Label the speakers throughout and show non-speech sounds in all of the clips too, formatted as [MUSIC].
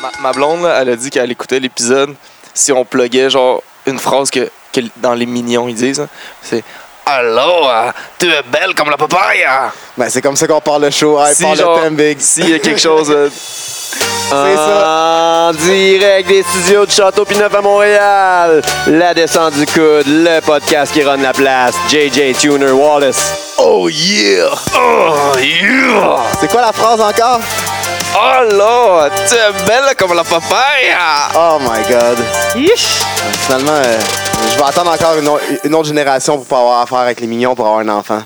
Speaker 1: ma, ma blonde, là, elle a dit qu'elle écoutait l'épisode. Si on pluguait, genre, une phrase que, que dans les mignons, ils disent, là, c'est Allô, hein, tu es belle comme la papaye. hein.
Speaker 2: Ben, c'est comme ça qu'on part le show. Hey,
Speaker 1: Si,
Speaker 2: part
Speaker 1: genre- euh,
Speaker 2: le thème, Big.
Speaker 1: S'il y a quelque chose.
Speaker 2: [LAUGHS]
Speaker 1: euh,
Speaker 2: C'est
Speaker 3: En direct des studios de Château Pineuf à Montréal, la descente du coude, le podcast qui run la place, JJ Tuner Wallace.
Speaker 2: Oh yeah!
Speaker 1: Oh, yeah.
Speaker 2: C'est quoi la phrase encore?
Speaker 1: Allô, tu es belle comme la papaye. hein.
Speaker 2: Oh my god. Finalement, euh, je vais attendre encore une, au- une autre génération pour pouvoir avoir affaire avec les mignons pour avoir un enfant.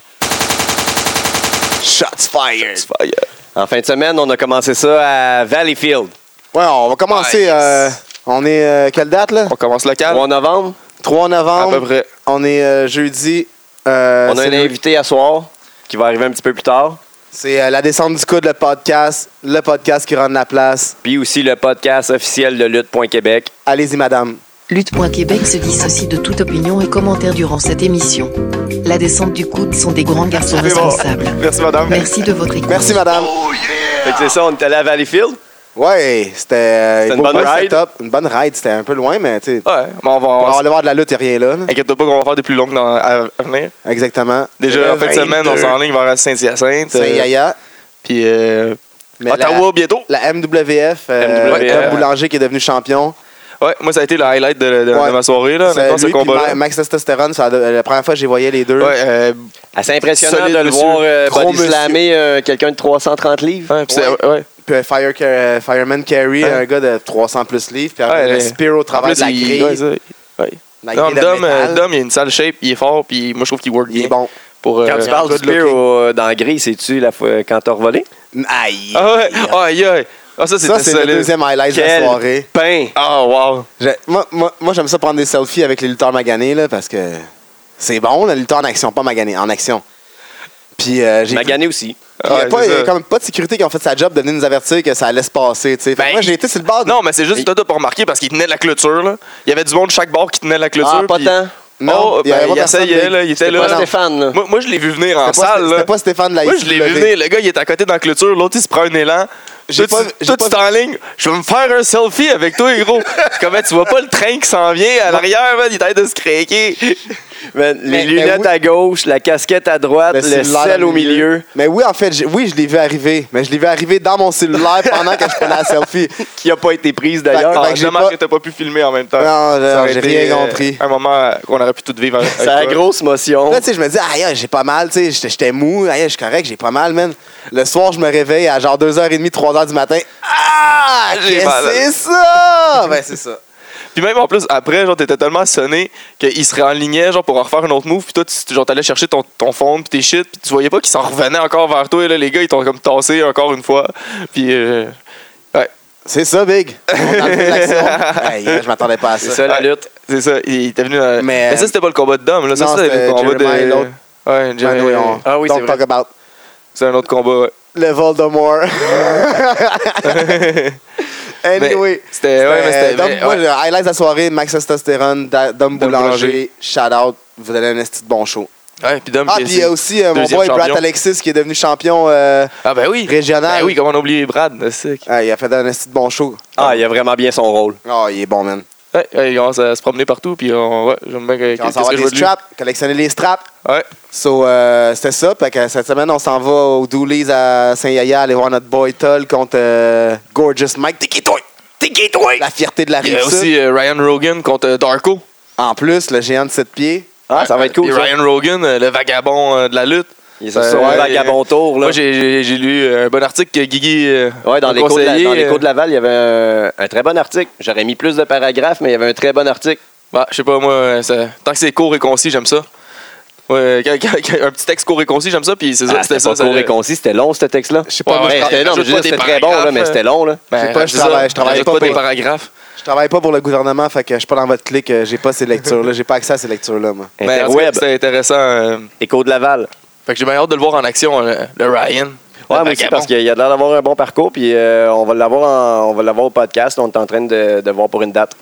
Speaker 2: Shots fired!
Speaker 1: C'est pas-
Speaker 3: En fin de semaine, on a commencé ça à Valleyfield.
Speaker 2: Ouais, on va commencer.
Speaker 1: Nice.
Speaker 2: euh, on est euh, quelle date là?
Speaker 1: On commence local?
Speaker 3: 3 novembre,
Speaker 2: 3
Speaker 1: À
Speaker 2: novembre.
Speaker 1: peu près.
Speaker 2: On est euh, jeudi. Euh,
Speaker 3: on a
Speaker 2: c'est
Speaker 3: un
Speaker 2: le-
Speaker 3: invité à soir qui va arriver un petit peu plus tard.
Speaker 2: C'est euh, la descente du coude, le podcast. Le podcast qui rend la place.
Speaker 3: Puis aussi le podcast officiel de Lutte.Québec.
Speaker 2: Allez-y, madame.
Speaker 4: Lutte.Québec se dissocie de toute opinion et commentaire durant cette émission. La descente du coude sont des grands garçons
Speaker 1: C'est bon.
Speaker 4: responsables.
Speaker 1: Merci, madame.
Speaker 4: Merci de votre écoute.
Speaker 2: Merci, madame.
Speaker 3: Fait que c'est ça, on est allé à Valleyfield.
Speaker 2: Ouais, c'était euh,
Speaker 3: C'était une
Speaker 2: beau
Speaker 3: bonne ride.
Speaker 2: setup. Une bonne ride. C'était un peu loin, mais tu sais.
Speaker 1: Ouais, mais on va.
Speaker 2: On va
Speaker 1: on-
Speaker 2: aller voir de la lutte, y a rien là. là.
Speaker 1: Inquiète-toi pas qu'on va faire des plus longues dans, à à venir.
Speaker 2: Exactement.
Speaker 1: Déjà, en fin de semaine, on
Speaker 2: 22.
Speaker 1: s'enligne vers Saint-Hyacinthe. euh,
Speaker 2: Saint-Yaya.
Speaker 1: Puis euh,
Speaker 2: Mais
Speaker 1: Ottawa bientôt.
Speaker 2: La, la MWF, euh,
Speaker 3: MWF.
Speaker 2: Tom Boulanger qui est devenu champion.
Speaker 1: Ouais, moi, ça a été le highlight de, de- de
Speaker 2: Ouais.
Speaker 1: ma soirée, là.
Speaker 2: C'est
Speaker 1: Maintenant, ce
Speaker 2: lui puis
Speaker 1: combat-là.
Speaker 2: Ma- Max Testosterone, c'est la, la première fois que j'ai voyé les deux.
Speaker 1: Ouais, euh,
Speaker 3: Assez impressionnant
Speaker 1: Solide
Speaker 3: de le
Speaker 1: monsieur.
Speaker 3: voir euh,
Speaker 2: Gros
Speaker 3: body
Speaker 2: monsieur.
Speaker 3: slammer euh, quelqu'un de 330 livres.
Speaker 1: ouais, puis c'est- ouais.
Speaker 2: Puis euh, Fire, euh, Fireman Carey,
Speaker 1: Ouais.
Speaker 2: un gars de 300 plus livres. Puis
Speaker 1: Hein? Ouais,
Speaker 2: après, le
Speaker 1: ouais.
Speaker 2: Spiro au
Speaker 1: En
Speaker 2: travers
Speaker 1: plus,
Speaker 2: de la
Speaker 1: il-
Speaker 2: grille.
Speaker 1: ouais, c'est- ouais.
Speaker 2: la
Speaker 1: Non,
Speaker 2: grille de
Speaker 1: Dom, euh,
Speaker 2: métal.
Speaker 1: Dom, il a une sale shape, il est fort, puis moi, je trouve qu'il work
Speaker 2: Il
Speaker 1: bien.
Speaker 2: est bon.
Speaker 1: Pour, euh,
Speaker 3: Quand tu
Speaker 1: un
Speaker 3: parles
Speaker 1: peu
Speaker 3: du
Speaker 1: de
Speaker 3: spear
Speaker 1: looking.
Speaker 3: au- euh, dans la grille, c'est-tu la fois quand t'as revolé?
Speaker 2: Aïe.
Speaker 1: Ah ouais, aïe, aïe. Ah, ça,
Speaker 2: Ça,
Speaker 1: c'était
Speaker 2: c'est le
Speaker 1: solide.
Speaker 2: deuxième highlight de la
Speaker 3: Quel
Speaker 2: soirée.
Speaker 3: pain!
Speaker 1: Ah, wow.
Speaker 2: J'ai- Moi, moi, moi, j'aime ça prendre des selfies avec les lutteurs maganés, là, parce que c'est bon, le lutteur en action, pas magané, en action. Puis euh, j'ai
Speaker 3: Magané aussi.
Speaker 2: Il n'y a
Speaker 1: Ouais,
Speaker 2: pas,
Speaker 1: c'est
Speaker 2: il y a
Speaker 1: ça.
Speaker 2: quand même pas de sécurité qui ont fait sa job de venir nous avertir que ça allait se passer. tu sais. Fait que
Speaker 1: Ben,
Speaker 2: moi, j'ai été sur le bord. de-
Speaker 1: Non, mais c'est juste, t'as pas remarqué parce qu'il tenait la clôture, là. Il y avait du monde de chaque bord qui tenait la clôture.
Speaker 3: Ah, pas
Speaker 1: puis-
Speaker 3: tant.
Speaker 2: Non,
Speaker 1: Oh,
Speaker 2: il y avait
Speaker 1: ben,
Speaker 2: pas
Speaker 1: il
Speaker 2: personne,
Speaker 1: essayait,
Speaker 2: Big.
Speaker 1: là, il était
Speaker 2: C'était
Speaker 1: là.
Speaker 3: Pas
Speaker 2: non.
Speaker 3: Stéphane, là.
Speaker 1: Moi, moi, je l'ai vu venir en
Speaker 2: C'était pas-
Speaker 1: salle, là.
Speaker 2: C'était pas Stéphane de la
Speaker 1: Moi, je l'ai vu venir. Le gars, il est à côté dans la clôture. L'autre, il se prend un élan.
Speaker 2: J'ai
Speaker 1: Toi,
Speaker 2: pas-
Speaker 1: tu
Speaker 2: j'ai
Speaker 1: toi,
Speaker 2: pas
Speaker 1: tu t'es en ligne. Je vais me faire un selfie avec toi,
Speaker 2: [LAUGHS]
Speaker 1: gros. C'est comme, tu vois pas le train qui s'en vient à l'arrière, man. Il t'aide de se craquer.
Speaker 3: Man, les
Speaker 2: Mais-
Speaker 3: lunettes
Speaker 2: mais oui.
Speaker 3: à gauche, la casquette à droite, le sel au milieu.
Speaker 2: Mais oui, en fait, j'ai- oui, je l'ai vu arriver. Mais je l'ai vu arriver dans mon cellulaire pendant que je prenais
Speaker 1: [LAUGHS]
Speaker 2: la selfie.
Speaker 3: qui n'a pas été
Speaker 2: Fait-
Speaker 3: prise d'ailleurs.
Speaker 2: fait
Speaker 1: Ah,
Speaker 2: que j'ai
Speaker 1: dommage
Speaker 2: pas-
Speaker 1: que t'as pas pu filmer en même temps.
Speaker 2: Non, non,
Speaker 1: Ça aurait
Speaker 2: j'ai
Speaker 1: été,
Speaker 2: rien
Speaker 1: euh,
Speaker 2: compris.
Speaker 1: Un moment euh, qu'on aurait pu tout vivre avec
Speaker 3: C'est la
Speaker 1: toi.
Speaker 3: grosse motion.
Speaker 2: Là, tu sais, je me dis, aïe, aïe, j'ai pas mal, tu sais, j'étais- j'étais mou, aïe, je suis correct, j'ai pas mal, man. Le soir, je me réveille à genre 2h30, 3h du matin. Ah,
Speaker 1: J'ai
Speaker 2: qu'est-ce que
Speaker 1: mal.
Speaker 2: c'est ça? Ben, c'est ça.
Speaker 1: Puis même en plus, après, genre, t'étais tellement sonné qu'il se réalignait, genre, pour en refaire un autre move. Puis toi, tu, genre, t'allais chercher ton, ton fond, puis tes shit. Puis tu voyais pas qu'ils s'en revenaient encore vers toi. Et là, les gars, ils t'ont comme tassé encore une fois. Puis. euh, ouais.
Speaker 2: C'est ça, Big. On a fait l'action. Aïe, je m'attendais pas à
Speaker 3: C'est ça la
Speaker 1: Ouais.
Speaker 3: lutte.
Speaker 1: C'est ça, il était venu. dans-
Speaker 2: Mais-
Speaker 1: Mais, ça, c'était pas le combat de Dom, là. Ça,
Speaker 2: Non,
Speaker 1: c'était
Speaker 2: c'était
Speaker 1: le combat
Speaker 2: Jeremiah et
Speaker 1: de.
Speaker 2: l'autre.
Speaker 1: Ouais,
Speaker 2: Ben, oui,
Speaker 1: Jeremiah.
Speaker 2: on-
Speaker 3: Ah oui,
Speaker 2: don't
Speaker 3: c'est
Speaker 2: talk about
Speaker 1: C'est un autre combat, ouais.
Speaker 2: le Voldemort.
Speaker 1: Mais
Speaker 2: anyway.
Speaker 1: C'était. Ouais, mais c'était.
Speaker 2: Dom-
Speaker 1: mais-
Speaker 2: moi,
Speaker 1: ouais.
Speaker 2: le highlight de la soirée, Max Testosterone, Da- Dom
Speaker 1: Dom Boulanger.
Speaker 2: Boulanger, shout out, vous allez un esti de bon show.
Speaker 1: Ouais, puis Dom,
Speaker 2: Ah,
Speaker 1: qui est-
Speaker 2: puis il y a aussi euh, mon
Speaker 1: deuxième
Speaker 2: boy Brad
Speaker 1: champion.
Speaker 2: Alexis qui est devenu champion euh,
Speaker 1: Ah, ben oui.
Speaker 2: régional.
Speaker 1: Ben oui, comment on a oublié Brad, là, c'est sick.
Speaker 2: Ah, il a fait un esti de bon show.
Speaker 3: Ah, il a vraiment bien son rôle.
Speaker 2: Ah, il est bon, man.
Speaker 1: Ouais, ouais, il commence à se promener partout, puis on. Ouais, j'aime bien que.
Speaker 2: On
Speaker 1: qu'est-ce
Speaker 2: s'en va
Speaker 1: que je vois de
Speaker 2: les
Speaker 1: lui.
Speaker 2: straps, collectionner les straps.
Speaker 1: Ouais.
Speaker 2: So, euh, c'était ça. Fait que cette semaine, on s'en va au Dooley's à Saint-Yaya aller voir notre boy Toll contre euh, Gorgeous Mike. Tiki Toy! Tiki Toy! La fierté de la
Speaker 1: Il y
Speaker 2: rive
Speaker 1: a aussi euh, Ryan Rogan contre euh, Darko.
Speaker 2: En plus, le géant de 7 pieds.
Speaker 3: Ah, ça va être cool.
Speaker 1: Puis
Speaker 3: ça.
Speaker 1: Ryan Rogan, euh, le vagabond euh, de la lutte.
Speaker 3: Il est sur son
Speaker 1: Ouais,
Speaker 3: vagabond tour. Là.
Speaker 1: Moi, j'ai- j'ai j'ai lu euh, un bon article que Guigui. euh,
Speaker 3: Ouais, dans
Speaker 1: m'a
Speaker 3: les, cours de la-
Speaker 1: conseillé,
Speaker 3: dans les
Speaker 1: euh,
Speaker 3: cours de Laval, il y avait un, un très bon article. J'aurais mis plus de paragraphes, mais il y avait un très bon article.
Speaker 1: Bah, je sais pas, moi, ça- tant que c'est court et concis, j'aime ça. Ouais, euh, quand- quand- quand- un petit texte court et concis, j'aime ça, puis c'est ça,
Speaker 3: Ah,
Speaker 1: c'était
Speaker 3: c'était
Speaker 1: ça. euh,
Speaker 3: pas
Speaker 1: ça-
Speaker 3: court et concis, c'était long ce texte-là. Je sais
Speaker 1: pas, moi, je
Speaker 3: c'était
Speaker 1: tra-
Speaker 3: long,
Speaker 1: rajoute
Speaker 3: je veux
Speaker 1: pas
Speaker 3: dire,
Speaker 1: des
Speaker 3: c'était très bon, là,
Speaker 1: paragraphes,
Speaker 3: mais
Speaker 1: euh.
Speaker 3: c'était long. Là.
Speaker 1: Ben,
Speaker 2: Je sais pas, je
Speaker 1: c'est ça,
Speaker 2: travaille- je travaille
Speaker 1: rajoute
Speaker 2: pas
Speaker 1: pas des
Speaker 2: pour-
Speaker 1: paragraphes.
Speaker 2: Je travaille pas pour le gouvernement, fait que je suis pas dans votre clique, euh, j'ai pas ces lectures-là, j'ai pas accès à ces lectures-là, moi.
Speaker 1: Ben, en tout cas,
Speaker 3: Interweb,
Speaker 1: c'était intéressant. euh,
Speaker 3: Écho de Laval.
Speaker 1: Fait que j'ai bien hâte de le voir en action, euh, le Ryan.
Speaker 3: Ouais,
Speaker 1: Le
Speaker 3: moi aussi,
Speaker 1: vagabond.
Speaker 3: parce qu'il y a l'air d'avoir un bon parcours, puis euh, on va l'avoir en- on va l'avoir au podcast. On est en train de, de voir pour une date.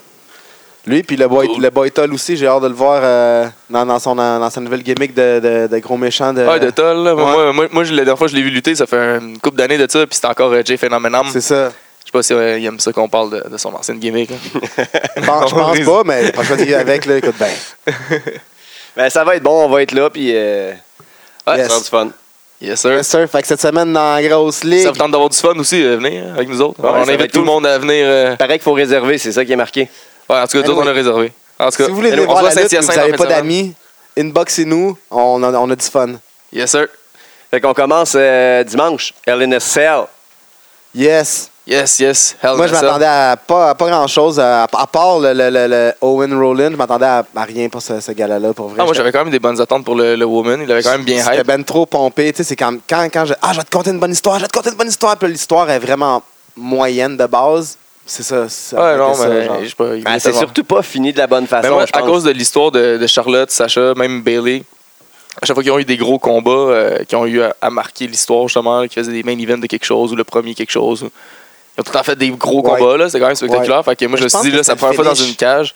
Speaker 2: Lui, puis le boy,
Speaker 1: Cool.
Speaker 2: le boy Toll aussi, j'ai hâte de le voir euh, dans, dans son, dans sa nouvelle gimmick de, de- de gros méchant. De,
Speaker 1: Ouais, Ah, de Toll. là.
Speaker 2: Ouais.
Speaker 1: Moi, moi, moi, je- la dernière fois que je l'ai vu lutter, ça fait une couple d'années de ça, puis c'était encore euh, Jay Phenomenon.
Speaker 2: C'est ça.
Speaker 1: Je sais pas si euh, il aime ça qu'on parle de, de son ancienne gimmick. là.
Speaker 2: Je pense, je pense pas, mais quand je dis avec, là, écoute, ben.
Speaker 3: Ben, ça va être bon, on va être là, puis euh,
Speaker 1: Ouais,
Speaker 3: ça va être du fun.
Speaker 1: Yes, sir.
Speaker 2: Yes, sir. Fait que cette semaine, dans la grosse ligue.
Speaker 1: Euh. Ça vous tente d'avoir du fun aussi, euh, venez hein, avec nous autres.
Speaker 3: Ouais, ça
Speaker 1: on
Speaker 3: va être
Speaker 1: invite tout le
Speaker 3: cool.
Speaker 1: monde à venir. euh,
Speaker 3: Pareil qu'il faut réserver, c'est ça qui est marqué.
Speaker 1: Ouais, en tout cas, nous autres,
Speaker 2: Anyway.
Speaker 1: on a réservé. En tout cas,
Speaker 2: si vous voulez
Speaker 1: anyway,
Speaker 2: venir voir
Speaker 1: se voit
Speaker 2: la
Speaker 1: à
Speaker 2: lutte, si vous
Speaker 1: Saint-Hyacinthe en
Speaker 2: n'avez
Speaker 1: fin
Speaker 2: pas
Speaker 1: de semaine.
Speaker 2: d'amis, inboxez-nous. On a, on a du fun.
Speaker 1: Yes, sir.
Speaker 3: Fait qu'on commence euh, dimanche,
Speaker 1: Ah,
Speaker 3: LNSL.
Speaker 2: Yes.
Speaker 1: Yes, yes. Hell
Speaker 2: Moi, je
Speaker 1: yes, sir.
Speaker 2: m'attendais à pas, à pas grand-chose. À, à part le, le- le- le Owen Rowland, je m'attendais à, à rien pour ce, ce gars-là, pour vrai.
Speaker 1: Ah, moi, j'avais quand même des bonnes attentes pour le, le Woman. Il avait quand même bien
Speaker 2: J'étais
Speaker 1: hype.
Speaker 2: ben trop pompé. Tu sais, c'est quand, quand, quand je. Ah, je vais te conter une bonne histoire, je vais te conter une bonne histoire. Puis là, l'histoire est vraiment moyenne de base. C'est ça. ça
Speaker 1: Ouais, non,
Speaker 2: ça,
Speaker 1: mais
Speaker 2: genre. Ah,
Speaker 1: je sais pas. il
Speaker 3: Ben,
Speaker 1: est
Speaker 3: c'est
Speaker 1: tellement-
Speaker 3: surtout pas fini de la bonne façon,
Speaker 1: Ben, moi,
Speaker 3: je
Speaker 1: à
Speaker 3: pense.
Speaker 1: cause de l'histoire de, de Charlotte, Sacha, même Bailey, à chaque fois qu'ils ont eu des gros combats euh, qui ont eu à, à marquer l'histoire, justement, qui faisaient des main events de quelque chose ou le premier quelque chose. ou- Ils ont tout le temps fait des gros
Speaker 2: Ouais.
Speaker 1: combats, là. C'est quand même spectaculaire. Fait que moi, je me
Speaker 2: Je
Speaker 1: suis
Speaker 2: pense
Speaker 1: dit,
Speaker 2: que
Speaker 1: là, c'est la
Speaker 2: c'est
Speaker 1: première
Speaker 2: le
Speaker 1: fois dans
Speaker 2: finish.
Speaker 1: une cage.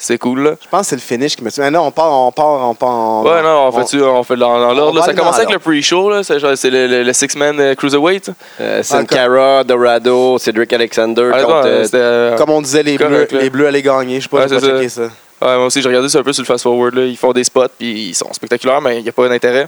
Speaker 1: C'est cool, là.
Speaker 2: Je pense que c'est le finish qui me tue. Mais non, on part, on part, on part. on-
Speaker 1: Ouais, non, on fait, tu- on fait dans, dans l'ordre. là.
Speaker 2: va
Speaker 1: Ça
Speaker 2: aller dans
Speaker 1: commençait avec le pre-show, là. C'est genre- c'est le, le- le six-man euh, cruiserweight.
Speaker 3: Euh,
Speaker 1: Ah,
Speaker 3: Sin Cara, Dorado, Cedric Alexander
Speaker 1: Honnêtement,
Speaker 3: contre...
Speaker 1: euh,
Speaker 3: euh,
Speaker 1: c'était, euh,
Speaker 2: Comme on disait, les bleus,
Speaker 1: Correct, là.
Speaker 2: les bleus allaient gagner. Je sais pas,
Speaker 1: Ouais,
Speaker 2: j'ai pas
Speaker 1: c'est
Speaker 2: checké ça.
Speaker 1: ouais, moi aussi, j'ai regardé ça un peu sur le Fast Forward. Là. Ils font des spots, puis ils sont spectaculaires, mais il n'y a pas d'intérêt.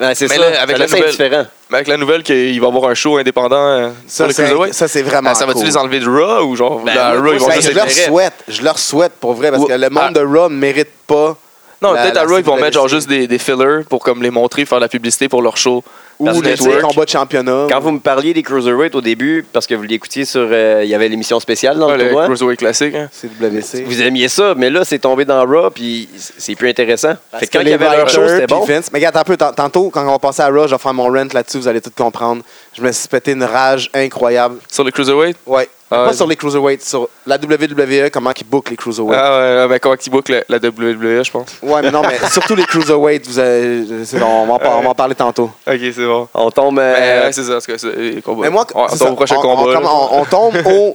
Speaker 3: ouais, Ben, c'est
Speaker 1: mais
Speaker 3: ça,
Speaker 1: là, avec la
Speaker 3: Ça, c'est
Speaker 1: nouvelle-
Speaker 3: différent.
Speaker 1: Mais avec la nouvelle qu'il va y avoir un show indépendant euh, sur
Speaker 2: Ça,
Speaker 1: le
Speaker 2: c'est
Speaker 1: Cruiserweight,
Speaker 2: ça, c'est vraiment.
Speaker 1: Ah, ça va-tu
Speaker 2: cool.
Speaker 1: les enlever de Raw ou genre
Speaker 3: Ben,
Speaker 1: là, à
Speaker 3: moi,
Speaker 1: Raw, ils vont
Speaker 3: moi,
Speaker 2: Ben,
Speaker 1: juste
Speaker 2: je
Speaker 1: les
Speaker 2: leur
Speaker 1: mettre-
Speaker 2: souhaite, je leur souhaite pour vrai, parce
Speaker 1: Ou-
Speaker 2: que le monde
Speaker 1: ah.
Speaker 2: de Raw ne mérite pas.
Speaker 1: Non,
Speaker 2: la-
Speaker 1: peut-être
Speaker 2: la
Speaker 1: à Raw, ils vont mettre genre
Speaker 2: CWC.
Speaker 1: juste des, des fillers pour comme les montrer, faire la publicité pour leur show.
Speaker 2: Ou
Speaker 1: dans le
Speaker 2: les
Speaker 1: network.
Speaker 2: combats de championnat.
Speaker 3: Quand vous me parliez des Cruiserweight au début, parce que vous l'écoutiez sur... euh, Il y avait l'émission spéciale dans
Speaker 1: Ouais,
Speaker 3: le
Speaker 1: le
Speaker 3: tournoi.
Speaker 1: Cruiserweight classique. hein.
Speaker 2: CWC.
Speaker 3: Vous aimiez ça, mais là, c'est tombé dans Raw, puis c'est plus intéressant.
Speaker 2: Parce
Speaker 3: fait que quand
Speaker 2: que
Speaker 3: il y
Speaker 2: les
Speaker 3: avait leur
Speaker 2: writers
Speaker 3: show, c'était
Speaker 2: puis
Speaker 3: bon.
Speaker 2: Vince- Mais regarde, un peu, tant- tantôt, quand on va passer à Raw, je vais faire mon rent là-dessus, vous allez tout comprendre. Je me suis pété une rage incroyable.
Speaker 1: Sur le Cruiserweight
Speaker 2: Ouais.
Speaker 1: Ah,
Speaker 2: pas
Speaker 1: ouais.
Speaker 2: sur les Cruiserweights, sur la WWE, comment ils bookent les Cruiserweights.
Speaker 1: Ah ouais, ouais, ben, comment ils bookent la, la WWE, je pense.
Speaker 2: Ouais, mais non, mais surtout les Cruiserweights, vous avez- c'est- on, va en, par- on va en parler tantôt.
Speaker 1: Ok, c'est bon.
Speaker 3: On tombe... euh,
Speaker 1: Ben, ouais, c'est ça, en tout cas, c'est les combats.
Speaker 2: Mais moi,
Speaker 1: on,
Speaker 2: c'est
Speaker 1: tombe
Speaker 2: ça.
Speaker 1: au prochain
Speaker 2: On-
Speaker 1: combat.
Speaker 2: On,
Speaker 1: là.
Speaker 2: comme- on- on tombe
Speaker 1: [LAUGHS]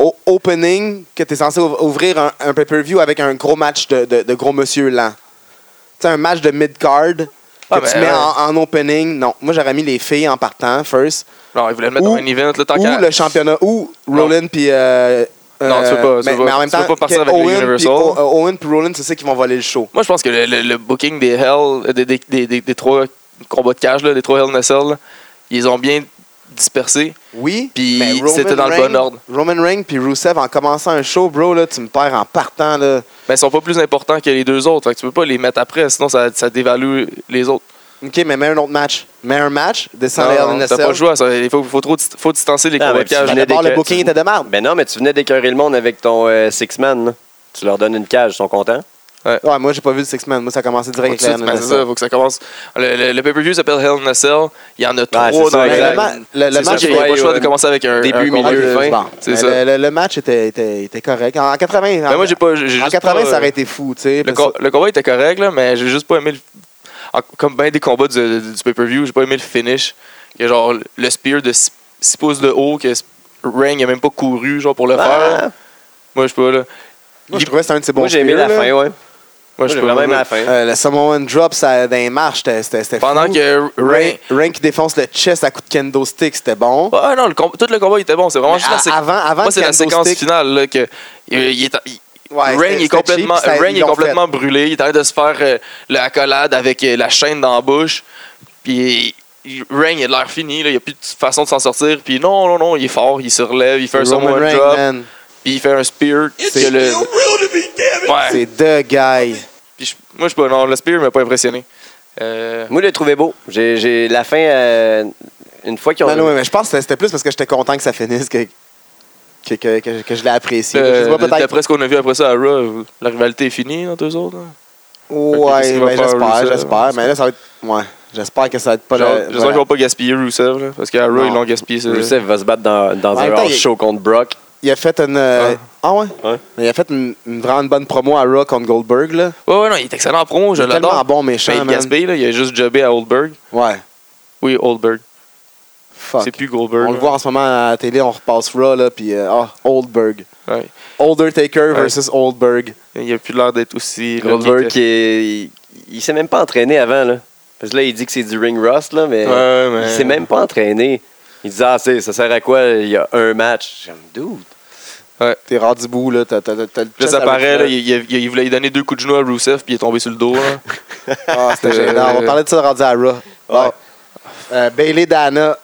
Speaker 2: au, au opening que tu es censé ouv- ouvrir un, un pay-per-view avec un gros match de, de- de gros monsieur lent. Tu sais, un match de mid-card que
Speaker 1: Ah,
Speaker 2: tu
Speaker 1: ben,
Speaker 2: mets
Speaker 1: ouais.
Speaker 2: en, en opening. Non, moi j'aurais mis les filles en partant, first.
Speaker 1: Non, ils voulaient le mettre
Speaker 2: Ou-
Speaker 1: dans un event, là, tant
Speaker 2: Ou
Speaker 1: qu'à-
Speaker 2: le championnat, ou Rollin puis. euh,
Speaker 1: Non, tu veux pas- tu
Speaker 2: mais,
Speaker 1: veux pas-
Speaker 2: mais en même
Speaker 1: tu veux
Speaker 2: temps,
Speaker 1: pas partir
Speaker 2: que
Speaker 1: avec les
Speaker 2: Owen puis-
Speaker 1: Universal.
Speaker 2: O- euh, Owen puis Rollin, c'est ça qui vont voler le show.
Speaker 1: Moi, je pense que le, le- le booking des Hell, euh, des, des, des, des- des trois combats de cage, là, des trois Hell Nessel, ils les ont bien dispersés.
Speaker 2: Oui,
Speaker 1: Puis
Speaker 2: mais Roman
Speaker 1: c'était dans le
Speaker 2: Reigns-
Speaker 1: bon ordre.
Speaker 2: Roman Reigns puis Rusev en commençant un show, bro, là, tu me perds en partant. Là.
Speaker 1: Mais Ben, ils sont pas plus importants que les deux autres. Fait que tu peux pas les mettre après, sinon ça, ça dévalue les autres.
Speaker 2: OK, mais mets un autre match. Mets un match, descends les
Speaker 1: Non,
Speaker 2: LNSL.
Speaker 1: T'as pas le choix. ça. Il faut, faut, trop, dist- faut distancer les
Speaker 3: Ah,
Speaker 1: combats
Speaker 3: mais
Speaker 1: de
Speaker 3: tu
Speaker 1: cage.
Speaker 3: venais
Speaker 2: D'abord,
Speaker 3: des
Speaker 2: le
Speaker 3: cœurs,
Speaker 2: booking
Speaker 3: tu-
Speaker 2: était de merde.
Speaker 3: Ben non, mais tu venais d'écœurer le monde avec ton euh, six-man. là. Tu leur donnes une cage, ils sont contents.
Speaker 2: Ouais, moi, j'ai pas vu le Six Man. Moi, ça a commencé
Speaker 1: Ben. Faut
Speaker 2: direct
Speaker 1: tout de
Speaker 2: avec
Speaker 1: suite,
Speaker 2: la
Speaker 1: mais c'est ça,
Speaker 2: LNSL.
Speaker 1: faut que ça commence. Le, le- le pay-per-view s'appelle Hell in a Cell. Il y en a trois
Speaker 3: c'est ça,
Speaker 1: dans la
Speaker 3: exact.
Speaker 1: cage.
Speaker 2: Le ma- le-
Speaker 1: C'est
Speaker 2: le
Speaker 1: ça,
Speaker 2: match,
Speaker 1: j'ai pas le
Speaker 3: ouais,
Speaker 1: choix de
Speaker 3: ouais.
Speaker 1: commencer avec un
Speaker 3: Début,
Speaker 1: un combat
Speaker 3: milieu,
Speaker 1: de
Speaker 2: Ok,
Speaker 1: fin.
Speaker 2: bon.
Speaker 1: C'est
Speaker 2: Mais
Speaker 1: ça.
Speaker 2: Le, le- le match était, était- était correct. En 80,
Speaker 1: Mais
Speaker 2: en,
Speaker 1: moi, j'ai pas. j'ai
Speaker 2: en
Speaker 1: juste
Speaker 2: 80
Speaker 1: pas,
Speaker 2: ça
Speaker 1: euh,
Speaker 2: aurait été fou. tu sais.
Speaker 1: Le,
Speaker 2: parce
Speaker 1: co-
Speaker 2: que-
Speaker 1: le combat était correct, là, mais j'ai juste pas aimé le. en- Comme bien des combats du, du pay-per-view, j'ai pas aimé le finish. Il y a genre le spear de 6, pouces de haut que Reign a même pas couru genre pour le
Speaker 3: Ah.
Speaker 1: faire. Moi, je sais pas, là.
Speaker 2: Moi, je trouvais que c'était un de ses bons
Speaker 3: Moi, j'ai aimé
Speaker 2: spears,
Speaker 3: la
Speaker 2: là.
Speaker 3: fin, ouais.
Speaker 1: Moi,
Speaker 3: Moi,
Speaker 1: je sais
Speaker 3: j'ai
Speaker 1: pas,
Speaker 3: vraiment aimé
Speaker 1: moi.
Speaker 3: la fin.
Speaker 2: Euh, le Samoan Drop, ça, dans les marches, c'était- c'était c'était fou.
Speaker 1: Pendant que Reign.
Speaker 2: Rain, Rain qui défonce le chest à coups de kendo stick, c'était bon.
Speaker 1: Ah non, le com- tout le combat il était bon. C'est vraiment
Speaker 2: Mais
Speaker 1: juste
Speaker 2: a-
Speaker 1: la séquence.
Speaker 2: avant, avant
Speaker 1: Moi,
Speaker 2: le
Speaker 1: c'est la
Speaker 2: kendo
Speaker 1: séquence
Speaker 2: stick,
Speaker 1: finale là, que il- il est- il-
Speaker 2: Ouais,
Speaker 1: Reign
Speaker 2: c'était-
Speaker 1: est
Speaker 2: c'était
Speaker 1: complètement,
Speaker 2: cheap, ça-
Speaker 1: Reign
Speaker 2: ils
Speaker 1: est
Speaker 2: l'ont
Speaker 1: complètement brûlé. Il est en train de se faire euh, la collade avec euh, la chaîne dans la bouche. Puis il- Reign il a de l'air fini. là. Il n'y a plus de façon de s'en sortir. Puis non, non, non, il est fort. Il se relève. Il fait un
Speaker 2: Roman
Speaker 1: samoan
Speaker 2: Reign,
Speaker 1: drop.
Speaker 2: man.
Speaker 1: Puis il fait un spear.
Speaker 2: C'est-
Speaker 1: que le- Ouais.
Speaker 2: C'est The Guy.
Speaker 1: Puis je- moi, je peux. Non, le spear m'a pas impressionné. Euh,
Speaker 3: Moi, je l'ai trouvé beau. J'ai, j'ai- la fin, euh, une fois qu'ils ont.
Speaker 2: Non, non, mais je pense que c'était plus parce que j'étais content que ça finisse que, que, que, que- que je l'ai apprécié. je sais
Speaker 1: euh,
Speaker 2: pas, peut-être.
Speaker 1: D'après ce qu'on a vu après ça à Raw, la rivalité est finie entre eux autres. hein? qu'est-ce
Speaker 2: Ouais,
Speaker 1: qu'il va
Speaker 2: ben,
Speaker 1: faire,
Speaker 2: j'espère,
Speaker 1: Rusev?
Speaker 2: j'espère. Mais là, ça va être. Ouais, j'espère que ça va être pas
Speaker 1: Genre,
Speaker 2: le.
Speaker 1: J'espère
Speaker 2: voilà.
Speaker 1: qu'ils vont pas gaspiller Rusev, là, parce qu'à Raw,
Speaker 2: Non.
Speaker 1: ils l'ont gaspillé. c'est-
Speaker 3: Rusev va se battre dans, dans
Speaker 2: En
Speaker 3: un
Speaker 2: même temps,
Speaker 3: hors
Speaker 2: il-
Speaker 3: show contre Brock.
Speaker 2: Il a fait une. euh, Ah, ouais?
Speaker 3: Ouais.
Speaker 2: Mais il a fait une, une vraiment bonne promo à Raw contre Goldberg, là.
Speaker 1: Ouais, ouais, non, il est excellent en promo, je
Speaker 2: Il est
Speaker 1: l'adore.
Speaker 2: Tellement bon
Speaker 1: Mais
Speaker 2: méchant,
Speaker 1: il
Speaker 2: man.
Speaker 1: gaspille, là, il a juste jobé à Oldberg.
Speaker 2: Ouais.
Speaker 1: Oui, Oldberg.
Speaker 2: Fuck.
Speaker 1: C'est plus Goldberg.
Speaker 2: On le
Speaker 1: là.
Speaker 2: voit en ce moment à la télé, on repasse Raw, là, puis. euh, Ah, Oldberg.
Speaker 1: Ouais.
Speaker 2: Older Taker versus Oldberg.
Speaker 1: Il a plus l'air d'être aussi. là,
Speaker 3: Goldberg,
Speaker 1: qu'il
Speaker 3: qui est- il, il s'est même pas entraîné avant, là. Parce que là, il dit que c'est du ring rust, là, mais
Speaker 1: était. Ouais, mais.
Speaker 3: il s'est même pas entraîné. Il disait, ah, c'est- ça sert à quoi? Il y a un match. J'aime, dude.
Speaker 2: T'es rendu du bout, là. T'as, t'as, t'as, t'as le
Speaker 1: Là,
Speaker 2: chest
Speaker 1: ça
Speaker 2: à l'autre
Speaker 1: paraît, là,
Speaker 2: fois.
Speaker 1: il, il- il voulait lui donner deux coups de genou à Rusev, puis il est tombé sur le dos. là.
Speaker 2: Ah, c'était
Speaker 1: Euh,
Speaker 2: gênant. On va parler de ça rendu à Raw. Bon. Euh, Bailey, Dana.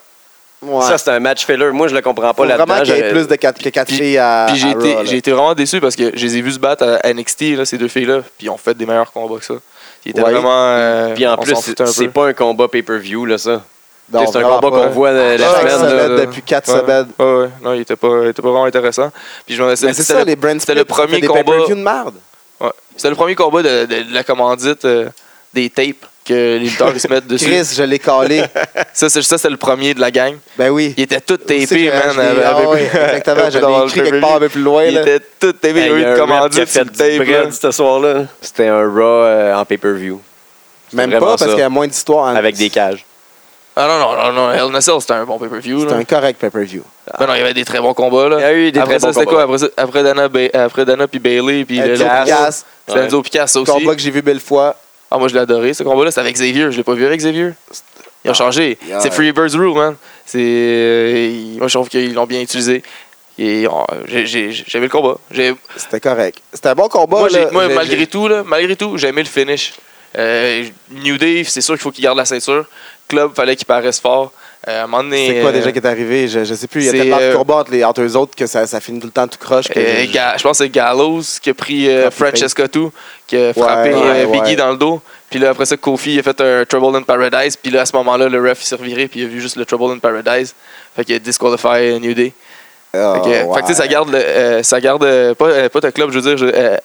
Speaker 2: Ouais.
Speaker 3: Ça, c'est un match filler. Moi, je le comprends
Speaker 2: Faut
Speaker 3: pas là-dedans.
Speaker 2: vraiment qu'il y ait
Speaker 3: J'aurais-
Speaker 2: plus de quatre, que 4 filles à.
Speaker 1: Puis j'ai
Speaker 2: Ah, à
Speaker 1: été,
Speaker 2: Raw, là.
Speaker 1: j'ai été vraiment déçu parce que je les ai vus se battre à NXT, là, ces deux filles-là, puis ils ont fait des meilleurs combats que ça. Ils étaient
Speaker 2: Ouais.
Speaker 1: vraiment. euh,
Speaker 3: Puis en
Speaker 1: on
Speaker 3: plus,
Speaker 1: s'en foutait un
Speaker 3: c'est c'est
Speaker 1: peu.
Speaker 3: pas un combat pay-per-view, là, ça.
Speaker 2: Non,
Speaker 3: c'est un
Speaker 2: vraiment
Speaker 3: combat
Speaker 2: pas.
Speaker 3: qu'on voit euh, la
Speaker 1: Ah,
Speaker 2: Chaque
Speaker 3: semaine. là.
Speaker 2: semaine, depuis 4
Speaker 1: Ouais.
Speaker 2: semaines.
Speaker 1: Ouais, ouais. Non, il était pas, il était pas vraiment intéressant. Puis je me
Speaker 2: Mais c'est ça, les brand
Speaker 1: c'était le
Speaker 2: splits, ça
Speaker 1: premier
Speaker 2: fait des
Speaker 1: combat.
Speaker 2: pay-per-views de merde.
Speaker 1: ouais. C'était le premier combat de, de- de la commandite euh, des tapes que les lutteurs ils se mettent dessus.
Speaker 2: Chris, je
Speaker 1: [LAUGHS]
Speaker 2: l'ai calé.
Speaker 1: Ça, c'est ça, c'est le premier de la gang.
Speaker 2: Ben oui.
Speaker 1: Il était tout
Speaker 2: Où c'est
Speaker 1: tapé,
Speaker 2: que
Speaker 1: man.
Speaker 2: je l'ai-
Speaker 1: [LAUGHS]
Speaker 2: ah ouais, exactement, je l'ai écrit quelque part un peu plus loin.
Speaker 1: Il
Speaker 2: là.
Speaker 1: était tout tapé. Il y
Speaker 3: Hey,
Speaker 1: a eu
Speaker 3: un
Speaker 1: une
Speaker 3: rap qui a
Speaker 1: commandite
Speaker 3: fait
Speaker 1: sur le
Speaker 3: du
Speaker 1: tape.
Speaker 3: bread
Speaker 1: là.
Speaker 3: ce soir-là. C'était un Raw euh, en pay-per-view.
Speaker 2: Même
Speaker 3: c'est
Speaker 2: pas,
Speaker 3: vraiment
Speaker 2: parce
Speaker 3: ça.
Speaker 2: qu'il y a moins d'histoire. en-
Speaker 3: Avec des cages.
Speaker 1: Ah non, non, non, non. Hell in a Cell, c'était un bon pay-per-view.
Speaker 2: C'est
Speaker 1: là.
Speaker 2: un correct pay-per-view.
Speaker 1: Ben non, il y avait des très bons combats. Là.
Speaker 3: Il y a eu des
Speaker 1: après
Speaker 3: très
Speaker 1: ça,
Speaker 3: bons
Speaker 1: c'était
Speaker 3: combats.
Speaker 1: quoi Après, ça- après Dana, Ba- après Dana puis Bailey, puis le-
Speaker 2: Enzo
Speaker 1: l'autre-
Speaker 2: Euh, Picasso,
Speaker 1: c'était
Speaker 3: Ouais.
Speaker 1: Enzo Picasso aussi.
Speaker 2: combat que j'ai vu belle fois.
Speaker 1: Ah, moi, je l'ai adoré, ce combat-là. C'était avec Xavier. Je l'ai pas vu avec Xavier. Ils ont changé.
Speaker 2: Ah, yeah.
Speaker 1: C'est Freebirds Rule, man. C'est... euh, ils- Moi, je trouve qu'ils l'ont bien utilisé. Et, oh, j'ai- j'ai- J'avais le combat. J'ai-
Speaker 2: C'était correct. C'était un bon combat.
Speaker 1: moi, j'ai-
Speaker 2: là.
Speaker 1: moi,
Speaker 2: J'ai-
Speaker 1: malgré
Speaker 2: j'ai-
Speaker 1: tout, là, malgré tout, j'ai aimé le finish. Euh, New Day, c'est sûr qu'il faut qu'il garde la ceinture. Club, fallait qu'il paraisse fort. Euh, à un moment donné,
Speaker 2: C'est quoi
Speaker 1: euh,
Speaker 2: déjà qui est arrivé? Je, je sais plus. Il y a
Speaker 1: c'est,
Speaker 2: tellement de
Speaker 1: euh,
Speaker 2: combats entre, les, entre eux autres que ça, ça finit tout le temps tout croche. que
Speaker 1: Euh,
Speaker 2: je- je-
Speaker 1: Ga- je pense que c'est Gallows qui a pris euh,
Speaker 2: Frappé
Speaker 1: Francesco Tu, qui a frappé
Speaker 2: ouais,
Speaker 1: euh,
Speaker 2: ouais.
Speaker 1: Biggie dans le dos. Puis là, après ça, Kofi il a fait un Trouble in Paradise. Puis là, à ce moment-là, le ref il s'est reviré. Puis il a vu juste le Trouble in Paradise. Fait qu'il a disqualifié New Day.
Speaker 2: Ah,
Speaker 1: Fait que, fait que,
Speaker 2: ouais.
Speaker 1: tu sais, ça garde, le- euh, ça garde euh, pas, euh, pas ta club, je veux dire, je- euh, euh,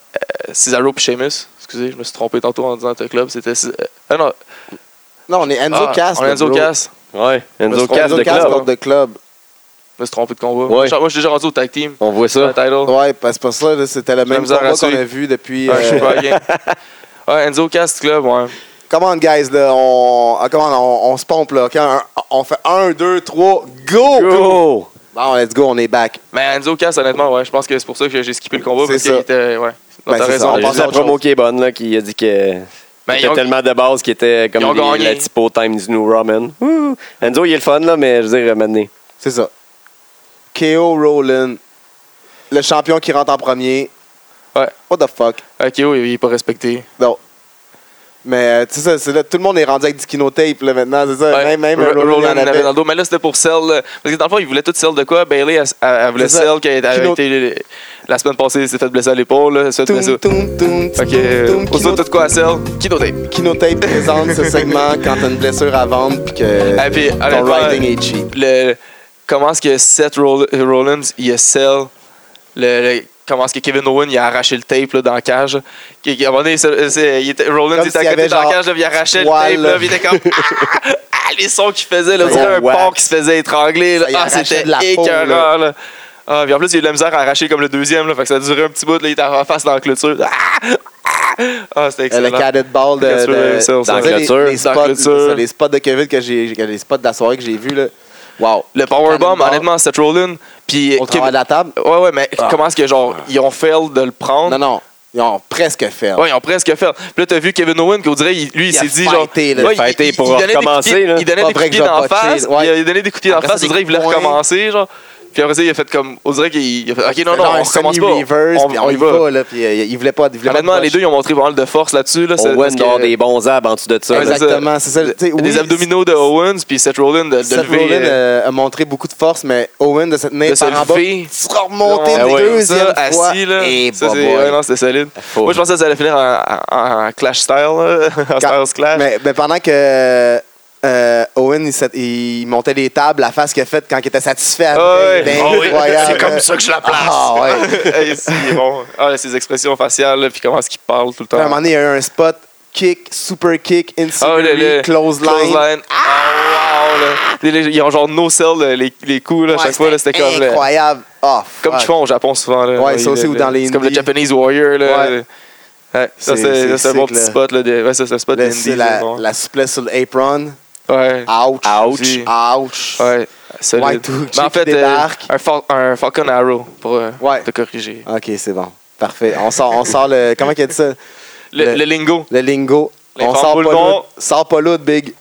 Speaker 1: Cesaro puis Sheamus. Excusez, je me suis trompé tantôt en disant ta club. C'était. euh, ah non,
Speaker 2: Non, on est Enzo
Speaker 1: ah,
Speaker 2: Cass.
Speaker 1: on est
Speaker 2: là,
Speaker 1: Enzo
Speaker 2: bro.
Speaker 1: Cass.
Speaker 3: Ouais. Enzo
Speaker 1: Enzo
Speaker 3: Cass de
Speaker 2: Cass
Speaker 3: club.
Speaker 2: contre The Club.
Speaker 1: Je me suis trompé de combat.
Speaker 3: Ouais.
Speaker 1: Moi, je suis déjà rendu au tag team.
Speaker 3: On voit ça.
Speaker 1: Le title.
Speaker 2: Ouais, parce que ça, là, c'était le même
Speaker 1: misère
Speaker 2: combat
Speaker 1: à
Speaker 2: qu'on
Speaker 1: suivre.
Speaker 2: a vu depuis.
Speaker 1: Ouais, je suis
Speaker 2: euh,
Speaker 1: pas
Speaker 2: [LAUGHS]
Speaker 1: game. Ouais, Enzo Cass Club, ouais.
Speaker 2: Comment guys, là, on, ah, come on, on, on se pompe là. ok? Un- on fait 1, 2, 3, go!
Speaker 3: Go!
Speaker 2: Bon, let's go, on est back.
Speaker 1: Mais Enzo Cass, honnêtement, ouais, je pense que c'est pour ça que j'ai skippé le combat.
Speaker 2: C'est
Speaker 1: Parce
Speaker 2: ça.
Speaker 1: qu'il était. Ouais. Non,
Speaker 2: Ben,
Speaker 1: t'as
Speaker 2: c'est
Speaker 1: raison.
Speaker 2: ça,
Speaker 1: on
Speaker 3: Il y a
Speaker 1: pense
Speaker 2: passe
Speaker 3: juste
Speaker 2: à
Speaker 3: la
Speaker 1: à autre
Speaker 3: promo
Speaker 1: chose.
Speaker 3: qui est bonne, là, qui a dit que.
Speaker 1: Ben,
Speaker 3: il y
Speaker 1: ils ont-
Speaker 3: tellement de bases qui étaient
Speaker 1: Ils ont
Speaker 3: comme les,
Speaker 1: gagné.
Speaker 3: la typo Times New Roman. Wouh! Enzo, il est le fun, là, mais je veux dire, maintenant.
Speaker 2: C'est ça. KO Rowland, le champion qui rentre en premier.
Speaker 1: Ouais.
Speaker 2: What the fuck?
Speaker 1: Ah, Kyo, il est pas respecté.
Speaker 2: Non. Mais euh, tu sais, ça, c'est là, tout le monde est rendu avec du kino tape là, maintenant, c'est ça.
Speaker 1: Ouais.
Speaker 2: Même, même
Speaker 1: Ro-
Speaker 2: un Rowland,
Speaker 1: Roland
Speaker 2: il y en
Speaker 1: avait
Speaker 2: avait.
Speaker 1: dans le dos. Mais là, c'était pour Cell. là. Parce que dans le fond, il voulait tout Cell de quoi Bailey, elle, elle- elle voulait
Speaker 2: C'est ça.
Speaker 1: Cell qui avait
Speaker 2: Kino-
Speaker 1: été. euh, La semaine passée, il s'est fait blesser à l'épaule. là, Elle s'est fait blesser.
Speaker 2: Toum, toum, toum,
Speaker 1: Fait que.
Speaker 2: toum,
Speaker 1: euh,
Speaker 2: toum,
Speaker 1: Pour ça,
Speaker 2: kino-
Speaker 1: tout quoi à Cell Kino tape.
Speaker 2: Kino tape présente ce segment quand t'as une blessure à vendre puis
Speaker 1: Ah, puis,
Speaker 2: que ton
Speaker 1: honnêtement,
Speaker 2: riding est cheap. Euh,
Speaker 1: le, comment est-ce que Seth Roll- Rollins, il a sell le, le- comment est-ce que Kevin Owen il a arraché le tape là, dans la cage. là. Qui- qui- À un moment donné, c'est- c'est- il était- Rollins
Speaker 2: Comme
Speaker 1: était à
Speaker 2: s'il y
Speaker 1: côté
Speaker 2: avait
Speaker 1: dans la
Speaker 2: genre
Speaker 1: cage, là, puis il arrachait le
Speaker 2: toile,
Speaker 1: tape, là,
Speaker 2: là.
Speaker 1: puis il
Speaker 2: [LAUGHS]
Speaker 1: était comme Ah, ah, ah, les sons qu'il faisait, là, on
Speaker 2: Ça,
Speaker 1: dirait
Speaker 2: on
Speaker 1: un
Speaker 2: whack.
Speaker 1: porc qui se faisait étrangler. là.
Speaker 2: Ça, il
Speaker 1: Ah,
Speaker 2: arrachait
Speaker 1: c'était
Speaker 2: de la peau,
Speaker 1: écœurant. là. Ah, puis en plus, il a eu de la misère à arracher comme le deuxième, là, fait que ça a duré un petit bout, là, il était en face dans la clôture. Ah, ah. Ah, c'était
Speaker 2: Euh,
Speaker 1: excellent.
Speaker 2: Le cadet ball de,
Speaker 1: Bien sûr,
Speaker 2: de-
Speaker 1: ça, on
Speaker 2: dans
Speaker 1: s'en
Speaker 2: les-
Speaker 3: clôture.
Speaker 2: les spots-
Speaker 1: Dans clôture.
Speaker 2: ça, les spots de Kevin que j'ai que les spots de la soirée que j'ai vu là. Wow.
Speaker 1: Le powerbomb,
Speaker 2: Cannonball.
Speaker 1: honnêtement, Seth Rollins, puis Kevin-
Speaker 2: Au travers de la table.
Speaker 1: Ouais, ouais, mais comment est-ce que, genre, ils ont fail de le prendre?
Speaker 2: Ah. Non non, ils ont presque fait.
Speaker 1: Ouais, ils ont presque fail. Puis là, t'as vu Kevin Owen, qu'on dirait, il- lui, il,
Speaker 2: Il a
Speaker 1: s'est dit,
Speaker 2: fighté,
Speaker 1: genre.
Speaker 2: là.
Speaker 1: ouais,
Speaker 3: Il a fighté pour
Speaker 1: donnait des
Speaker 3: recommencer,
Speaker 1: coups de pied-
Speaker 3: là.
Speaker 1: Il donnait
Speaker 2: Pas
Speaker 1: des coups
Speaker 2: vrai
Speaker 1: de
Speaker 2: que
Speaker 1: pied
Speaker 2: je vais
Speaker 1: d'en
Speaker 2: botcher,
Speaker 1: face.
Speaker 2: ouais.
Speaker 1: Il a donné des coups de pied d'en
Speaker 2: Après ça,
Speaker 1: face, on dirait,
Speaker 2: des
Speaker 1: il voulait
Speaker 2: points.
Speaker 1: recommencer, genre. Puis après ça, il a fait comme. On dirait qu'il. il a fait, Ok, non, non, on recommence pas.
Speaker 2: Reverse,
Speaker 1: On, on y va.
Speaker 2: là, puis euh, ils voulaient pas, ils voulaient pas
Speaker 1: Honnêtement,
Speaker 2: de
Speaker 1: les deux, ils ont montré vraiment de force là-dessus. Là,
Speaker 3: On
Speaker 1: c'est-
Speaker 3: voit
Speaker 1: parce
Speaker 3: une
Speaker 1: que-
Speaker 3: barre des bons arbres en dessous de ça.
Speaker 1: Ouais,
Speaker 3: là.
Speaker 1: c'est ça.
Speaker 2: Exactement, c'est ça. Tu sais, oui,
Speaker 1: Des abdominaux de Owens, puis Seth Rollins de, de
Speaker 2: Seth
Speaker 1: lever,
Speaker 2: Rollins
Speaker 1: euh,
Speaker 2: euh, a montré beaucoup de force, mais Owen de cette
Speaker 1: de
Speaker 2: nez
Speaker 1: se
Speaker 2: par en bas,
Speaker 1: lever.
Speaker 2: se remonter
Speaker 1: Ah
Speaker 2: une
Speaker 1: ouais,
Speaker 2: deuxième
Speaker 1: ça,
Speaker 2: fois.
Speaker 1: assis, là.
Speaker 2: Et
Speaker 1: Ça,
Speaker 2: bah,
Speaker 1: c'est-
Speaker 2: boy.
Speaker 1: ouais, non, c'était solide.
Speaker 3: Faut.
Speaker 1: Moi, je pensais que ça allait finir en, en- en clash style, là, [LAUGHS] en
Speaker 2: Quand-
Speaker 1: Styles clash.
Speaker 2: Mais, mais pendant que euh, Owen il, s'est- il montait les tables, la face qu'il a faite quand il était satisfait, après,
Speaker 1: Ah
Speaker 2: il
Speaker 1: ouais.
Speaker 2: était
Speaker 1: Ah ouais.
Speaker 2: incroyable.
Speaker 1: C'est comme
Speaker 2: ça que je la place. Ah, ouais.
Speaker 1: [LAUGHS] Hey, si, il est bon. Ah, là, ses expressions faciales, là, puis comment est-ce qu'il parle tout le
Speaker 2: Puis,
Speaker 1: temps.
Speaker 2: À un moment donné, il y a eu un spot kick, super kick,
Speaker 1: Ah, le-
Speaker 2: incendiary,
Speaker 1: le-
Speaker 2: close line.
Speaker 1: Ah, wow, là. Les- les- Ils ont genre no sell là, les, les coups, là,
Speaker 2: Ouais,
Speaker 1: chaque fois, là, c'était comme. là,
Speaker 2: incroyable. Ah,
Speaker 1: comme
Speaker 2: fuck.
Speaker 1: qu'ils font au Japon souvent. Là,
Speaker 2: Ouais, ça
Speaker 1: Ils-
Speaker 2: aussi,
Speaker 1: le-
Speaker 2: ou dans les
Speaker 1: C'est comme le
Speaker 2: indies.
Speaker 1: Japanese Warrior. Là.
Speaker 2: Ouais.
Speaker 1: Ouais, ça, c'est
Speaker 2: C'est-
Speaker 1: ça,
Speaker 2: c'est
Speaker 1: c'est un bon
Speaker 2: sick,
Speaker 1: petit
Speaker 2: là.
Speaker 1: spot. Là, de, ouais, ça, c'est un spot
Speaker 2: Là,
Speaker 1: d'indie.
Speaker 2: c'est la,
Speaker 1: c'est bon.
Speaker 2: la souplesse sur l'apron.
Speaker 1: Ouais.
Speaker 2: Ouch.
Speaker 1: Ouch.
Speaker 2: Ouch.
Speaker 1: Ouais, solide.
Speaker 2: Ouais, tout,
Speaker 1: Mais en
Speaker 2: qui
Speaker 1: fait, euh,
Speaker 2: débarque.
Speaker 1: un, fal- un Falcon Arrow pour euh,
Speaker 2: Ouais.
Speaker 1: te corriger.
Speaker 2: OK, c'est bon. Parfait. On sort, on sort le... Comment qu'il a dit ça?
Speaker 1: Le,
Speaker 2: Le-
Speaker 1: le lingo.
Speaker 2: Le lingo.
Speaker 1: Les
Speaker 2: on
Speaker 1: formes
Speaker 2: sort pas
Speaker 1: boulevard.
Speaker 2: l'autre. Sort pas l'autre, big.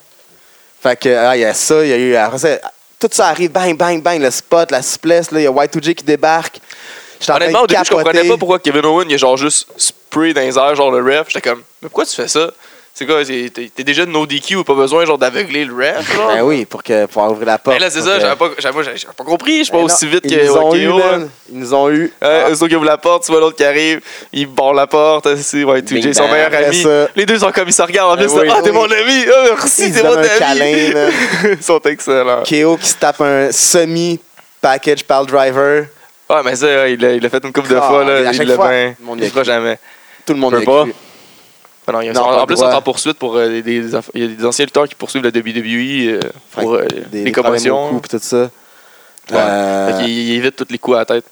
Speaker 2: Fait que, ah, il y a ça, il y a eu... Après ça, Tout ça arrive, bang, bang, bang, le spot, la souplesse, là, il y a Y2J qui débarque. J'étais en train de
Speaker 1: Honnêtement, au début, je
Speaker 2: capoter.
Speaker 1: comprenais pas pourquoi Kevin Owen, il a genre juste spray dans les airs, genre le ref. J'étais comme, mais pourquoi tu fais ça? C'est quoi, c'est- t'es t'es déjà de no DQ, pas besoin genre d'aveugler le ref, genre?
Speaker 2: Ben oui, pour, que, pour ouvrir la porte.
Speaker 1: Mais Ben là, c'est
Speaker 2: pour
Speaker 1: ça,
Speaker 2: que-
Speaker 1: j'avais pas, j'avais- moi, j'avais- j'avais pas compris, je suis pas
Speaker 2: Ben non,
Speaker 1: aussi vite
Speaker 2: ils
Speaker 1: que
Speaker 2: nous ont
Speaker 1: ouais,
Speaker 2: eu,
Speaker 1: KO, là.
Speaker 2: man. Ils nous ont eu. Ah,
Speaker 1: Ouais, euh, Eux autres qui ouvrent la porte, tu vois l'autre qui arrive, il barre la porte, aussi, ouais, tout,
Speaker 2: Bing
Speaker 1: j'ai son
Speaker 2: bang,
Speaker 1: meilleur
Speaker 2: après
Speaker 1: ami.
Speaker 2: ça.
Speaker 1: Les deux sont comme ils se regardent en
Speaker 2: Ben
Speaker 1: plus,
Speaker 2: oui,
Speaker 1: ah, t'es
Speaker 2: oui.
Speaker 1: mon ami, ah, merci,
Speaker 2: Ils
Speaker 1: t'es
Speaker 2: se
Speaker 1: mon
Speaker 2: donnent
Speaker 1: ami.
Speaker 2: un câlin, man.
Speaker 1: [LAUGHS] ils sont excellents.
Speaker 2: KO qui se tape un semi-package pal driver.
Speaker 1: Ouais, Ah, mais ça, ouais, il l'a il l'a fait une couple de
Speaker 2: Ah,
Speaker 1: fois, là,
Speaker 2: à
Speaker 1: il
Speaker 2: chaque
Speaker 1: l'a
Speaker 2: fois,
Speaker 1: bien,
Speaker 2: mon
Speaker 1: il le fera jamais.
Speaker 2: Tout le monde
Speaker 1: Peut
Speaker 2: y a
Speaker 1: pas.
Speaker 2: cru.
Speaker 1: Ben non, il y a-
Speaker 2: Non,
Speaker 1: en,
Speaker 2: pas
Speaker 1: en plus,
Speaker 2: droit.
Speaker 1: on est en poursuite pour euh, des, des aff- il y a des anciens lutteurs qui poursuivent la WWE euh,
Speaker 2: Fait
Speaker 1: pour
Speaker 2: que
Speaker 1: euh,
Speaker 2: Des,
Speaker 1: des,
Speaker 2: des problèmes au
Speaker 1: commotions.
Speaker 2: cou pis tout ça.
Speaker 1: Ouais.
Speaker 2: Euh,
Speaker 1: Fait qu'il- il, évite tous les coups à la tête.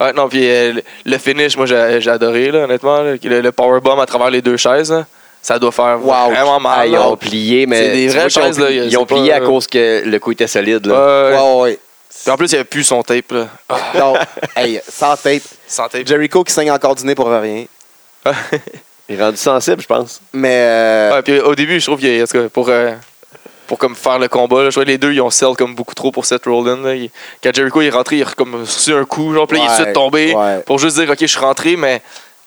Speaker 1: Ouais, non, puis euh, le- le finish, moi, j'ai j'ai adoré, là, honnêtement. là, le, le powerbomb à travers les deux chaises, là, ça doit faire
Speaker 2: Wow.
Speaker 1: vraiment
Speaker 3: Ah,
Speaker 1: mal.
Speaker 3: ils
Speaker 1: là.
Speaker 3: ont plié, mais.
Speaker 1: C'est des
Speaker 3: tu
Speaker 1: vraies
Speaker 3: vois qu'ils ont
Speaker 1: chaises, là,
Speaker 3: plié- Ils
Speaker 1: c'est
Speaker 3: ont plié
Speaker 1: pas,
Speaker 3: à
Speaker 1: euh,
Speaker 3: cause que le coup était solide, là.
Speaker 1: Ouais, ouais.
Speaker 2: ouais, ouais.
Speaker 1: Puis en plus, il n'y avait plus son tape. Là. Ah,
Speaker 2: Donc, [LAUGHS] hey, sans tête.
Speaker 1: sans tape.
Speaker 2: Jericho qui saigne encore du nez pour rien.
Speaker 3: Il est rendu sensible, je pense.
Speaker 2: Mais euh,
Speaker 1: Ouais, puis au début, je trouve qu'il y a- en tout cas, pour, euh, pour comme faire le combat, là, je trouvais les deux, ils ont sell comme beaucoup trop pour Seth Rollins. là. Il- quand Jericho est rentré, il a comme reçu un coup, genre, puis là, il est tout de
Speaker 2: Ouais,
Speaker 1: suite tombé
Speaker 2: ouais.
Speaker 1: pour juste dire, OK, je suis rentré, mais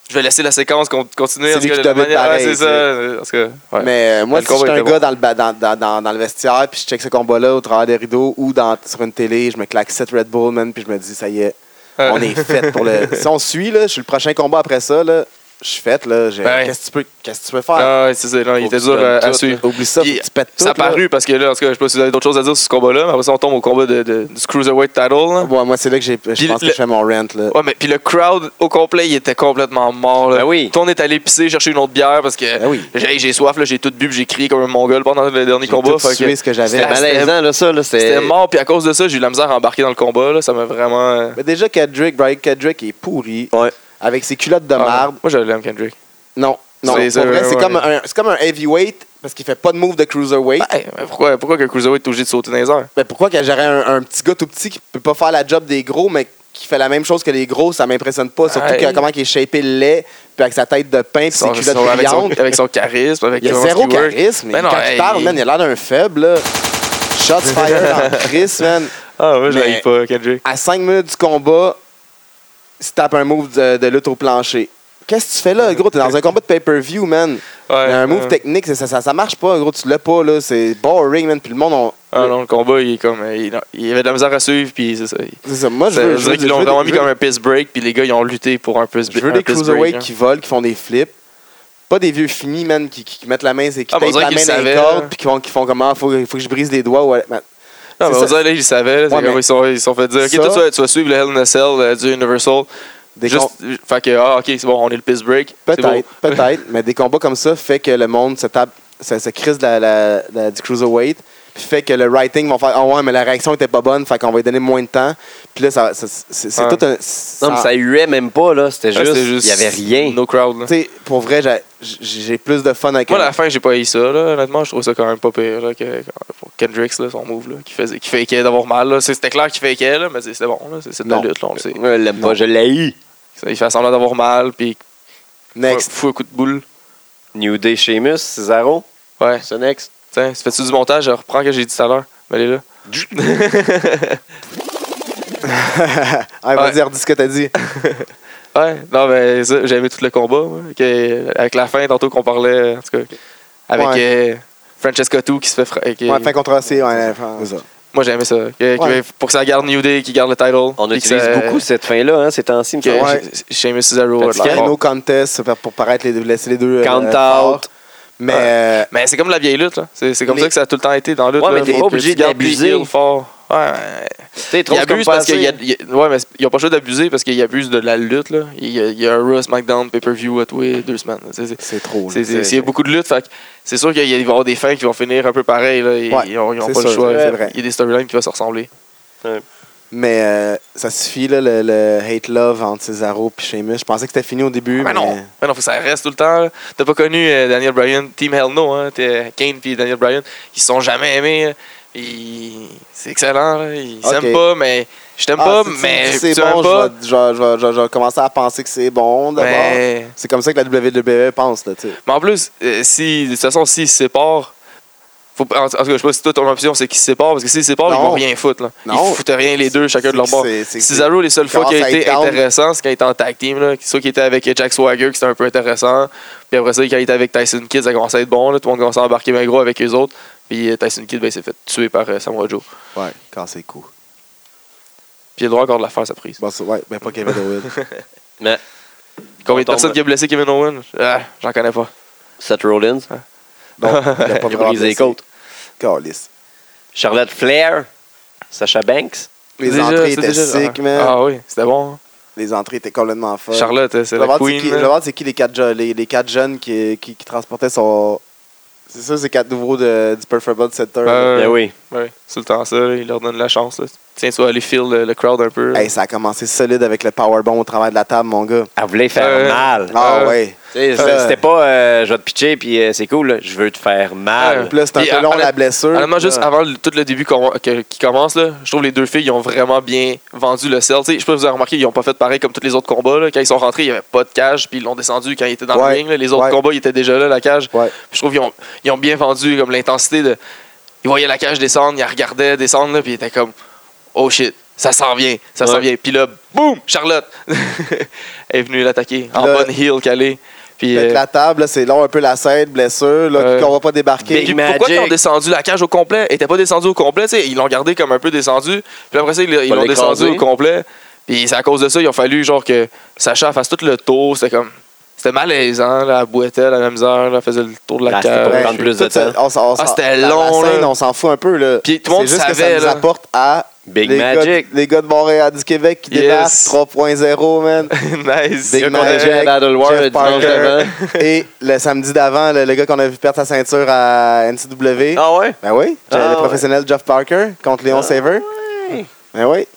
Speaker 1: je vais laisser la séquence con- continuer.
Speaker 2: C'est
Speaker 1: en tout
Speaker 2: lui
Speaker 1: cas,
Speaker 2: qui
Speaker 1: de la
Speaker 2: domine
Speaker 1: manière-
Speaker 2: pareil,
Speaker 1: ouais,
Speaker 2: tu
Speaker 1: c'est ça. euh, en tout cas, ouais.
Speaker 2: Mais euh, moi,
Speaker 1: Le
Speaker 2: si je suis
Speaker 1: combat
Speaker 2: un
Speaker 1: était
Speaker 2: gars
Speaker 1: bon.
Speaker 2: dans, le, ba- dans, dans, dans, dans le vestiaire, puis je check ce combat-là au travers des rideaux ou dans, sur une télé, je me claque 7 Red Bull, man, puis je me dis, ça y est,
Speaker 1: Ouais.
Speaker 2: on est fait pour le. si on suit, là, je suis le prochain combat après ça, là, je suis fait, là. j'ai-
Speaker 1: Ouais.
Speaker 2: Qu'est-ce que tu peux- qu'est-ce que tu peux faire?
Speaker 1: [LAUGHS] Ah, ouais, c'est ça, non, il
Speaker 3: Faut
Speaker 1: était
Speaker 3: que tu
Speaker 1: dur euh, à,
Speaker 3: donnes
Speaker 1: à
Speaker 3: tout,
Speaker 1: suivre.
Speaker 2: Oublie ça, faut
Speaker 1: Puis,
Speaker 2: que tu pètes tout.
Speaker 1: ça a paru parce que là, en tout cas, je sais pas si vous avez d'autres choses à dire sur ce combat-là, mais après ça, on tombe au combat de, de- du Cruiserweight Title. là.
Speaker 2: là. Ouais, moi, c'est là que j'ai- je
Speaker 1: Puis
Speaker 2: pense que
Speaker 1: le-
Speaker 2: je fais mon rent, là.
Speaker 1: Ouais, mais puis le crowd au complet, il était complètement mort. Là.
Speaker 3: Ben oui.
Speaker 1: Toi, on est allé pisser, chercher une autre bière parce que
Speaker 2: Ben oui.
Speaker 1: j'ai j'ai soif, là, j'ai tout bu, puis j'ai crié comme un mongol pendant le dernier
Speaker 2: J'ai
Speaker 1: combat.
Speaker 2: tout
Speaker 1: fait que
Speaker 2: sué ce que j'avais.
Speaker 3: C'était
Speaker 1: Ah, c'était-
Speaker 3: malaisant, là, ça. là, c'est-
Speaker 1: C'était mort, puis à cause de ça, j'ai eu la misère à embarquer dans le combat. Là. Ça m'a vraiment. euh,
Speaker 2: Mais déjà, Kedrick, Brian Kedrick est pourri.
Speaker 3: Ouais.
Speaker 2: Avec ses culottes de
Speaker 1: ah,
Speaker 2: marde.
Speaker 1: Moi, je l'aime, Kendrick.
Speaker 2: Non, non.
Speaker 1: C'est-
Speaker 2: pour vrai,
Speaker 1: c'est-
Speaker 2: C'est
Speaker 1: ouais.
Speaker 2: comme, un- c'est comme un heavyweight parce qu'il fait pas de move de cruiserweight.
Speaker 1: Ben, mais pourquoi, pourquoi que Cruiserweight est obligé de sauter dans les airs?
Speaker 2: Mais pourquoi que j'aurais un, un petit gars tout petit qui peut pas faire la job des gros, mais qui fait la même chose que les gros, ça m'impressionne pas. Surtout
Speaker 1: Hey.
Speaker 2: que comment il est shapé le lait, puis avec sa tête de pain, puis ses
Speaker 1: Son-
Speaker 2: culottes
Speaker 1: son- avec, son,
Speaker 2: brillantes.
Speaker 1: avec son charisme, avec
Speaker 2: Il a
Speaker 1: comment
Speaker 2: zéro
Speaker 1: il work.
Speaker 2: charisme.
Speaker 1: Ben
Speaker 2: mais
Speaker 1: non,
Speaker 2: quand
Speaker 1: hey,
Speaker 2: il parle, man, il a l'air d'un faible. Là. Shots fire
Speaker 1: [LAUGHS]
Speaker 2: dans Chris, man.
Speaker 1: Ah, moi, je
Speaker 2: Mais-
Speaker 1: l'haïs pas, Kendrick.
Speaker 2: À 5 minutes du combat, il se tape un move de, de lutte au plancher. Qu'est-ce que tu fais là, gros? T'es dans un combat de pay-per-view, man.
Speaker 1: Ouais,
Speaker 2: Il y a un move
Speaker 1: euh,
Speaker 2: technique, c'est- ça, ça, ça marche pas, gros, tu l'as pas, là. C'est boring, man. Puis le monde, on-
Speaker 1: Ah non, le combat, il est comme. euh, Il, il avait de la misère à suivre, puis c'est ça. il-
Speaker 2: c'est ça. Moi, Ah, je
Speaker 1: Je
Speaker 2: veux. je
Speaker 1: dirais
Speaker 2: veux-
Speaker 1: qu'ils
Speaker 2: je
Speaker 1: l'ont
Speaker 2: veux-
Speaker 1: vraiment
Speaker 2: je
Speaker 1: mis
Speaker 2: veux-
Speaker 1: comme un piss break, puis les gars, ils ont lutté pour un piss,
Speaker 2: Je veux
Speaker 1: un
Speaker 2: des
Speaker 1: piss
Speaker 2: cruiserweights
Speaker 1: break,
Speaker 2: qui volent, qui font des flips. Pas des vieux finis, man, qui, qui- qui mettent la main, c'est qui
Speaker 1: Ah, mais on
Speaker 2: tapent
Speaker 1: dirait
Speaker 2: la main
Speaker 1: qu'ils
Speaker 2: dans les
Speaker 1: savaient,
Speaker 2: cordes,
Speaker 1: là.
Speaker 2: puis qui font, qui font comment, faut, faut que je brise les doigts. Ouais, man.
Speaker 1: hein. Non,
Speaker 2: C'est
Speaker 1: mais on
Speaker 2: ça.
Speaker 1: dirait qu'ils savaient. là, c'est
Speaker 2: Ouais,
Speaker 1: comme
Speaker 2: mais-
Speaker 1: ils se sont, ils se sont fait dire Ok,
Speaker 2: Ça-
Speaker 1: toi, tu vas, tu vas suivre le Hell in a Cell euh, du Universal.
Speaker 2: Des
Speaker 1: Juste,
Speaker 2: com-
Speaker 1: Fait que, ah, ok, c'est bon, on est le piss break. c'est
Speaker 2: Peut-être, peut-être, mais des combats comme ça fait que le monde se tape, se, se crisse de la, la- la- du cruiserweight, puis fait que le writing vont faire Ah ouais, mais la réaction était pas bonne, fait qu'on va lui donner moins de temps. Puis là, ça, ça- c'est c'est
Speaker 1: Ouais.
Speaker 2: tout un.
Speaker 3: Non, mais ça huait même pas, là. C'était
Speaker 1: beau. Ah,
Speaker 3: juste.
Speaker 1: c'était
Speaker 3: Il y avait rien.
Speaker 1: No crowd. là.
Speaker 2: Tu sais, pour vrai, j'ai- j'ai plus de fun avec
Speaker 1: hein. Moi, à
Speaker 2: un-
Speaker 1: la fin, j'ai pas eu ça, là. Honnêtement, je trouve ça quand même pas pire, là, que, pour Kendricks, là, son move, là, qui faisait, qui fakeait d'avoir mal, là. C'est- C'était clair qu'il fakeait, là, mais c'est- c'était bon, là. C'est c'est de la
Speaker 2: Non.
Speaker 1: lutte, là, on le sait.
Speaker 3: Je l'aime pas, je l'ai eu.
Speaker 1: Il fait semblant d'avoir mal, puis
Speaker 2: Next.
Speaker 1: fout un coup de boule.
Speaker 3: New Day Sheamus, Cesaro,
Speaker 1: Ouais.
Speaker 2: [LAUGHS]
Speaker 3: c'est next.
Speaker 1: Tiens, tu fais-tu du montage? Je reprends ce que j'ai dit tout à l'heure. Mais elle est là.
Speaker 2: Ah,
Speaker 1: Ouais.
Speaker 2: vas-y, redis ce que t'as dit.
Speaker 1: Ouais, non, mais ça, j'ai aimé tout le combat. moi, que- avec la fin, tantôt qu'on parlait, en tout cas, avec euh, Francesco Tu qui se fait. fra- euh, qui-
Speaker 2: Ouais, fin controversée, ouais, fin- c'est ça.
Speaker 1: Moi, j'ai aimé ça. que- que-
Speaker 2: Ouais.
Speaker 1: pour que ça garde New Day, qui garde le title.
Speaker 3: On
Speaker 1: puis que
Speaker 3: utilise
Speaker 1: ça-
Speaker 3: beaucoup cette fin-là, hein, ces temps-ci. me
Speaker 1: Que
Speaker 3: semble.
Speaker 2: Ouais.
Speaker 1: Seamus Cesaro.
Speaker 3: Fatigant.
Speaker 1: a l'air fort.
Speaker 2: No contest pour- pour paraître les deux, laisser les deux. euh,
Speaker 3: Count
Speaker 2: forts.
Speaker 3: out.
Speaker 2: Mais.
Speaker 1: Ouais.
Speaker 2: euh,
Speaker 1: Mais c'est comme la vieille lutte. là. C'est c'est comme
Speaker 2: Les-
Speaker 1: ça que ça a tout le temps été dans la lutte.
Speaker 3: Ouais, mais
Speaker 1: là.
Speaker 3: t'es
Speaker 1: Faut
Speaker 3: pas
Speaker 1: que tu
Speaker 3: obligé
Speaker 1: gardes
Speaker 3: d'abuser.
Speaker 1: des heels forts. Ouais, mais-
Speaker 3: T'es trop
Speaker 1: Ils abusent parce qu'ils ouais, mais ils ont pas le choix d'abuser parce qu'ils abusent de la lutte. Là. Il, y a, il y a un Raw, SmackDown, pay-per-view, à tous les deux semaines. C'est- c'est-
Speaker 2: C'est trop. là.
Speaker 1: c'est- c'est- Il y a beaucoup de luttes. fait que C'est sûr qu'il va y avoir des fins qui vont finir un peu pareil. Là. Ils n'ont
Speaker 2: Ouais,
Speaker 1: pas
Speaker 2: c'est
Speaker 1: le
Speaker 2: sûr,
Speaker 1: choix.
Speaker 2: c'est vrai.
Speaker 1: Il y a des storylines qui vont se ressembler.
Speaker 2: Mais euh, ça suffit, là, le, le hate love entre Cesaro et Sheamus. Je pensais que c'était fini au début.
Speaker 1: Ah, mais non, mais non, faut que ça reste tout le temps. là. T'as pas connu euh, Daniel Bryan, Team Hell No, hein, t'es- Kane et Daniel Bryan, ils se sont jamais aimés. là. Ils- C'est excellent, là. ils
Speaker 2: Ok.
Speaker 1: s'aiment pas, mais je t'aime
Speaker 2: Ah,
Speaker 1: pas,
Speaker 2: si tu
Speaker 1: mais
Speaker 2: dis
Speaker 1: tu
Speaker 2: c'est
Speaker 1: m'aimes
Speaker 2: bon,
Speaker 1: pas.
Speaker 2: Je, vais, je, vais- je vais- je vais commencer à penser que c'est bon d'abord.
Speaker 1: Mais-
Speaker 2: C'est comme ça que la WWE E pense. Là, tu sais.
Speaker 1: Mais en plus, euh, si, de toute façon, s'ils se séparent, Faut, en, en tout cas, je sais pas si toi, ton opinion, c'est qu'ils se séparent, parce que s'ils se séparent,
Speaker 2: Non.
Speaker 1: ils vont rien foutre. Là.
Speaker 2: Non.
Speaker 1: Ils foutaient rien les deux, chacun de leur bord.
Speaker 2: C'est- c'est-
Speaker 1: Cesaro, les seules fois
Speaker 2: Comment
Speaker 1: qui a
Speaker 2: ça
Speaker 1: été
Speaker 2: être down?
Speaker 1: intéressant, c'est quand il était en tag team. Là. Soit qu'il était avec Jack Swagger, que c'était un peu intéressant. Puis après ça, quand il était avec Tyson Kidd, ça commençait à être bon. Là. Tout le monde commençait à embarquer bien gros avec eux autres. Puis euh, Tyson Kidd, ben, il s'est fait tuer par euh, Samoa Joe.
Speaker 2: Ouais, quand c'est cool.
Speaker 1: Puis il a le droit encore de la faire, sa prise.
Speaker 2: Bon, ça- ouais, mais
Speaker 1: [LAUGHS]
Speaker 2: pas Kevin Owens.
Speaker 3: Mais
Speaker 1: Combien de
Speaker 3: tombe-
Speaker 1: personnes qui a blessé Kevin Owens Ah, J'en connais pas.
Speaker 3: Seth Rollins,
Speaker 2: Donc, il a pas
Speaker 3: il a brisé les côtes.
Speaker 2: Calice.
Speaker 3: Charlotte Flair, Sacha Banks.
Speaker 2: Les
Speaker 1: Déjà,
Speaker 2: entrées
Speaker 1: c'est
Speaker 2: étaient
Speaker 1: déjà-
Speaker 2: sick,
Speaker 1: ah.
Speaker 2: man.
Speaker 1: Ah oui, c'était bon. hein.
Speaker 2: Les entrées étaient complètement folles.
Speaker 1: Charlotte, euh, c'est
Speaker 2: Je vais
Speaker 1: la
Speaker 2: voir c'est qui-
Speaker 1: queen.
Speaker 2: je vais
Speaker 1: là.
Speaker 2: voir c'est qui les quatre, je- les, les quatre jeunes qui, qui, qui transportaient son. C'est ça, c'est quatre nouveaux de, du Perfable Center.
Speaker 1: Ouais.
Speaker 3: Ben oui.
Speaker 1: Ouais, c'est le temps ça, là, il leur donne la chance. là. Tiens-toi à aller feel le, le crowd un peu. là.
Speaker 2: Hey, ça a commencé solide avec le powerbomb au travers de la table, mon gars.
Speaker 3: Elle voulait faire
Speaker 1: Euh,
Speaker 3: mal.
Speaker 2: Ah
Speaker 1: Euh,
Speaker 2: ouais.
Speaker 3: Tu sais,
Speaker 2: euh,
Speaker 3: C'était c'était pas euh, je vais te pitcher puis euh, c'est cool, là. je veux te faire mal.
Speaker 1: Euh,
Speaker 2: Puis là, c'est un
Speaker 1: Puis,
Speaker 2: peu long
Speaker 1: honnête-
Speaker 2: la blessure.
Speaker 1: Honnêtement, juste
Speaker 2: Là.
Speaker 1: avant le- tout le début qu'on- que- qui commence, là, je trouve les deux filles ils ont vraiment bien vendu le sel. Tu sais, Je peux vous avez remarqué, ils n'ont pas fait pareil comme tous les autres combats. là. Quand ils sont rentrés, il n'y avait pas de cage, puis ils l'ont descendu quand ils étaient dans
Speaker 2: Ouais.
Speaker 1: le ring. là. Les autres
Speaker 2: Ouais.
Speaker 1: combats, ils étaient déjà là, la cage.
Speaker 2: Ouais.
Speaker 1: Puis Je trouve qu'ils ont, ils ont bien vendu comme l'intensité de. Ils voyaient la cage descendre, ils la regardaient descendre, là, puis ils étaient comme Oh shit, ça s'en vient, ça s'en
Speaker 3: Ouais.
Speaker 1: vient. Puis là, boum, Charlotte [LAUGHS] est venue l'attaquer en
Speaker 2: Là- ben,
Speaker 1: bonne heel qu'elle est. Puis,
Speaker 2: Fait que
Speaker 1: euh,
Speaker 2: la table, là, c'est long un peu la scène, blessure, là,
Speaker 1: Euh,
Speaker 2: qu'on va pas débarquer.
Speaker 1: Puis
Speaker 3: Big Magic.
Speaker 1: pourquoi ils ont descendu la cage au complet? Ils n'étaient pas descendus au complet, tu sais. Ils l'ont gardé comme un peu descendu. Puis après ça, ils ils
Speaker 3: Pas
Speaker 1: l'ont
Speaker 3: l'écraser.
Speaker 1: descendu au complet. Puis c'est à cause de ça, il a fallu genre que Sacha fasse tout le tour. C'était comme. C'était malaisant, là. Elle boitait à la même heure, là. Elle faisait le tour de la
Speaker 3: Ah, c'était
Speaker 1: cage. [LAUGHS]
Speaker 3: pour prendre plus de
Speaker 2: tout ça,
Speaker 3: temps.
Speaker 2: on s'en- on
Speaker 1: Ah,
Speaker 2: s'en-
Speaker 1: c'était
Speaker 2: la-
Speaker 1: long,
Speaker 2: La scène,
Speaker 1: là.
Speaker 2: on s'en fout un peu, là.
Speaker 1: Puis tout le monde
Speaker 2: C'est juste
Speaker 1: savait,
Speaker 2: que ça nous
Speaker 1: là.
Speaker 2: apporte à
Speaker 3: Big
Speaker 2: les
Speaker 3: Magic.
Speaker 2: Gars, les gars de Montréal, du Québec qui
Speaker 1: Yes.
Speaker 2: débarquent 3.0, man.
Speaker 1: nice. Il
Speaker 2: Big
Speaker 1: y a
Speaker 2: Magic.
Speaker 1: qu'on a-
Speaker 3: déjà à Battle War
Speaker 2: Jeff
Speaker 3: le dimanche
Speaker 2: Parker.
Speaker 3: d'avant.
Speaker 2: [LAUGHS] Et le samedi d'avant, le, le gars qu'on a vu perdre sa ceinture à NCW.
Speaker 3: Ah ouais?
Speaker 2: Ben oui,
Speaker 3: Ah,
Speaker 2: le
Speaker 3: ouais. Ah
Speaker 2: professionnel Jeff Parker contre Léon Saver. Ben oui.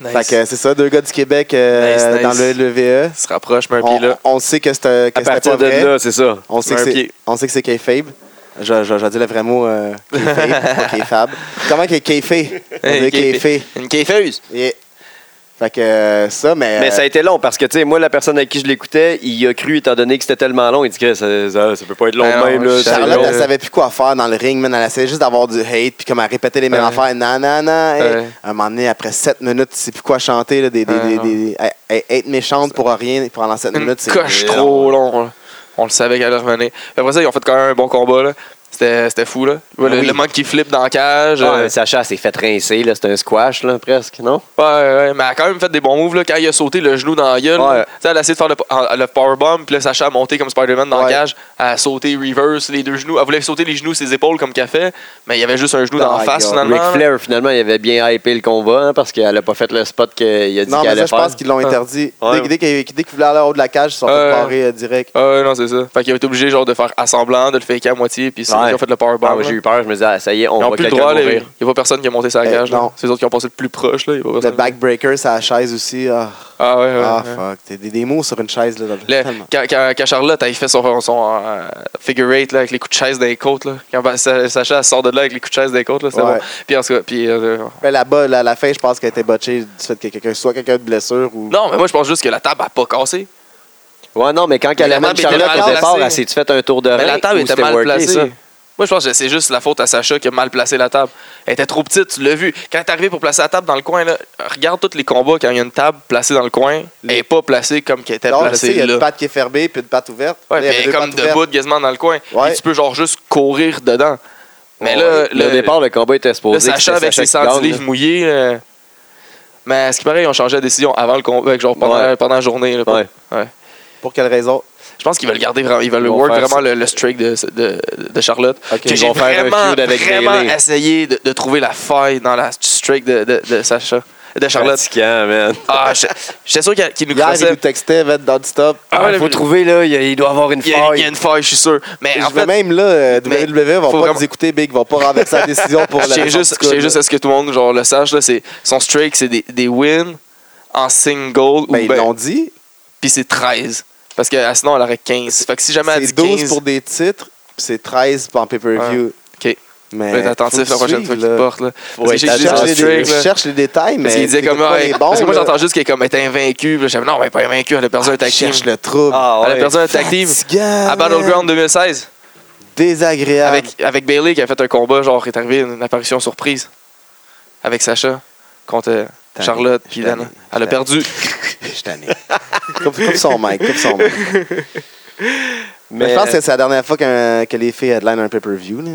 Speaker 1: Nice.
Speaker 2: Fait que c'est ça, deux gars du Québec euh,
Speaker 1: Nice, nice.
Speaker 2: dans le LVE.
Speaker 1: Il se rapproche, mais un pied
Speaker 2: E. On,
Speaker 1: là.
Speaker 2: on sait que c'était que
Speaker 3: À
Speaker 2: c'était pas
Speaker 3: partir de
Speaker 2: vrai.
Speaker 3: là, c'est ça.
Speaker 2: On sait,
Speaker 1: mets
Speaker 2: que
Speaker 1: un
Speaker 2: c'est,
Speaker 1: pied.
Speaker 2: on sait que c'est kayfabe. Je, je, je dis le vrai mot euh,
Speaker 3: [LAUGHS]
Speaker 2: kayfabe, pas kayfab. Comment qu'il est kayfé? On
Speaker 1: Hey,
Speaker 2: dit
Speaker 1: kayfé.
Speaker 2: kayfé.
Speaker 1: Une kiffeuse.
Speaker 2: Yeah. Fait que euh, ça, mais...
Speaker 3: Mais
Speaker 2: euh,
Speaker 3: ça a été long parce que, tu sais, moi, la personne à qui je l'écoutais, il y a cru, étant donné que c'était tellement long, il dit que ça, ça, ça peut pas être long
Speaker 1: Ben
Speaker 3: de
Speaker 1: non,
Speaker 3: même. Là, c'est
Speaker 2: Charlotte,
Speaker 3: long.
Speaker 2: elle savait plus quoi faire dans le ring, man. Elle essayait juste d'avoir du hate, puis comme elle répétait les mêmes
Speaker 1: Ouais.
Speaker 2: affaires. Non, non, non. hey.
Speaker 1: Ouais.
Speaker 2: À un moment donné, après 7 minutes, tu sais plus quoi chanter. Là, des, des,
Speaker 1: Ouais,
Speaker 2: des-
Speaker 1: non.
Speaker 2: des- hey, hey, être méchante pour rien pendant 7
Speaker 1: une
Speaker 2: minutes, c'est.
Speaker 1: coche
Speaker 2: long.
Speaker 1: trop long. là. On le savait qu'elle allait revenir. Puis après ça, ils ont fait quand même un bon combat. là. C'était c'était fou. Là. Le,
Speaker 2: Ben oui.
Speaker 1: le manque qui flippe dans la cage.
Speaker 3: Ah,
Speaker 1: euh,
Speaker 3: mais Sacha s'est fait rincer, là, c'est un squash, là, presque, non?
Speaker 1: Ouais, ouais, mais elle a quand même fait des bons moves. Là. Quand il a sauté le genou dans la gueule,
Speaker 3: Ouais.
Speaker 1: là, tu sais, elle a essayé de faire le, po- en- le powerbomb, puis là, Sacha a monté comme Spider-Man dans
Speaker 2: Ouais.
Speaker 1: la cage. Elle a sauté reverse, les deux genoux. Elle voulait sauter les genoux, ses épaules comme qu'elle fait, mais il y avait juste un genou dans
Speaker 2: My
Speaker 1: la face
Speaker 2: God.
Speaker 1: finalement.
Speaker 3: Ric Flair, finalement, il avait bien hypé le combat hein, parce qu'elle a pas fait le spot qu'il a dit
Speaker 2: Non, mais
Speaker 3: qu'elle
Speaker 2: ça, je
Speaker 3: allait
Speaker 2: pense
Speaker 3: faire.
Speaker 2: qu'ils l'ont
Speaker 1: Ah.
Speaker 2: interdit.
Speaker 3: Ouais.
Speaker 2: Dès, dès qu'ils dès qu'ils voulaient aller en haut de la cage, ils se sont
Speaker 1: Ouais.
Speaker 2: fait parer euh, direct.
Speaker 1: Ah, non, c'est ça. Fait qu'il a été obligé genre, de faire assemblant, de le faker à moitié, puis c'est
Speaker 3: Ouais.
Speaker 1: eux qui ont fait le powerbomb.
Speaker 3: Ah, moi,
Speaker 1: là.
Speaker 3: j'ai eu peur, je me disais, ah, ça y est, on
Speaker 1: ils n'ont
Speaker 3: va
Speaker 1: plus le
Speaker 3: quelqu'un
Speaker 1: droit. là. Il
Speaker 3: mourir.
Speaker 1: n'y a pas personne qui a monté sa
Speaker 2: Eh,
Speaker 1: cage. là.
Speaker 2: non.
Speaker 1: c'est eux autres qui ont passé le plus proche. Là. Il y a pas
Speaker 2: Le
Speaker 1: personne-
Speaker 2: backbreaker, sa chaise aussi. Ah,
Speaker 1: Ah, ouais, ouais.
Speaker 2: ah
Speaker 1: ouais.
Speaker 2: fuck. T'as des, des mots sur une chaise, là.
Speaker 1: Le-
Speaker 2: tellement.
Speaker 1: quand, quand- quand Charlotte a fait son, son, euh, figure eight là, avec les coups de chaise dans les côtes, là. quand ben, Sa- Sacha elle sort de là avec les coups de chaise dans les côtes, là, c'était
Speaker 2: Ouais.
Speaker 1: bon. Puis en tout cas, puis, euh,
Speaker 2: Mais Ben, là-bas, la, la fin, je pense qu'elle a été botchée du fait que quelqu'un, soit quelqu'un de blessure ou.
Speaker 1: non, mais moi je pense juste que la table a pas cassé.
Speaker 3: Ouais, non, mais quand
Speaker 1: Mais
Speaker 3: elle
Speaker 1: la
Speaker 3: amène
Speaker 1: table
Speaker 3: Charlotte
Speaker 1: était
Speaker 3: au
Speaker 1: mal
Speaker 3: départ,
Speaker 1: placée.
Speaker 3: elle s'est fait un tour de rein.
Speaker 1: Mais la table
Speaker 3: ou
Speaker 1: était
Speaker 3: c'était
Speaker 1: mal
Speaker 3: worké,
Speaker 1: placée.
Speaker 3: ça?
Speaker 1: Moi je pense que c'est juste la faute à Sacha qui a mal placé la table. Elle était trop petite, tu l'as vu. Quand t'es arrivé pour placer la table dans le coin, là, regarde tous les combats quand il y a une table placée dans le coin, elle est pas placée comme qu'elle était
Speaker 2: Non, je sais,
Speaker 1: placée
Speaker 2: il y a
Speaker 1: là.
Speaker 2: une patte qui est fermée puis une patte ouverte.
Speaker 1: Ouais,
Speaker 2: Là, il y
Speaker 1: puis elle
Speaker 2: avait
Speaker 1: est
Speaker 2: deux
Speaker 1: comme
Speaker 2: pattes ouvertes.
Speaker 1: debout quasiment dans le coin.
Speaker 2: Ouais.
Speaker 1: Puis tu peux genre juste courir dedans. Mais
Speaker 3: Ouais.
Speaker 1: là,
Speaker 3: le,
Speaker 1: le-
Speaker 3: départ, le combat était
Speaker 1: Là,
Speaker 3: exposé.
Speaker 1: Sacha avec ses 110 livres mouillés. euh, Mais à ce qui paraît, ils ont changé la décision avant le combat, genre pendant,
Speaker 3: Ouais.
Speaker 1: pendant la journée. là, pour-
Speaker 3: Ouais.
Speaker 1: ouais.
Speaker 2: Pour quelle raison?
Speaker 1: Je pense qu'ils veulent garder vraiment, ils veulent
Speaker 3: Ils vont
Speaker 1: work
Speaker 3: faire
Speaker 1: vraiment le, le streak de, de, de Charlotte.
Speaker 3: Ok,
Speaker 1: Que
Speaker 3: ils
Speaker 1: j'ai
Speaker 3: vont faire un
Speaker 1: vraiment,
Speaker 3: feud avec
Speaker 1: vraiment
Speaker 3: Bayley.
Speaker 1: essayé de, de trouver la faille dans la streak de, de, de Sacha, de Charlotte.
Speaker 3: Pratiquant, man.
Speaker 1: Ah, je- j'étais sûr qu'il qu'il nous
Speaker 2: Hier, il nous
Speaker 1: crossait.
Speaker 2: textait, va être dans le stop.
Speaker 1: Ah,
Speaker 3: il
Speaker 1: le-
Speaker 3: faut trouver, là, il, il doit avoir une
Speaker 1: Il y, a, il y
Speaker 3: faille.
Speaker 1: a une faille, je suis sûr. Mais
Speaker 2: Je
Speaker 1: en
Speaker 2: veux
Speaker 1: fait,
Speaker 2: même là, euh,
Speaker 1: mais
Speaker 2: WWE va
Speaker 1: faut
Speaker 2: pas
Speaker 1: vraiment-
Speaker 2: nous écouter, Big, va pas renverser la décision
Speaker 1: [LAUGHS]
Speaker 2: pour
Speaker 1: Je
Speaker 2: la
Speaker 1: tiens juste, je tiens juste à ce que tout le monde genre, le sache. Là, c'est- son streak, c'est des, des wins en single. ou
Speaker 2: ben, ils
Speaker 1: ben-
Speaker 2: l'ont dit.
Speaker 1: puis c'est 13. Parce que ah, sinon, elle aurait 15. Fait que si jamais elle dit
Speaker 2: C'est 12
Speaker 1: 15,
Speaker 2: pour des titres, puis c'est 13 en pay-per-view.
Speaker 1: Ah, OK.
Speaker 2: Mais
Speaker 1: faut être attentif la
Speaker 2: Ben, faut
Speaker 1: prochaine fois
Speaker 2: suivre,
Speaker 1: qu'il
Speaker 2: là.
Speaker 1: porte. Là. Parce
Speaker 3: être
Speaker 1: que j'ai
Speaker 2: Je
Speaker 1: dit
Speaker 3: attentif.
Speaker 1: en
Speaker 2: cherche les-
Speaker 1: streak,
Speaker 2: Je
Speaker 1: là.
Speaker 2: cherche les détails, mais.
Speaker 1: Parce qu'il disait
Speaker 2: t'écoutes
Speaker 1: comme.
Speaker 2: pas
Speaker 1: ouais,
Speaker 2: les bons,
Speaker 1: parce que moi,
Speaker 2: là. Ah,
Speaker 1: j'entends juste qu'elle est comme, elle est invaincue. Puis là, J'avais non, elle est pas invaincue. Elle a perdu un tag team.
Speaker 2: Cherche le trouble.
Speaker 3: Ah,
Speaker 1: Elle a
Speaker 3: ouais.
Speaker 1: perdu un tag team.
Speaker 2: Fatigant,
Speaker 1: À Battleground 2016.
Speaker 2: désagréable.
Speaker 1: Avec, avec Bailey qui a fait un combat, genre, est arrivé une apparition surprise avec Sacha contre euh,
Speaker 2: Tanné.
Speaker 1: Charlotte.
Speaker 2: Je suis
Speaker 1: puis Lana.
Speaker 2: tanné. Je
Speaker 1: Elle a
Speaker 2: suis
Speaker 1: perdu.
Speaker 2: [LAUGHS] Je suis tanné. coupe, coupe son mic, coupe son mic.
Speaker 3: Mais,
Speaker 2: Mais je pense
Speaker 1: euh,
Speaker 2: que c'est la dernière fois qu'un- que les filles headline un pay-per-view. là.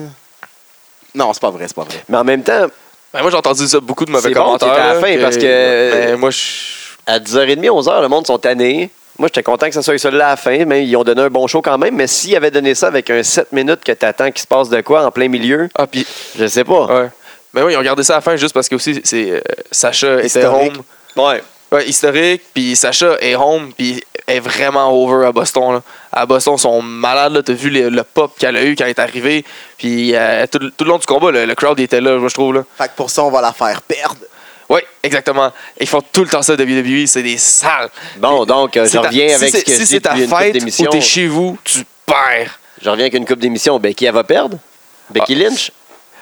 Speaker 2: Non, c'est pas vrai, c'est pas vrai.
Speaker 3: mais en même temps,
Speaker 1: Ben, moi, j'ai entendu ça beaucoup de mauvais
Speaker 3: C'est bon,
Speaker 1: commentaires.
Speaker 3: t'étais à la
Speaker 1: là,
Speaker 3: fin, parce que-
Speaker 2: euh,
Speaker 1: Ben, moi, je.
Speaker 3: à 10h30, 11h, le monde sont tannés. Moi, j'étais content que ça soit ça là à la fin, mais ils ont donné un bon show quand même. Mais s'ils avaient donné ça avec un 7 minutes que t'attends qu'il se passe de quoi en plein milieu,
Speaker 1: Ah, puis.
Speaker 3: je sais pas.
Speaker 1: Ouais. Ben oui, ils ont gardé ça à la fin juste parce que aussi, c'est euh, Sacha était
Speaker 2: Historique.
Speaker 1: home.
Speaker 3: Ouais.
Speaker 1: Ouais, historique, puis Sacha est home, puis est vraiment over à Boston. là. À Boston, ils sont malades. là. T'as vu le, le pop qu'elle a eu quand elle est arrivée. Puis euh, tout, tout le long du combat, le, le crowd il était là, moi, je trouve. Là.
Speaker 2: Fait que pour ça, on va la faire perdre.
Speaker 1: Oui, exactement. Ils font tout le temps ça de WWE. C'est des sales.
Speaker 3: Bon, donc, euh,
Speaker 1: C'est
Speaker 3: je
Speaker 1: ta-
Speaker 3: reviens
Speaker 1: si
Speaker 3: avec
Speaker 1: c'est-
Speaker 3: ce que
Speaker 1: Si
Speaker 3: je dis
Speaker 1: c'est ta
Speaker 3: depuis une couple
Speaker 1: fête ou
Speaker 3: d'émissions.
Speaker 1: t'es chez vous, tu perds.
Speaker 3: Je reviens avec une coupe d'émission. Becky, elle va perdre? Becky
Speaker 1: Ah.
Speaker 3: Lynch?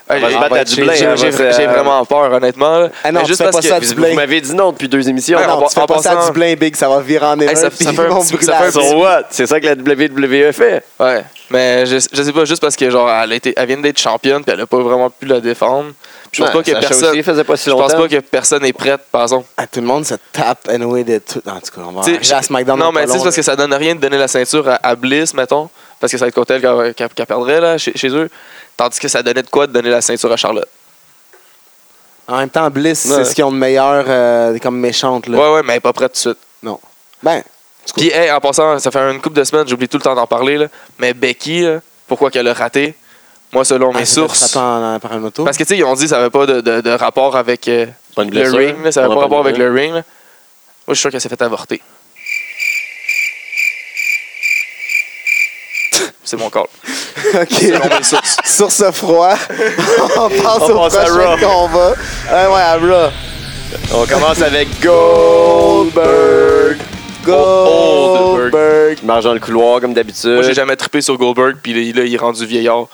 Speaker 1: Ouais,
Speaker 3: va se
Speaker 1: j'ai-
Speaker 3: battre à
Speaker 1: j'ai-
Speaker 3: Dublin,
Speaker 1: j'ai-
Speaker 3: hein,
Speaker 1: J'ai
Speaker 3: va se-
Speaker 1: j'ai vraiment peur, honnêtement. là.
Speaker 2: Ah non,
Speaker 1: Mais
Speaker 2: tu fais pas ça à
Speaker 3: Vous,
Speaker 2: Dublin.
Speaker 3: vous m'avez dit non depuis deux émissions.
Speaker 1: Ouais,
Speaker 2: non,
Speaker 1: en-
Speaker 2: tu fais
Speaker 1: en
Speaker 2: pas ça à
Speaker 1: passant-
Speaker 2: du blin big, ça va virer en
Speaker 1: Hey,
Speaker 2: erreur.
Speaker 1: ça-
Speaker 2: puis
Speaker 1: ça fait un
Speaker 2: ils vont
Speaker 1: petit- ça
Speaker 2: brûler
Speaker 1: fait un
Speaker 2: la-
Speaker 1: petit-
Speaker 3: So what? Ah, C'est ça que la
Speaker 1: E
Speaker 3: WWE fait.
Speaker 1: Ouais, mais je, je sais pas, juste parce que genre elle, a été- elle vient d'être championne puis elle a pas vraiment pu la défendre. Puis Je pense
Speaker 3: Ouais,
Speaker 1: pas que
Speaker 3: Sacha
Speaker 1: personne.
Speaker 3: aussi faisait pas si
Speaker 1: je pense
Speaker 3: longtemps.
Speaker 1: pas que personne est prête, par exemple.
Speaker 2: Ah, tout le monde se tape anyway de tout. En tout cas, on va
Speaker 1: Tu sais,
Speaker 2: arriver à SmackDown.
Speaker 1: non,
Speaker 2: dans pas
Speaker 1: mais tu sais,
Speaker 2: long,
Speaker 1: c'est parce
Speaker 2: là.
Speaker 1: que ça donne rien de donner la ceinture à, à Bliss, mettons, parce que ça va être contre elle qu'elle qu'elle- qu'elle perdrait là, chez, chez eux. Tandis que ça donnait de quoi de donner la ceinture à Charlotte.
Speaker 2: En même temps, Bliss,
Speaker 1: Ouais.
Speaker 2: c'est ce qu'ils ont de meilleur euh, comme méchante. Là.
Speaker 1: Ouais, ouais, mais elle est pas prête tout de suite.
Speaker 2: Non. Ben,
Speaker 1: Puis, hey, en passant, ça fait une couple de semaines, j'oublie tout le temps d'en parler, là, mais Becky, là, pourquoi qu'elle a raté Moi, selon mes
Speaker 2: elle s'est fait
Speaker 1: sources.
Speaker 2: Ah, frapper en- en- par une auto.
Speaker 1: Parce que, tu sais, ils ont dit que ça n'avait pas de, de- de rapport avec euh,
Speaker 3: Pas une
Speaker 1: le
Speaker 3: blessure.
Speaker 1: ring. là, ça
Speaker 3: On
Speaker 1: n'avait
Speaker 3: a
Speaker 1: pas rapport
Speaker 3: pas de
Speaker 1: avec le ring. là. Moi, je suis sûr qu'elle s'est fait avorter. [LAUGHS] C'est mon call. Selon
Speaker 2: ok.
Speaker 1: mes
Speaker 2: [LAUGHS]
Speaker 1: sources.
Speaker 2: Sur ce froid, on passe
Speaker 3: On
Speaker 2: au
Speaker 3: passe à
Speaker 2: prochain
Speaker 3: Raw.
Speaker 2: combat.
Speaker 1: Ah
Speaker 2: Ouais, ouais, à Raw.
Speaker 3: On commence avec Goldberg.
Speaker 1: Goldberg.
Speaker 3: Goldberg. Il marche dans le couloir comme
Speaker 1: Moi, j'ai
Speaker 3: d'habitude.
Speaker 1: jamais trippé sur Goldberg, puis là, il est rendu vieillard.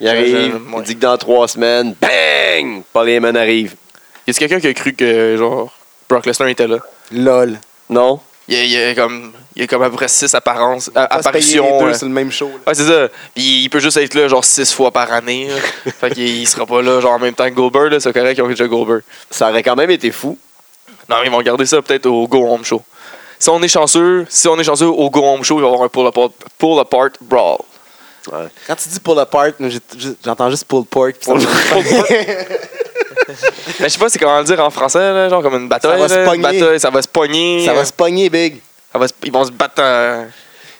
Speaker 3: Il arrive,
Speaker 1: j'ai-
Speaker 3: il dit que dans trois semaines, bang! Paul Heyman arrive.
Speaker 1: Y a quelqu'un qui a cru que, genre, Brock Lesnar était là?
Speaker 2: LOL.
Speaker 3: Non?
Speaker 1: Il y a, il y a comme, il y a comme à peu près six apparences,
Speaker 2: On va se payer
Speaker 1: apparitions.
Speaker 2: les deux
Speaker 1: euh,
Speaker 2: sur le même show. là.
Speaker 1: Ouais, c'est ça. Puis il peut juste être là, genre, six fois par année. [LAUGHS] là. fait qu'il il sera pas là, genre, en même temps que Goldberg. là. C'est correct, ils ont déjà Goldberg.
Speaker 3: Ça aurait quand même été fou.
Speaker 1: Non, mais ils vont garder ça peut-être au Go Home Show. Si on est chanceux, si on est chanceux au Go Home Show, il va y avoir un pull apart, pull apart brawl.
Speaker 2: Quand tu dis pull apart, moi, j'ai- j'ai- j'entends juste pull pork. puis ça me-
Speaker 1: Mais je sais pas c'est comment le dire en français, là, genre comme une bataille.
Speaker 2: Ça va se
Speaker 1: là, une
Speaker 2: pogner.
Speaker 1: bataille, ça va se pogner. euh,
Speaker 2: Ça va se pogner, big.
Speaker 1: Ça va se- ils vont se battre euh, en-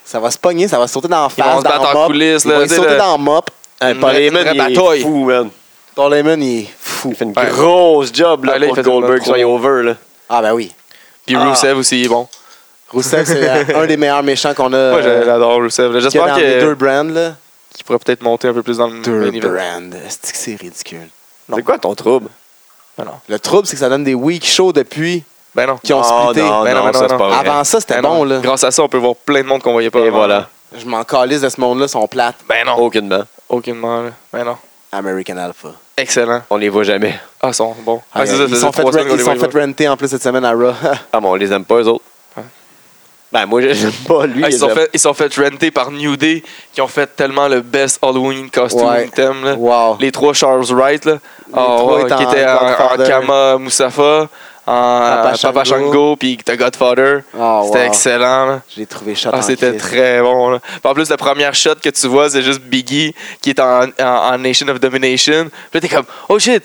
Speaker 2: Ça va se pogner, ça va sauter dans la face.
Speaker 1: vont se
Speaker 2: dans
Speaker 1: battre en
Speaker 2: mop.
Speaker 1: coulisses,
Speaker 2: Ils
Speaker 1: là,
Speaker 2: vont
Speaker 1: tu sais,
Speaker 2: sauter
Speaker 1: le-
Speaker 2: dans le mop.
Speaker 3: Hein,
Speaker 1: Une
Speaker 3: Paul
Speaker 1: vraie-
Speaker 3: Heyman,
Speaker 1: vraie
Speaker 3: il est
Speaker 1: bataille.
Speaker 3: fou, man.
Speaker 2: Paul Heyman, il est fou.
Speaker 3: Il fait une
Speaker 1: Ouais.
Speaker 3: grosse job là,
Speaker 1: Ah, là, il
Speaker 3: pour
Speaker 1: fait
Speaker 3: que Goldberg,
Speaker 1: tellement
Speaker 3: soit
Speaker 1: trop.
Speaker 3: over. Là.
Speaker 2: Ah, ben oui.
Speaker 1: Puis
Speaker 3: Ah.
Speaker 1: Rusev aussi, il est bon.
Speaker 2: Rousseff, c'est
Speaker 1: [LAUGHS]
Speaker 2: euh, un des meilleurs méchants qu'on a.
Speaker 1: Moi, j'a-
Speaker 2: euh,
Speaker 1: j'adore Rusev. là.
Speaker 2: qu'il y a
Speaker 1: J'espère
Speaker 2: dans
Speaker 1: que- Mm,
Speaker 2: les
Speaker 1: qu'il
Speaker 2: deux brands, là.
Speaker 1: pourrait peut-être monter un peu plus dans le
Speaker 2: Deux
Speaker 1: main event.
Speaker 2: brands. Est-ce que c'est ridicule?
Speaker 3: C'est quoi ton trouble?
Speaker 1: Ben non.
Speaker 2: Le trouble, c'est que ça donne des week shows depuis
Speaker 1: Ben non.
Speaker 2: qui ont
Speaker 3: Oh,
Speaker 2: splitté.
Speaker 3: non,
Speaker 1: Ben non, ben non,
Speaker 3: ça, c'est
Speaker 1: ben
Speaker 3: pas
Speaker 1: non.
Speaker 3: vrai.
Speaker 2: Avant ça, c'était
Speaker 1: Ben
Speaker 2: bon,
Speaker 1: non.
Speaker 2: là.
Speaker 1: Grâce à ça, on peut voir plein de monde qu'on voyait pas.
Speaker 3: Et
Speaker 1: avant.
Speaker 3: voilà.
Speaker 2: Je m'en calisse de ce monde-là, ils sont plates.
Speaker 1: Ben non.
Speaker 3: Aucunement.
Speaker 1: Aucunement, là. Ben non.
Speaker 2: American Alpha.
Speaker 1: Excellent.
Speaker 3: On les voit jamais.
Speaker 1: Ah, ils sont bons.
Speaker 2: Ah,
Speaker 1: Ah, c'est ça, ça
Speaker 2: ils se
Speaker 1: fait
Speaker 2: sont fait,
Speaker 1: trois semaines qu'on
Speaker 2: ils
Speaker 1: les
Speaker 2: sont
Speaker 1: voit
Speaker 2: fait renter en plus cette semaine
Speaker 1: [LAUGHS]
Speaker 2: à Raw.
Speaker 3: Ah, mais on les aime pas, eux autres.
Speaker 1: Ouais.
Speaker 3: Ben, moi, je les aime pas, lui.
Speaker 1: Ah, ils,
Speaker 3: il les
Speaker 1: sont
Speaker 3: aime.
Speaker 1: fait, ils sont fait renter par New Day, qui ont fait tellement le best Halloween costume
Speaker 2: Ouais.
Speaker 1: thème. là.
Speaker 2: wow.
Speaker 1: Les trois Charles Wright, là. Ah,
Speaker 2: trois
Speaker 1: ouais,
Speaker 2: étant
Speaker 1: qui étaient
Speaker 2: en
Speaker 1: en, en
Speaker 2: Godfather.
Speaker 1: Kama Mustafa, en euh, Papa,
Speaker 2: Shango.
Speaker 1: Shango, puis The Godfather.
Speaker 2: Ah,
Speaker 1: c'était
Speaker 2: wow.
Speaker 1: excellent. là.
Speaker 2: J'ai trouvé shot
Speaker 1: Ah,
Speaker 2: en
Speaker 1: c'était
Speaker 2: crise.
Speaker 1: très bon. là. Puis En plus, la première shot que tu vois, c'est juste Biggie qui est en, en- en Nation of Domination. Puis là, t'es comme, oh shit!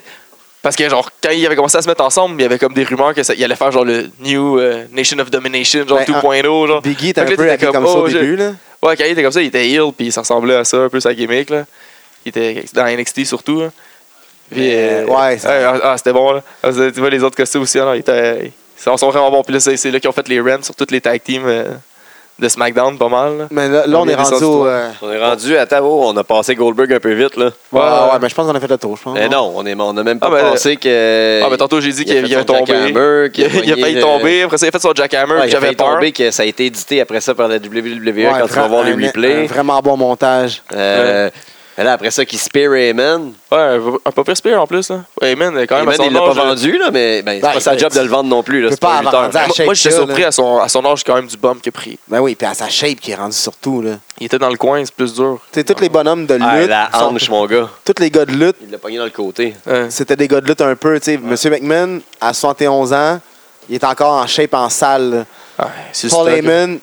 Speaker 1: Parce que, genre, quand ils avaient commencé à se mettre ensemble, il y avait comme des rumeurs qu'ils allaient faire, genre, le New euh, Nation of Domination, genre
Speaker 2: Ben,
Speaker 1: 2.0. genre.
Speaker 2: Biggie était
Speaker 1: Fait que
Speaker 2: un
Speaker 1: là,
Speaker 2: peu
Speaker 1: t'étais
Speaker 2: habillé comme, ça
Speaker 1: oh,
Speaker 2: au
Speaker 1: shit.
Speaker 2: début, là.
Speaker 1: Ouais, quand il était comme ça, il était heel, puis ça ressemblait à ça, un peu sa gimmick, là. Il était dans NXT surtout, là. Puis,
Speaker 2: Mais,
Speaker 1: euh,
Speaker 2: ouais, c'est-
Speaker 1: ah, ah, c'était bon, là. Ah, c'est- tu vois, les autres costumes aussi, alors, ils étaient- ils sont sont vraiment bons. Puis là, c'est c'est là qu'ils ont fait les rents sur toutes les tag teams euh, de SmackDown, pas mal, là.
Speaker 2: Mais là, là, on
Speaker 1: On
Speaker 2: est
Speaker 1: est
Speaker 2: rendu
Speaker 1: descendu
Speaker 2: au.
Speaker 1: toi.
Speaker 2: euh,
Speaker 3: On est rendu à Tavo, on a passé Goldberg un peu vite, là.
Speaker 2: Ouais,
Speaker 1: Ouais. Eh
Speaker 2: ouais, mais je pense qu'on a fait le tour, je pense.
Speaker 3: Mais non, on est, on a même pas
Speaker 1: Ah, ben,
Speaker 3: pensé que.
Speaker 1: Ah, mais tantôt, j'ai dit
Speaker 3: Euh, il a
Speaker 1: qu'il
Speaker 3: fait
Speaker 1: il avait
Speaker 3: son
Speaker 1: tombé.
Speaker 3: jackhammer, qu'il
Speaker 1: [LAUGHS] Il a, il a
Speaker 3: pogné
Speaker 1: failli
Speaker 3: le-
Speaker 1: tomber, après ça, il a fait son jackhammer,
Speaker 3: Ouais,
Speaker 1: puis
Speaker 3: il a
Speaker 1: j'avais
Speaker 3: failli
Speaker 1: peur.
Speaker 3: tomber que ça a été édité après ça par la E WWE
Speaker 2: Ouais,
Speaker 3: quand tu vas voir les
Speaker 2: un- un
Speaker 3: replays.
Speaker 2: vraiment bon montage.
Speaker 3: Euh, Mais là, après ça, qui spear Rayman.
Speaker 1: Ouais, un- un pas pire spear en plus. Là. Heyman, quand même, à
Speaker 3: Rayman,
Speaker 1: son
Speaker 3: il l'a
Speaker 1: âge,
Speaker 3: pas
Speaker 1: euh,
Speaker 3: vendu, là, mais ben, c'est
Speaker 2: Ben,
Speaker 3: pas sa
Speaker 2: écoute,
Speaker 3: job de le vendre non plus. là,
Speaker 2: tu
Speaker 3: C'est
Speaker 2: peux
Speaker 3: pas
Speaker 2: pas
Speaker 3: un lutteur.
Speaker 2: avancer.
Speaker 1: Moi, moi, j'étais
Speaker 2: Shake-Tail,
Speaker 1: surpris
Speaker 2: là.
Speaker 1: à son, à son âge, quand même, du bum qu'il a pris.
Speaker 2: Ben oui, puis à sa shape qui est rendue sur tout. Là.
Speaker 1: Il était dans le coin, c'est plus dur.
Speaker 2: Tu sais, tous les bonhommes de lutte,
Speaker 3: Ah, la
Speaker 2: sont-
Speaker 3: hanche, mon gars.
Speaker 2: tous les gars de lutte,
Speaker 3: Il l'a pogné dans le côté.
Speaker 1: Ouais.
Speaker 2: c'était des gars de lutte un peu. tu sais. Monsieur McMahon, à 71 ans, il est encore en shape en salle. là.
Speaker 1: Ouais, c'est
Speaker 2: Paul
Speaker 1: stock.
Speaker 2: Heyman,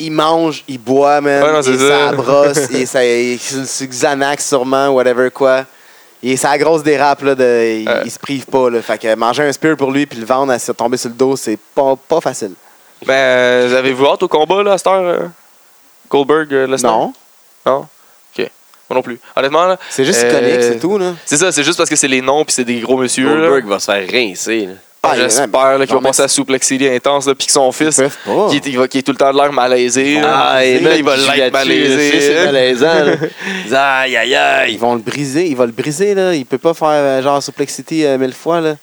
Speaker 2: il mange, il boit, man.
Speaker 1: Ouais, non, c'est
Speaker 2: il
Speaker 1: ça.
Speaker 2: s'abrosse, il est sur- sur Xanax sûrement, whatever quoi. Il est sa grosse dérape, là, de, il,
Speaker 1: Ouais.
Speaker 2: il se prive pas. Là. Fait que manger un spear pour lui puis le vendre à se tomber sur le dos, c'est pas, pas facile.
Speaker 1: Ben, euh, vous avez-vous hâte au combat, là, à cette heure euh, Goldberg, euh, Lesnar?
Speaker 2: Non,
Speaker 1: Non? OK. Moi non plus. Honnêtement, là,
Speaker 2: c'est juste
Speaker 1: Euh,
Speaker 2: iconique, c'est tout. Là.
Speaker 1: c'est ça, c'est juste parce que c'est les noms puis c'est des gros messieurs. là.
Speaker 3: Goldberg va se faire rincer. là.
Speaker 1: Ah,
Speaker 2: Ah,
Speaker 1: J'espère là, qu'il
Speaker 2: non,
Speaker 1: va
Speaker 2: mais
Speaker 1: passer à Suplex City intense, là, puis que son fils,
Speaker 2: peuvent pas.
Speaker 1: qui est, il va- qui est tout le temps de l'air malaisé. là.
Speaker 3: Ah, et
Speaker 1: Là,
Speaker 3: même,
Speaker 1: il va l'être malaisé.
Speaker 3: C'est malaisant. [LAUGHS] là. Il dit, Aïe, aïe,
Speaker 2: Ils
Speaker 3: aïe.
Speaker 2: vont le briser, il va le briser. Là. Il peut pas faire euh, genre Suplexity mille fois. Là.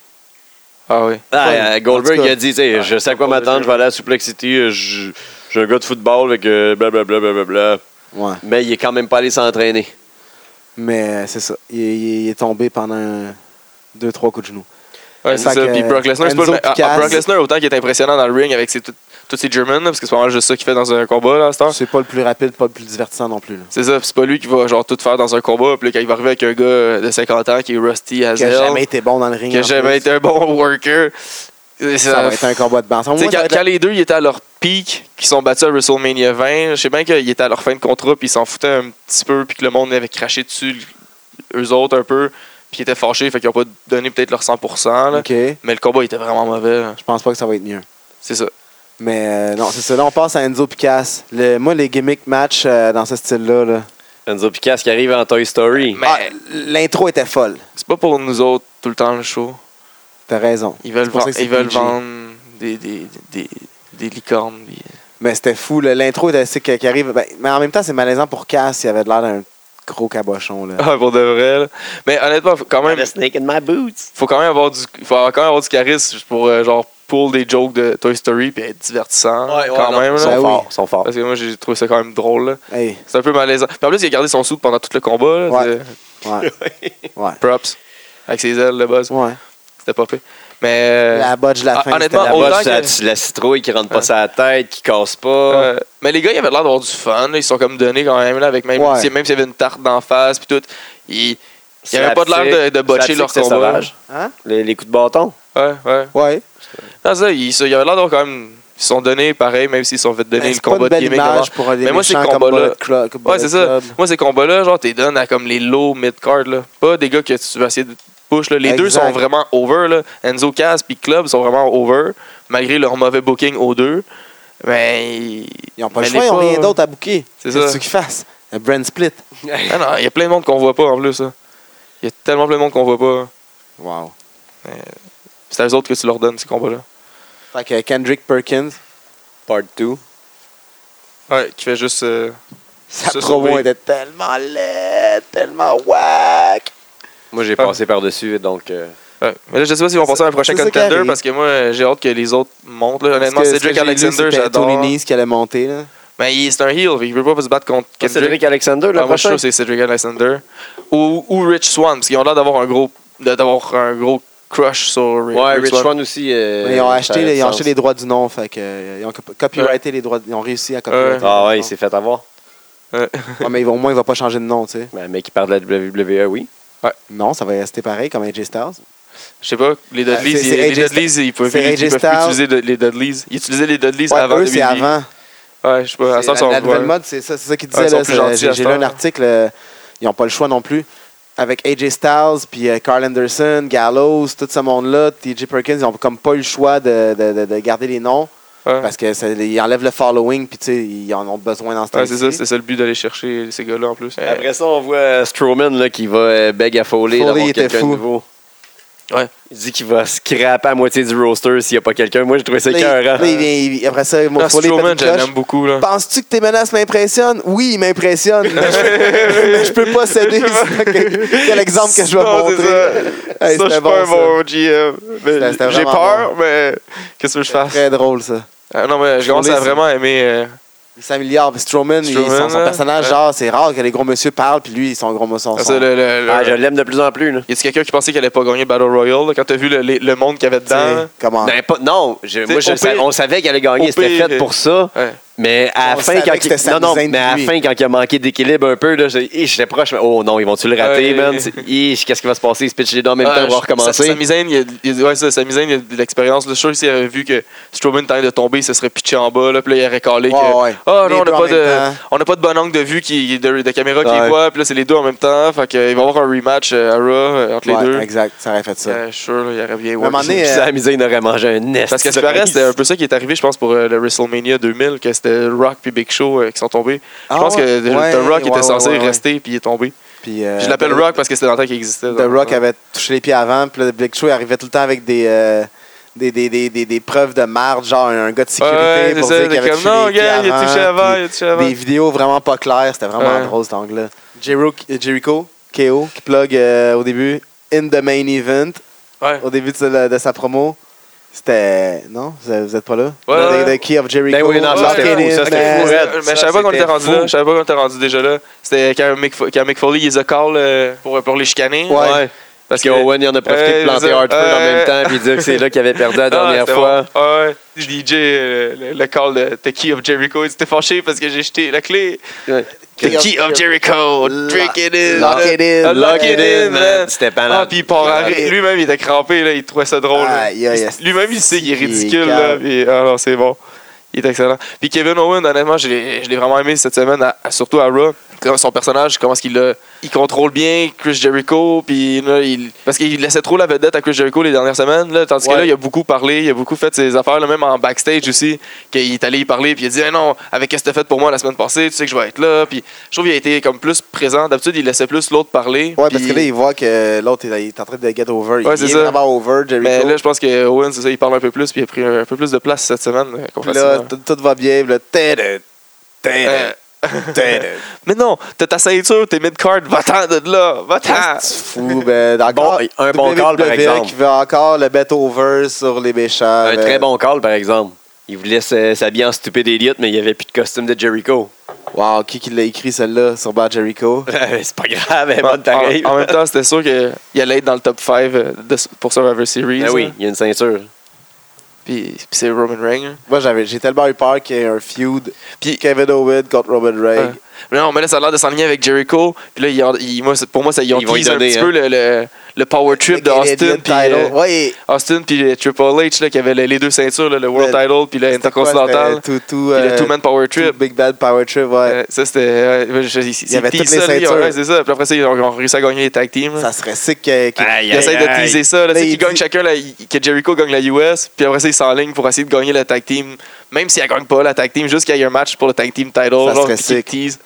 Speaker 1: Ah oui.
Speaker 3: Ah, euh, Goldberg,
Speaker 2: En tout cas.
Speaker 3: il a dit, tu sais, je sais à quoi m'attendre, je vais aller à Suplex City, euh, je je suis un gars de football, avec blablabla. Bla, bla.
Speaker 2: Ouais.
Speaker 3: Mais il est quand même pas allé s'entraîner.
Speaker 2: Mais euh, c'est ça. Il, il- il est tombé pendant un- deux, trois coups de genoux.
Speaker 1: Ouais, c'est
Speaker 2: Fait
Speaker 1: ça.
Speaker 2: que,
Speaker 1: Puis Brock Lesnar, c'est pas le
Speaker 2: Enzo
Speaker 1: me- ah,
Speaker 2: Picasso.
Speaker 1: Brock Lesnar, autant qu'il est impressionnant dans le ring avec ses, tout- tous ses Germans, là, parce que c'est pas mal juste ça qu'il fait dans un combat, là, à cette heure.
Speaker 2: C'est pas le plus rapide, pas le plus divertissant non plus. Là.
Speaker 1: C'est ça, puis c'est pas lui qui va genre tout faire dans un combat. Puis là, quand il va arriver avec un gars de 50 ans qui est rusty as
Speaker 2: Qui a
Speaker 1: hell,
Speaker 2: jamais été bon dans le ring.
Speaker 1: qui a
Speaker 2: en
Speaker 1: jamais été
Speaker 2: plus.
Speaker 1: un bon worker. C'est
Speaker 2: Ça va être un combat de banson.
Speaker 1: Tu sais,
Speaker 2: Moi, ça
Speaker 1: quand,
Speaker 2: va être-
Speaker 1: quand les deux ils étaient à leur peak, qui sont battus à WrestleMania 20, je sais bien qu'ils étaient à leur fin de contrat, puis ils s'en foutaient un petit peu, puis que le monde avait craché dessus, eux autres un peu, puis ils étaient fâchés, fait qu'ils n'ont pas donné peut-être leur 100%. là.
Speaker 2: OK. Je
Speaker 1: Mais le combat il était vraiment mauvais. là.
Speaker 2: pense pas que ça va être mieux.
Speaker 1: C'est ça.
Speaker 2: Mais euh, non, c'est ça. Là, on passe à Enzo Picasso. Le, moi, les gimmick match euh, dans ce style-là. là.
Speaker 3: Enzo Picasso qui arrive en Toy Story.
Speaker 1: Mais
Speaker 2: Ah, L'intro était folle.
Speaker 1: c'est pas pour nous autres tout le temps le show.
Speaker 2: T'as raison.
Speaker 1: Ils veulent,
Speaker 2: C'est pour
Speaker 1: vendre,
Speaker 2: ça que c'est
Speaker 1: ils veulent
Speaker 2: PG.
Speaker 1: vendre des, des, des, des licornes. euh. des-
Speaker 2: Mais c'était fou. là. L'intro était c'est que- qui arrive. ben, mais en même temps, c'est malaisant pour Cass. Il avait l'air d'un gros
Speaker 1: [LAUGHS]
Speaker 2: cabochon. Là.
Speaker 1: Ah, pour de vrai. là. Mais honnêtement, faut quand même.
Speaker 3: snake in my boots.
Speaker 1: faut quand même avoir du faut quand même avoir du charisme juste pour euh, genre pull des jokes de Toy Story puis être divertissant
Speaker 3: Ouais, ouais,
Speaker 1: quand
Speaker 3: non,
Speaker 1: même
Speaker 3: Ils
Speaker 1: là.
Speaker 3: sont
Speaker 2: Ben oui.
Speaker 3: forts, ils sont forts.
Speaker 1: parce que moi j'ai trouvé ça quand même drôle là.
Speaker 2: Hey,
Speaker 1: c'est un peu malaisant puis en plus il a gardé son soude pendant tout le combat là,
Speaker 2: Ouais.
Speaker 1: C'est- [LAUGHS]
Speaker 2: ouais. ouais.
Speaker 1: props avec ses ailes le buzz
Speaker 2: Ouais.
Speaker 1: c'était pas pire mais euh,
Speaker 2: La budge de la
Speaker 1: Ah,
Speaker 2: fin.
Speaker 1: honnêtement,
Speaker 2: c'était
Speaker 1: on-
Speaker 2: la-
Speaker 3: Moi,
Speaker 1: Autant
Speaker 3: c'est la, la citrouille qui rentre pas sa tête, qui casse pas.
Speaker 1: euh, mais les gars ils avaient l'air d'avoir du fun là. ils se sont comme donnés quand même là avec même
Speaker 2: Ouais.
Speaker 1: si, même s'il y avait une tarte d'en face puis tout ils il
Speaker 3: C'est
Speaker 1: avait
Speaker 3: la
Speaker 1: pas de l'air de-
Speaker 3: psy-
Speaker 1: de botcher
Speaker 3: c'est la psy
Speaker 1: leur
Speaker 3: que c'est
Speaker 1: combat.
Speaker 3: sauvage.
Speaker 2: Hein?
Speaker 3: Les, les coups de bâton.
Speaker 1: ouais ouais
Speaker 2: Ouais.
Speaker 1: non, ça, ils, ça, il avait l'air d'avoir quand même ils se sont donnés pareil même s'ils se sont fait donner
Speaker 2: Ben,
Speaker 1: le
Speaker 2: C'est pas
Speaker 1: combat
Speaker 2: une
Speaker 1: de
Speaker 2: belle
Speaker 1: gimmick avant.
Speaker 2: image pour un des
Speaker 1: Mais moi, ces
Speaker 2: méchants comme
Speaker 1: combats-là-
Speaker 2: Bullet Club-
Speaker 1: Ouais,
Speaker 2: Bullet
Speaker 1: c'est ça.
Speaker 2: Club.
Speaker 1: Moi, ces combats-là, genre, t'es donnes à comme les low mid-card, là. Pas des gars que tu vas essayer de push, là. Les deux
Speaker 2: Exact.
Speaker 1: sont vraiment over, là. Enzo Cass puis Club sont vraiment over, malgré leur mauvais booking aux deux. Mais.
Speaker 2: Ils n'ont pas
Speaker 1: mais
Speaker 2: le choix,
Speaker 1: les
Speaker 2: ils n'ont
Speaker 1: pas-
Speaker 2: rien d'autre à bouquer.
Speaker 1: C'est ça.
Speaker 2: ce qu'ils fassent. Un brand split.
Speaker 1: Ah non, il y a plein de monde qu'on voit pas, en plus, là. Il y a tellement plein de monde qu'on voit pas. hein.
Speaker 2: Wow.
Speaker 1: C'est à eux autres que tu leur donnes, ces combats-là.
Speaker 2: Fait que Kendrick Perkins,
Speaker 3: Part 2.
Speaker 1: Ouais, qui fait juste. euh,
Speaker 2: sa
Speaker 1: Ça,
Speaker 2: promo
Speaker 1: sauvé.
Speaker 2: était tellement laide, tellement whack.
Speaker 3: [LAUGHS] Moi, j'ai
Speaker 1: Ah.
Speaker 3: passé par-dessus, donc. euh,
Speaker 1: ouais. Mais là, je sais pas s'ils vont
Speaker 2: C'est-
Speaker 1: passer à un prochain
Speaker 2: c'est ça qui
Speaker 1: contender
Speaker 2: arrive.
Speaker 1: parce que moi, euh, j'ai hâte que les autres montent, là. Honnêtement,
Speaker 2: Parce que
Speaker 1: Cedric
Speaker 2: ce que j'ai lu,
Speaker 1: Alexander,
Speaker 2: c'était
Speaker 1: j'adore.
Speaker 2: Tony Nese qui allait monter. Là.
Speaker 1: Mais il- c'est un heel, fait qu'il veut pas se battre contre
Speaker 3: pas
Speaker 1: Kendrick.
Speaker 3: Cédric Alexander,
Speaker 1: Ah,
Speaker 3: le
Speaker 1: moi, je suis
Speaker 3: prochain.
Speaker 1: sûr que c'est Cedric Alexander. Ou, ou Rich Swan, parce qu'ils ont l'air d'avoir un gros, de- d'avoir un gros crush sur Ri-
Speaker 3: Ouais, Rich One aussi. euh,
Speaker 2: Mais ils ont
Speaker 3: ça
Speaker 2: acheté,
Speaker 3: a
Speaker 2: les- ils
Speaker 3: du
Speaker 2: ont
Speaker 3: sens.
Speaker 2: acheté les droits du nom. Fait que, euh, ils ont cop- copyrighté les droits. Ils ont réussi à copyrighter. les
Speaker 3: Ah
Speaker 2: droits
Speaker 3: ouais,
Speaker 2: du
Speaker 3: il s'est fait avoir.
Speaker 1: Ouais.
Speaker 2: nom. [LAUGHS] Ouais, mais ils vont- au moins, il va pas changer de nom. tu sais.
Speaker 3: Mais mec qui parle de la WWE, oui.
Speaker 2: Non, ça va rester pareil comme AJ Styles.
Speaker 1: Je sais pas, les Dudleys,
Speaker 2: Ah, c'est-
Speaker 1: ils-
Speaker 2: c'est
Speaker 1: les
Speaker 2: AJ
Speaker 1: Dudleys, ils peuvent,
Speaker 2: c'est
Speaker 1: ils
Speaker 2: AJ
Speaker 1: peuvent plus
Speaker 2: Styles.
Speaker 1: utiliser de- les Dudleys. Ils utilisaient les Dudleys
Speaker 2: Ouais,
Speaker 1: avant.
Speaker 2: eux, c'est
Speaker 1: WWE.
Speaker 2: avant.
Speaker 1: Ouais, je sais pas. À ça,
Speaker 2: C'est-
Speaker 1: ils sont-
Speaker 2: la, la nouvelle
Speaker 1: ouais.
Speaker 2: mode, c'est ça, c'est ça qu'ils
Speaker 1: Ouais,
Speaker 2: disaient.
Speaker 1: ils sont
Speaker 2: là,
Speaker 1: plus gentils
Speaker 2: c'est-
Speaker 1: à cette
Speaker 2: J'ai j'ai lu un
Speaker 1: heure.
Speaker 2: article, euh, ils n'ont pas le choix non plus. Avec AJ Styles, puis euh, Carl Anderson, Gallows, tout ce monde-là, TJ Perkins, ils n'ont comme pas eu le choix de, de- de- de garder les noms
Speaker 1: Ouais.
Speaker 2: parce qu'ils enlèvent le following, puis tu sais, ils en ont besoin dans ce
Speaker 1: Ouais, c'est ça,
Speaker 2: temps-ci.
Speaker 1: c'est ça le but d'aller chercher ces gars-là en plus.
Speaker 3: Après ça, on voit euh, Strowman là, qui va euh, beg à Foley.
Speaker 2: Foley
Speaker 3: d'avoir
Speaker 2: était
Speaker 3: quelqu'un de
Speaker 2: fou.
Speaker 3: nouveau.
Speaker 1: Ouais.
Speaker 3: Il dit qu'il va scraper à moitié du roster s'il n'y a pas quelqu'un. Moi, j'ai trouvé ça
Speaker 2: Là, il-
Speaker 3: écœurant.
Speaker 2: là, il vient- il- après ça, il m'a
Speaker 1: Ah,
Speaker 2: frôlé, il
Speaker 1: Strowman,
Speaker 2: pète
Speaker 1: je
Speaker 2: une cloche.
Speaker 1: l'aime beaucoup. Là.
Speaker 2: Penses-tu que tes menaces m'impressionnent? Oui, ils m'impressionnent, mais, je- mais je peux pas céder. c'est que- Quel exemple que je vais
Speaker 1: Non, c'est
Speaker 2: montrer.
Speaker 1: ça.
Speaker 2: Hey,
Speaker 1: Ça, je
Speaker 2: c'était
Speaker 1: suis
Speaker 2: bon,
Speaker 1: pas un
Speaker 2: ça.
Speaker 1: bon GM. mais
Speaker 2: C'était- c'était
Speaker 1: J'ai
Speaker 2: vraiment
Speaker 1: peur, mais qu'est-ce que je fasse?
Speaker 2: Très drôle, ça.
Speaker 1: Ah, non, mais je commence
Speaker 2: Frôler,
Speaker 1: à
Speaker 2: c'est-
Speaker 1: vraiment aimer euh,
Speaker 2: Les 5 milliards. Puis Strowman, il-
Speaker 1: Strowman,
Speaker 2: son, son
Speaker 1: là.
Speaker 2: personnage,
Speaker 1: Ouais.
Speaker 2: genre, c'est rare que les gros monsieur parlent, puis lui, son gros monsieur.
Speaker 1: Ça, le- le- le-
Speaker 3: Ah, je l'aime de plus en plus. Là.
Speaker 1: Y a quelqu'un qui pensait qu'elle allait pas gagner le Battle Royale là, quand t'as vu le, les- le monde qu'il y avait dedans? là?
Speaker 2: Comment?
Speaker 3: Ben, pas- non, je- moi, je
Speaker 1: Ah. au
Speaker 3: sa-
Speaker 1: pire-
Speaker 3: on savait qu'elle allait
Speaker 1: au
Speaker 3: gagner, c'était
Speaker 1: pire, euh,
Speaker 3: fait pour ça.
Speaker 1: Ouais.
Speaker 3: Mais à
Speaker 2: On
Speaker 3: la fin,
Speaker 2: savait
Speaker 3: quand
Speaker 2: que
Speaker 3: il...
Speaker 2: c'était
Speaker 3: Non, non,
Speaker 2: s'amuser de
Speaker 3: mais à la
Speaker 2: lui.
Speaker 3: fin, quand il a manqué d'équilibre un peu, là, j'ai- Hi, j'étais proche. mais Oh non, ils vont-tu le rater,
Speaker 1: Ouais.
Speaker 3: man? C'est- Hi, Qu'est-ce qui va se passer? Il se pitch les dents en même
Speaker 1: Ah,
Speaker 3: temps, on va
Speaker 1: je- Sa-
Speaker 3: recommencer.
Speaker 1: Sami Zayn, il a- il- ouais, ça, Sami Zayn, il a de l'expérience. là. Je suis sûr que s'il avait vu que Strowman tentait de tomber, il se serait pitché en bas. Là, puis là, il aurait calé
Speaker 2: Ouais,
Speaker 1: que.
Speaker 2: ouais.
Speaker 1: Ah
Speaker 2: Les
Speaker 1: non, on
Speaker 2: deux
Speaker 1: n'a
Speaker 2: en
Speaker 1: pas,
Speaker 2: même
Speaker 1: de-
Speaker 2: temps.
Speaker 1: on n'a pas de bon angle de vue qui, de, de caméra qui
Speaker 3: Ouais.
Speaker 1: voit. Puis là, c'est les deux en même temps. Fait que, euh, il va y avoir un rematch euh, à Raw euh, entre
Speaker 2: Ouais,
Speaker 1: les deux.
Speaker 2: Exact, ça aurait fait ça.
Speaker 1: Euh, je suis sûr, là, il aurait bien
Speaker 2: moment
Speaker 1: worké.
Speaker 2: donné,
Speaker 3: Puis
Speaker 2: euh,
Speaker 3: Sami Zayn aurait mangé un nest.
Speaker 1: Parce qu'à ce qui paraît, c'était un peu ça qui est arrivé, je pense, pour euh, le WrestleMania 2000, que c'était Rock puis Big Show euh, qui sont tombés. Je
Speaker 2: Ah
Speaker 1: pense
Speaker 2: ouais,
Speaker 1: que The-
Speaker 2: ouais,
Speaker 1: The Rock
Speaker 2: ouais,
Speaker 1: était
Speaker 2: ouais,
Speaker 1: censé
Speaker 2: ouais, ouais.
Speaker 1: rester puis il est tombé.
Speaker 2: Puis, euh,
Speaker 1: je l'appelle
Speaker 2: The-
Speaker 1: Rock parce que c'était dans le temps qu'il existait.
Speaker 2: The Rock avait touché les pieds avant, puis le Big Show arrivait tout le temps avec des. euh, des, des, des, des, des preuves de marde, genre un gars de sécurité
Speaker 1: Ouais, c'est
Speaker 2: pour
Speaker 1: ça,
Speaker 2: dire qu'il avait
Speaker 1: comme
Speaker 2: touché
Speaker 1: non,
Speaker 2: les pieds
Speaker 1: gars, il a touché avant,
Speaker 2: puis
Speaker 1: il a touché avant.
Speaker 2: Des vidéos vraiment pas claires, c'était vraiment
Speaker 1: Ouais.
Speaker 2: drôle cet angle-là. Jericho, euh, Jericho, KO, qui plug euh, au début In the Main Event,
Speaker 1: Ouais.
Speaker 2: au début de, sa- de sa promo. C'était. Non, vous vous êtes pas là?
Speaker 1: Ouais,
Speaker 2: the,
Speaker 1: ouais.
Speaker 2: the Key of Jericho.
Speaker 3: Ben oui, non, ça,
Speaker 2: lock
Speaker 1: c'était
Speaker 2: it
Speaker 1: fou, hein.
Speaker 2: in,
Speaker 3: ça, c'était
Speaker 2: man.
Speaker 3: fou, raide.
Speaker 1: Mais
Speaker 3: Ça,
Speaker 1: je savais pas qu'on
Speaker 3: c'était
Speaker 1: était rendu
Speaker 3: fou.
Speaker 1: là. Je savais pas qu'on était rendu déjà là. C'était quand Mick, Fo- quand Mick Foley, il les a call euh, pour, pour les chicaner.
Speaker 2: Ouais.
Speaker 3: Ouais. Parce
Speaker 1: que-
Speaker 3: qu'Owen, il en a profité
Speaker 1: Ouais,
Speaker 3: de planter
Speaker 1: c'est ça.
Speaker 3: Hartford en même
Speaker 1: Ouais.
Speaker 3: temps puis dire que c'est là qu'il avait perdu la dernière
Speaker 1: Ah, c'était
Speaker 3: fois.
Speaker 1: bon. Ouais, ouais. Je DJ euh, le, le call de The Key of Jericho. Il s'était fâché parce que j'ai jeté la clé.
Speaker 3: Ouais.
Speaker 1: The Key of Jericho. Drink it in.
Speaker 2: Lock it in.
Speaker 1: Ah, Lock it in, man.
Speaker 3: C'était pas
Speaker 1: Ah, puis il part à rire. Lui-même, il était crampé. Là. Il trouvait ça drôle. là.
Speaker 2: Aïe, aïe, aïe.
Speaker 1: Lui-même, il sait qu'il est
Speaker 2: Il est
Speaker 1: ridicule.
Speaker 2: calme.
Speaker 1: Là, puis, ah non, c'est bon. Il est excellent. Puis Kevin Owen, honnêtement, je l'ai je l'ai vraiment aimé cette semaine, à- à- surtout à Raw. Comme Son personnage, comment est-ce qu'il l'a- Il contrôle bien Chris Jericho. Puis là, il- parce qu'il laissait trop la vedette à Chris Jericho les dernières semaines. Là, tandis que
Speaker 3: Ouais.
Speaker 1: là, il a beaucoup parlé, il a beaucoup fait ses affaires, là, même en backstage aussi, qu'il est allé y parler. Puis il a dit Hey, Non, avec qu'est-ce que t'as fait pour moi la semaine passée, tu sais que je vais être là. Puis je trouve qu'il a été comme plus présent. D'habitude, il laissait plus l'autre parler.
Speaker 2: Ouais, parce
Speaker 1: puis-
Speaker 2: que là, il voit que l'autre il est en train de get over.
Speaker 1: Ouais,
Speaker 2: il
Speaker 1: c'est
Speaker 2: est
Speaker 1: ça.
Speaker 2: vraiment over, Jericho.
Speaker 1: Mais là, je pense que Owen, c'est ça, il parle un peu plus, puis il a pris un peu plus de place cette semaine. euh,
Speaker 2: Puis là,
Speaker 1: comparativement.
Speaker 2: tout, tout va bien. puis Là, tadad,
Speaker 1: Euh,
Speaker 2: tadad,
Speaker 1: [LAUGHS]
Speaker 2: tadad.
Speaker 1: mais non, t'as ta ceinture, t'es mid-card, va-t'en de là, va-t'en.
Speaker 2: Qu'est-ce que tu fous, ben, encore,
Speaker 3: Bon, un bon
Speaker 2: WWE
Speaker 3: call, par exemple.
Speaker 2: qui veut encore le bet over sur les méchants.
Speaker 3: Un
Speaker 1: euh,
Speaker 2: ben,
Speaker 3: très bon call, par exemple. Il voulait se- s'habiller en stupide idiot, mais il n'y avait plus de costume de Jericho.
Speaker 2: Wow, qui, qui l'a écrit celle-là sur
Speaker 1: [LAUGHS]
Speaker 2: Bad Jericho?
Speaker 3: c'est pas grave, elle est
Speaker 1: En,
Speaker 3: bonne pareil.
Speaker 1: en même temps, c'était sûr qu'il allait être dans le top 5 pour Survivor Series.
Speaker 3: [LAUGHS] Ben oui,
Speaker 1: hein.
Speaker 3: il y a une ceinture.
Speaker 1: Puis, puis c'est Roman Reigns. hein.
Speaker 2: Moi, j'avais, j'ai tellement eu peur qu'il y ait un feud.
Speaker 1: Puis-
Speaker 2: Kevin Owens contre Robert Reigns.
Speaker 1: Ouais. Mais non, mais là, ça a l'air de s'enligner avec Jericho. Puis là, ils ont- ils- moi, c'est- pour moi, ça, ils ont
Speaker 3: Ils vont y
Speaker 1: teasé un
Speaker 3: donner,
Speaker 1: petit
Speaker 3: hein.
Speaker 1: peu le, le- le power trip de
Speaker 2: Le
Speaker 1: Austin.
Speaker 2: Canadian
Speaker 1: Puis,
Speaker 2: title.
Speaker 1: euh,
Speaker 2: ouais,
Speaker 1: Austin puis euh, Triple H là, qui avaient les les deux ceintures, là, le World
Speaker 2: Le-
Speaker 1: Title puis le
Speaker 2: Ben, c'était quoi,
Speaker 1: Intercontinental.
Speaker 2: c'était Tout, tout,
Speaker 1: Puis
Speaker 2: euh,
Speaker 1: le Two-Man Power
Speaker 2: tout
Speaker 1: Trip.
Speaker 2: Big Bad Power Trip, ouais.
Speaker 1: Euh, ça, c'était. euh, je- je-
Speaker 2: Il y avait
Speaker 1: ils teasent
Speaker 2: toutes les
Speaker 1: ça, là, ils ont-
Speaker 2: ceintures.
Speaker 1: ouais, c'est ça. Puis après ça, ils ont, ils ont réussi à gagner les tag teams. là.
Speaker 2: ça serait sick que. que-
Speaker 3: Aïe,
Speaker 1: Ils essayent Ben, de teaser ça. Là,
Speaker 2: Là,
Speaker 1: c'est
Speaker 2: il
Speaker 1: qu'ils gagnent
Speaker 2: dit-
Speaker 1: chacun, la- que Jericho gagne la US. Puis après ça, ils s'enlignent pour essayer de gagner le tag team. Même si elle gagne pas la tag team, juste qu'il y ait un match pour le tag team title.
Speaker 2: Ça
Speaker 1: genre,
Speaker 2: serait
Speaker 1: puis qu'ils
Speaker 2: sick.
Speaker 1: teasent.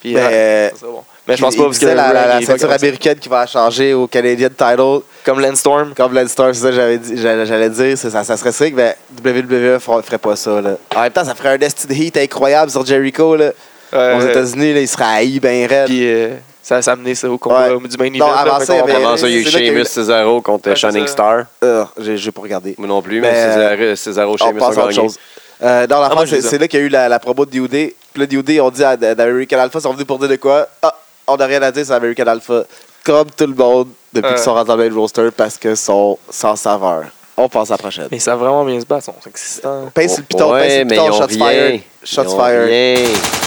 Speaker 1: Puis,
Speaker 2: Ben,
Speaker 1: ouais, ça serait bon. Mais je pense
Speaker 2: il-
Speaker 1: pas
Speaker 2: il
Speaker 1: parce que
Speaker 2: disait la, la, la
Speaker 1: Ray, il va
Speaker 2: ceinture
Speaker 1: gagner ça.
Speaker 2: américaine qui va changer au Canadian title
Speaker 1: Comme Landstorm.
Speaker 2: comme Landstar, c'est ça que j'avais dit- j'allais j'allais dire, c'est- ça, ça serait ben, sick, mais WWE E ferait ferait pas ça. Là. En même temps, ça ferait un Destiny Heat incroyable sur Jericho. Là.
Speaker 1: Euh,
Speaker 2: Aux États-Unis, là, il serait haï ben raide.
Speaker 1: Puis euh, ça ça a amené ça au combat
Speaker 2: Ouais.
Speaker 1: du main event.
Speaker 2: Non, avant
Speaker 1: là, fait
Speaker 2: ça, il y
Speaker 1: qu'on
Speaker 2: avait-
Speaker 1: va-
Speaker 3: Avant ça, il y a eu
Speaker 2: c'est là qu'il y a eu
Speaker 3: Sheamus
Speaker 2: le-
Speaker 3: Cesaro contre
Speaker 1: Ouais, c'est
Speaker 3: Shining
Speaker 1: ça.
Speaker 3: Star.
Speaker 2: Euh, J'ai j'ai pas regardé.
Speaker 3: Moi non plus,
Speaker 2: Ben,
Speaker 3: mais Cesaro, Cesaro
Speaker 2: On
Speaker 3: Sheamus
Speaker 2: passe à
Speaker 3: ont
Speaker 2: autre
Speaker 3: gagné.
Speaker 2: chose. Euh, dans la
Speaker 1: Ah, moi,
Speaker 2: France,
Speaker 1: je
Speaker 2: c'est
Speaker 1: les aime.
Speaker 2: c'est là qu'il y a eu la, la promo de DUD. Puis là, DUD, on dit à, à- d'American Alpha, ils sont venus pour dire de quoi Ah, on n'a rien à dire sur American Alpha. Comme tout le monde depuis
Speaker 1: Euh.
Speaker 2: qu'ils sont rentrés dans le main roster parce qu'ils sont sans saveur. On passe à la prochaine.
Speaker 1: Mais ça a vraiment bien se battre. C'est excitant.
Speaker 2: Pace sur le piton,
Speaker 3: Ouais,
Speaker 2: pace sur le
Speaker 3: mais
Speaker 2: piton,
Speaker 3: ils ont
Speaker 2: shots
Speaker 3: rien.
Speaker 2: fired. Shots
Speaker 3: Ils ont
Speaker 2: fired.
Speaker 3: rien.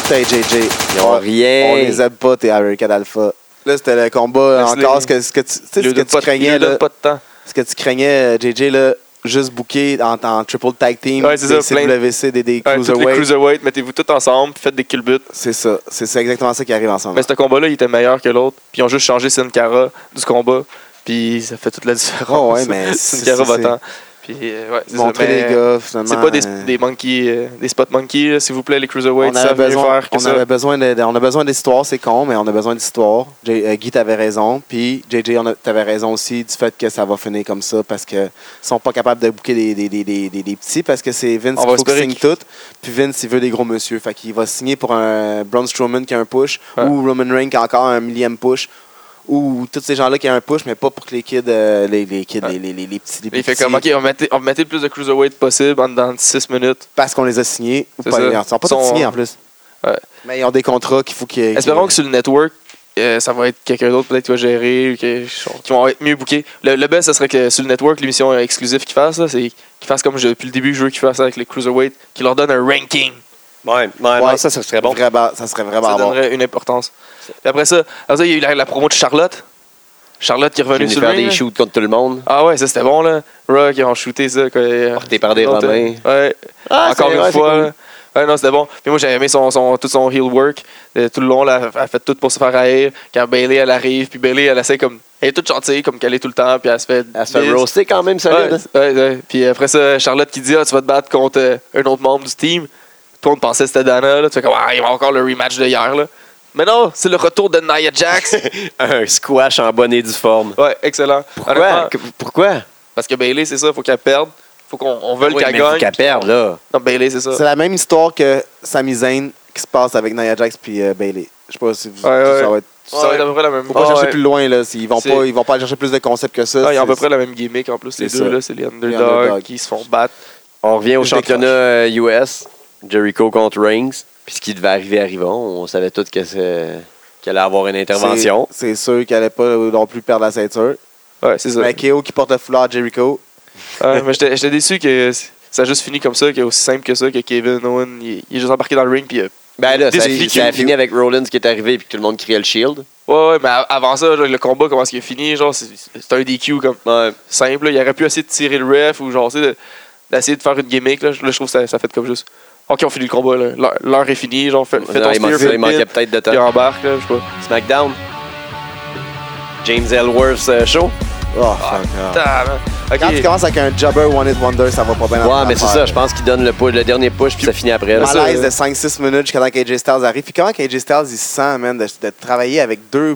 Speaker 2: Putain, JJ.
Speaker 3: Ils ont
Speaker 2: Ouais.
Speaker 3: rien.
Speaker 2: On les aime pas, tes American Alpha. Là, c'était le combat
Speaker 1: Leslie.
Speaker 2: encore. Ce que, ce que tu, tu sais,
Speaker 1: Il
Speaker 2: ce
Speaker 1: lui
Speaker 2: que
Speaker 1: donne
Speaker 2: tu
Speaker 1: pas de- il
Speaker 2: craignais,
Speaker 1: lui donne
Speaker 2: là,
Speaker 1: pas de temps.
Speaker 2: ce que tu craignais, euh, JJ, là, juste booké en, en triple tag team,
Speaker 1: Ouais, c'est
Speaker 2: des
Speaker 1: ça, plein de-
Speaker 2: CWC, des, des
Speaker 1: Ouais, tous les
Speaker 2: cruiserweight.
Speaker 1: cruiserweight, mettez-vous tous ensemble, puis faites des kill buts.
Speaker 2: C'est ça. C'est c'est exactement ça qui arrive en ce moment.
Speaker 1: Mais ce combat-là, il était meilleur que l'autre. Puis ils ont juste changé Sin Cara du combat. Puis ça fait toute la différence. [LAUGHS]
Speaker 2: Oh, ouais, mais
Speaker 1: Sin
Speaker 2: c'est-
Speaker 1: Cara
Speaker 2: c'est-
Speaker 1: va-t'en. Puis euh, ouais, c'est ça.
Speaker 2: Montrer
Speaker 1: Mais
Speaker 2: les gars, finalement.
Speaker 1: C'est pas des,
Speaker 2: euh,
Speaker 1: des monkey, euh, des spot monkeys, là, s'il vous plaît, les cruiserweights.
Speaker 2: on
Speaker 1: Ça
Speaker 2: avait
Speaker 1: veut mieux
Speaker 2: besoin,
Speaker 1: faire que
Speaker 2: on
Speaker 1: ça.
Speaker 2: avait besoin de- de- on a besoin d'histoires, c'est con, mais on a besoin d'histoires. J- euh, Guy, t'avais raison. Puis JJ, on a- t'avais raison aussi du fait que ça va finir comme ça parce que ils sont pas capables de bouquer des, des, des, des, des- des petits parce que c'est Vince
Speaker 1: On
Speaker 2: qui
Speaker 1: va
Speaker 2: faut qu'il
Speaker 1: espérer
Speaker 2: signe tout. Puis Vince, il veut des gros monsieur. Fait qu'il va signer pour un Braun Strowman qui a un push
Speaker 1: Ouais.
Speaker 2: ou Roman Reigns qui a encore un millième push ou tous ces gens-là qui ont un push, mais pas pour que les kids, euh, les, les kids,
Speaker 1: Ouais.
Speaker 2: les, les- les- les petits, les
Speaker 1: Il
Speaker 2: plus
Speaker 1: fait
Speaker 2: petits,
Speaker 1: comme, OK, on va mettre, on va mettre le plus de cruiserweight possible en dedans de 6 minutes.
Speaker 2: parce qu'on les a signés ou
Speaker 1: C'est
Speaker 2: pas.
Speaker 1: ça.
Speaker 2: Ils ne sont pas tous
Speaker 1: Sont- euh,
Speaker 2: signés en plus.
Speaker 1: Ouais.
Speaker 2: Mais ils ont des contrats qu'il faut qu'ils.
Speaker 1: Espérons
Speaker 2: qu'ils-
Speaker 1: que sur le network, euh, ça va être quelqu'un d'autre peut-être qui va gérer ou que- qui vont être mieux bookés. Le, le best, ce serait que sur le network, l'émission exclusive qu'ils fassent, là, c'est qu'ils fassent comme je- depuis le début, je veux qu'ils fassent avec les cruiserweight, qu'ils leur donnent un ranking.
Speaker 3: Ouais, ouais, non, ça, ça serait bon.
Speaker 2: Vraiment, ça
Speaker 1: ça
Speaker 2: serait vraiment bon.
Speaker 1: donnerait une importance. Puis après ça, après ça, il y a eu la, la promo de Charlotte. Charlotte qui est revenue
Speaker 3: Venez
Speaker 1: sur
Speaker 3: faire
Speaker 1: le ring,
Speaker 3: des
Speaker 1: là.
Speaker 3: shoots contre tout le monde.
Speaker 1: Ah ouais, ça c'était bon là. Rock, ils ont shooté ça. Quoi,
Speaker 3: Porté par des Romains.
Speaker 1: Ouais.
Speaker 3: Ah,
Speaker 1: Encore
Speaker 3: c'est
Speaker 1: une
Speaker 3: vrai, c'est
Speaker 1: fois.
Speaker 3: cool.
Speaker 1: là. Ouais, non, c'était bon. Puis moi, j'ai aimé son, son- tout son heel work. Euh, tout le long, là, elle fait tout pour se faire haïr. Quand Bailey, elle arrive, puis Bailey, elle essaie comme. Elle est toute gentille, comme qu'elle est tout le temps, puis elle se fait.
Speaker 3: Elle se fait
Speaker 1: bise.
Speaker 3: roaster quand même,
Speaker 1: Ouais,
Speaker 3: solide.
Speaker 1: ouais, ouais. Puis après ça, Charlotte qui dit Ah, tu vas te battre contre euh, un autre membre du team. Tout le monde pensait que c'était Dana. Là. Tu fais comme Ah, il va encore le rematch de hier. Là. Mais non, c'est le retour de Nia [LAUGHS] Jax.
Speaker 3: [LAUGHS] Un squash en bonne et due forme.
Speaker 1: ouais, excellent. Honnêtement,
Speaker 3: Pourquoi? Que- Pourquoi?
Speaker 1: Parce que Bailey, c'est ça, faut qu'elle perde. Faut qu'on on veuille
Speaker 3: Oui,
Speaker 1: qu'elle
Speaker 3: mais faut
Speaker 1: gagne.
Speaker 3: qu'elle perde, là.
Speaker 1: Non, Bailey, c'est ça.
Speaker 2: C'est la même histoire que Sami Zayn qui se passe avec Nia Jax puis euh, Bailey. Je sais pas si vous.
Speaker 1: Ouais, ouais.
Speaker 2: Ça va être.
Speaker 1: Ça va être à peu près la même.
Speaker 2: Faut pas
Speaker 1: Ah,
Speaker 2: chercher
Speaker 1: ouais.
Speaker 2: plus loin là. Ils vont
Speaker 1: C'est-
Speaker 2: pas, ils vont pas aller chercher plus de concepts que ça.
Speaker 1: Ah, ils ont à peu
Speaker 2: C'est-
Speaker 1: près la même gimmick en plus, les
Speaker 2: C'est
Speaker 1: deux.
Speaker 2: ça.
Speaker 1: là, C'est les underdogs,
Speaker 2: underdogs.
Speaker 1: qui se font battre.
Speaker 3: On revient au
Speaker 2: Je
Speaker 3: championnat euh, US. Jericho contre Reigns. Puis ce qui devait arriver arriva. On savait tous que c'est- qu'il allait avoir une intervention.
Speaker 2: C'est c'est sûr qu'elle n'allait pas non plus perdre la ceinture.
Speaker 1: Ouais, c'est ça.
Speaker 2: Mais KO qui porte le foulard à Jericho.
Speaker 1: Ouais, mais j'étais j'étais déçu que ça a juste fini comme ça, que aussi simple que ça, que Kevin Owen, il, il est juste embarqué dans le ring, puis euh,
Speaker 3: Ben là, ça, a-
Speaker 1: Discipline.
Speaker 3: ça a fini avec Rollins qui est arrivé et que tout le monde criait le Shield.
Speaker 1: Ouais, ouais, mais a- avant ça, genre, le combat, comment est-ce qu'il a fini? Genre, c'est c'est un DQ comme
Speaker 3: Ouais.
Speaker 1: simple. là. Il aurait pu essayer de tirer le ref ou genre, tu sais, de- d'essayer de faire une gimmick. Là, Là, je trouve que ça, ça fait comme juste. Ok, on finit le combat. là. L'heure- L'heure est finie. Genre, fais, fais ton
Speaker 3: Non, il,
Speaker 1: spear,
Speaker 3: manquait,
Speaker 1: fais le
Speaker 3: il
Speaker 1: pin,
Speaker 3: manquait peut-être de
Speaker 1: puis
Speaker 3: temps.
Speaker 1: embarque. Là, je sais pas.
Speaker 3: SmackDown. James Ellsworth euh, Show.
Speaker 2: Oh, fuck, ah.
Speaker 1: Ah, man. Ok.
Speaker 2: Quand tu commences avec un jobber One Hit Wonder, ça va pas
Speaker 1: Ah,
Speaker 2: bien.
Speaker 3: Ouais, mais c'est ça. Je pense qu'il donne le, push- le dernier push puis ça finit après. là.
Speaker 2: Malaise de 5-6 minutes jusqu'à temps qu'AJ Styles arrive. Puis comment qu'AJ Styles, il se sent, man, de, de travailler avec deux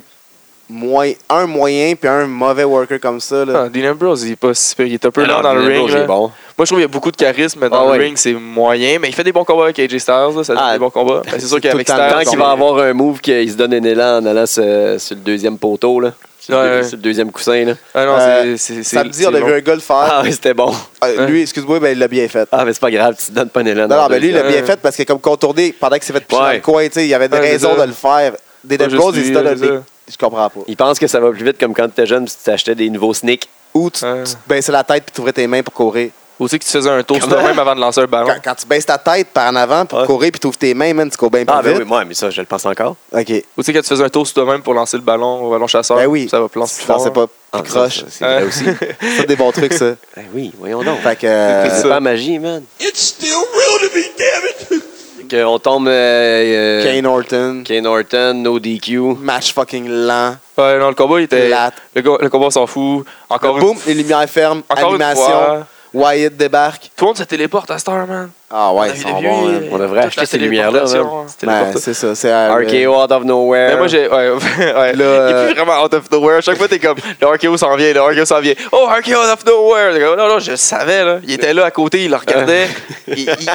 Speaker 2: moyens, un moyen puis un mauvais worker comme ça, là.
Speaker 1: Ah, Dean Ambrose, il est pas si pire. Il est un peu lent
Speaker 3: Alors,
Speaker 1: dans le
Speaker 3: Dean
Speaker 1: ring.
Speaker 3: Ambrose, il est
Speaker 1: là.
Speaker 3: bon.
Speaker 1: Moi, je trouve qu'il y a beaucoup de charisme, mais dans
Speaker 3: Ah,
Speaker 1: le
Speaker 3: ouais.
Speaker 1: ring, c'est moyen. Mais il fait des bons combats avec AJ Styles. là, ça donne
Speaker 3: Ah,
Speaker 1: des bons combats. Ben, c'est sûr
Speaker 2: tout le
Speaker 1: qu'avec
Speaker 2: temps-
Speaker 1: Styles.
Speaker 3: Tant qu'il
Speaker 1: on-
Speaker 3: va avoir un move qu'il se donne un élan en allant sur, sur le deuxième poteau, là. Sur, le,
Speaker 1: Ouais, ouais.
Speaker 3: sur le deuxième coussin, là.
Speaker 1: Ah, non,
Speaker 2: Euh,
Speaker 1: c'est- c'est. c'est-
Speaker 2: Samedi,
Speaker 1: c'est
Speaker 2: on a vu
Speaker 1: long.
Speaker 2: un gars le faire.
Speaker 3: Ah, ouais, c'était bon.
Speaker 2: Euh, lui, excuse-moi, ben, il l'a bien fait.
Speaker 3: Ah, mais c'est pas grave, tu te donnes pas un élan.
Speaker 2: Non,
Speaker 3: dans
Speaker 2: non,
Speaker 3: le
Speaker 2: mais lui, il l'a
Speaker 1: deuxième.
Speaker 2: bien fait parce que comme contourné, pendant qu'il s'est fait picher
Speaker 3: Ouais.
Speaker 2: dans le coin, tu sais, il y avait des
Speaker 1: Ouais, c'est
Speaker 2: raisons
Speaker 1: ça.
Speaker 2: de le faire. Des
Speaker 1: Pas
Speaker 2: Dead
Speaker 1: juste
Speaker 2: Goals,
Speaker 1: lui,
Speaker 2: ils se donnent
Speaker 1: c'est
Speaker 2: des-
Speaker 1: ça.
Speaker 2: Je comprends pas.
Speaker 3: Il pense que ça va plus vite comme quand t'étais jeune, puis tu t'achetais des nouveaux sneaks.
Speaker 2: Ou tu,
Speaker 1: Ouais.
Speaker 2: tu baissais la tête puis tu ouvrais tes mains pour courir.
Speaker 1: Aussi que tu faisais un tour sur
Speaker 3: Comment?
Speaker 1: toi-même avant de lancer un ballon.
Speaker 2: Quand, quand tu baisses ta tête par en avant pour
Speaker 3: Ouais.
Speaker 2: courir puis tu ouvres tes mains, man, tu cours bien plus
Speaker 3: Ah, ben oui,
Speaker 2: vite.
Speaker 3: moi, mais ça, je le pense encore.
Speaker 2: OK.
Speaker 1: Ou tu sais, quand tu faisais un tour sur toi-même pour lancer le ballon au ballon chasseur,
Speaker 2: Ben oui.
Speaker 1: ça va plus lancer plus
Speaker 2: Tu lançais
Speaker 1: fort.
Speaker 2: pas.
Speaker 3: Ah,
Speaker 2: Tu croches.
Speaker 3: ça, C'est vrai
Speaker 1: Ouais.
Speaker 3: aussi.
Speaker 2: C'est des bons trucs, [LAUGHS] ça.
Speaker 3: Ben oui, voyons donc.
Speaker 2: Fait que. euh,
Speaker 1: C'est
Speaker 3: C'est
Speaker 1: ça.
Speaker 3: pas magie, man.
Speaker 5: It's still real to me, damn it!
Speaker 3: on tombe. euh, euh,
Speaker 2: Kane Euh, Orton.
Speaker 3: Kane Orton, no DQ.
Speaker 2: Match fucking lent.
Speaker 1: Ouais, non, le combat, il était.
Speaker 2: Plate.
Speaker 1: Le, go- le combat, on s'en fout. Encore une
Speaker 2: Boum, les lumières ferment.
Speaker 1: Encore une
Speaker 2: Animation.
Speaker 1: fois.
Speaker 2: Wyatt débarque.
Speaker 1: Tout le monde se téléporte à Star, man.
Speaker 2: Ah
Speaker 1: On a
Speaker 2: ouais,
Speaker 1: vu
Speaker 2: ils
Speaker 1: des
Speaker 2: sont
Speaker 1: vieux,
Speaker 2: bons, man.
Speaker 1: euh,
Speaker 3: On devrait
Speaker 1: toute
Speaker 3: acheter
Speaker 1: la
Speaker 3: ces lumières-là,
Speaker 1: téléportation,
Speaker 3: man.
Speaker 1: hein.
Speaker 2: Ben,
Speaker 1: Téléportation.
Speaker 2: c'est ça, c'est. euh,
Speaker 3: RKO out of nowhere.
Speaker 2: Ben,
Speaker 1: Mais moi, j'ai. Ouais, [LAUGHS] ouais.
Speaker 2: euh,
Speaker 1: Il est plus vraiment out of nowhere. À Chaque fois, t'es comme. Le RKO s'en vient, le RKO s'en vient. Oh, RKO out of nowhere. T'es comme, non, non, je le savais, là. Il était là à côté, il le
Speaker 2: [LAUGHS]
Speaker 1: regardait. Il- il- il-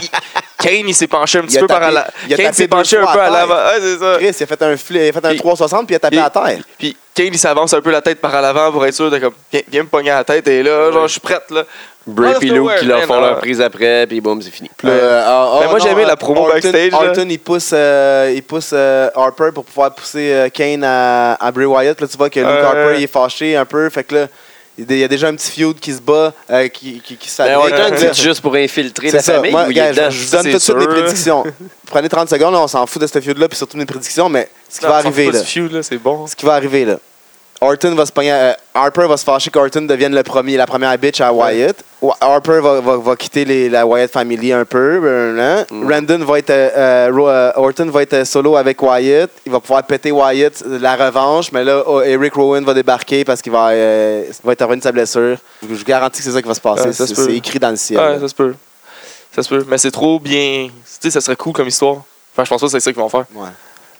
Speaker 1: Kane, il s'est penché un petit
Speaker 2: Il a
Speaker 1: peu par
Speaker 2: tapé-
Speaker 1: la.
Speaker 2: il a
Speaker 1: Kane
Speaker 2: tapé
Speaker 1: s'est
Speaker 2: deux
Speaker 1: penché un
Speaker 2: fois
Speaker 1: peu
Speaker 2: à
Speaker 1: à
Speaker 2: terre.
Speaker 1: l'avant. Ouais, c'est ça.
Speaker 2: Chris, il a fait un, fli- il a fait un
Speaker 1: Puis-
Speaker 2: 360 puis il a tapé
Speaker 1: Puis-
Speaker 2: à terre.
Speaker 1: Puis Kane, il s'avance un peu la tête par à l'avant pour être sûr de comme. Viens, viens me pogner à la tête. Et là, genre, je suis prête, là.
Speaker 3: Bray
Speaker 1: Out of
Speaker 3: et Luke
Speaker 1: nowhere, ben,
Speaker 3: qui leur
Speaker 1: man, ah.
Speaker 3: font
Speaker 1: là.
Speaker 3: leur prise après, puis boum, c'est fini.
Speaker 2: Puis là, euh, ah, ah,
Speaker 1: Mais Ben, moi, j'ai aimé
Speaker 2: euh,
Speaker 1: la promo
Speaker 2: Orton-
Speaker 1: backstage, là.
Speaker 2: Orton, il pousse, euh, il pousse euh, Harper pour pouvoir pousser euh, Kane à, à Bray Wyatt. Là, tu vois que Luke
Speaker 1: Euh.
Speaker 2: Harper, il est fâché un peu. Fait que là, il y a- il y a déjà un petit feud qui se bat, euh, qui, qui, qui se
Speaker 3: Mais
Speaker 2: fabrique.
Speaker 3: Ben, Orton,
Speaker 1: euh,
Speaker 3: c'est juste pour infiltrer
Speaker 2: C'est
Speaker 3: la
Speaker 2: ça.
Speaker 3: famille
Speaker 2: Moi,
Speaker 3: ou il
Speaker 2: gars,
Speaker 3: est
Speaker 2: je,
Speaker 3: dedans?
Speaker 2: je vous donne
Speaker 1: C'est
Speaker 2: tout de suite
Speaker 1: sûr,
Speaker 2: les
Speaker 1: là. [LAUGHS]
Speaker 2: prédictions. Prenez 30 secondes, là, on s'en fout de ce feud-là, puis surtout mes prédictions, mais ce qui
Speaker 1: Non,
Speaker 2: va
Speaker 1: on s'en
Speaker 2: arriver,
Speaker 1: fout
Speaker 2: là,
Speaker 1: pas du feud, là, c'est bon.
Speaker 2: ce qui va arriver, là, Orton va se pogner, à- euh, Harper va se fâcher qu'Orton devienne le premier, la première bitch à Wyatt. Wa- Harper va, va- va quitter les- la Wyatt family un peu. blablabla.
Speaker 1: Mm.
Speaker 2: Randon va être, euh, euh, Ro- euh, Orton va être solo avec Wyatt. Il va pouvoir péter Wyatt euh, la revanche, mais là, oh, Eric Rowan va débarquer parce qu'il va, euh, va être revenu de sa blessure. Je vous garantis que c'est ça qui va se passer.
Speaker 1: Ouais, ça
Speaker 2: c'est
Speaker 1: se peut.
Speaker 2: c'est écrit dans le ciel. là.
Speaker 1: Ouais, ça se peut. Ça se peut. Mais c'est trop bien. Tu sais, ça serait cool comme histoire. Enfin, je pense pas que c'est ça qu'ils vont faire.
Speaker 2: Ouais.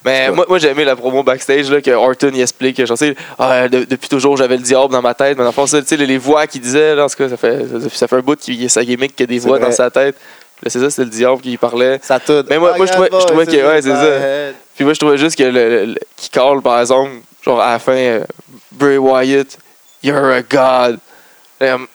Speaker 1: Mais moi, moi j'ai aimé la promo backstage là, que Orton y explique. que, Genre, tu sais, Ah, de- depuis toujours, j'avais le diable dans ma tête. Mais dans le fond, ça, tu sais, les, les voix qu'il disait, là, en tout cas, ça fait, ça, ça fait un bout qu'il y a sa gimmick, qu'il y a des
Speaker 2: C'est
Speaker 1: voix
Speaker 2: vrai.
Speaker 1: dans sa tête. Là, c'est ça, c'était le diable qui parlait.
Speaker 2: Ça tout.
Speaker 1: Mais moi- moi, je trouvais- je trouvais que- ouais, c'est ça. Puis moi, je trouvais juste que le, le- le- qu'il call, par exemple, genre à la fin, euh, Bray Wyatt, you're a god. Um,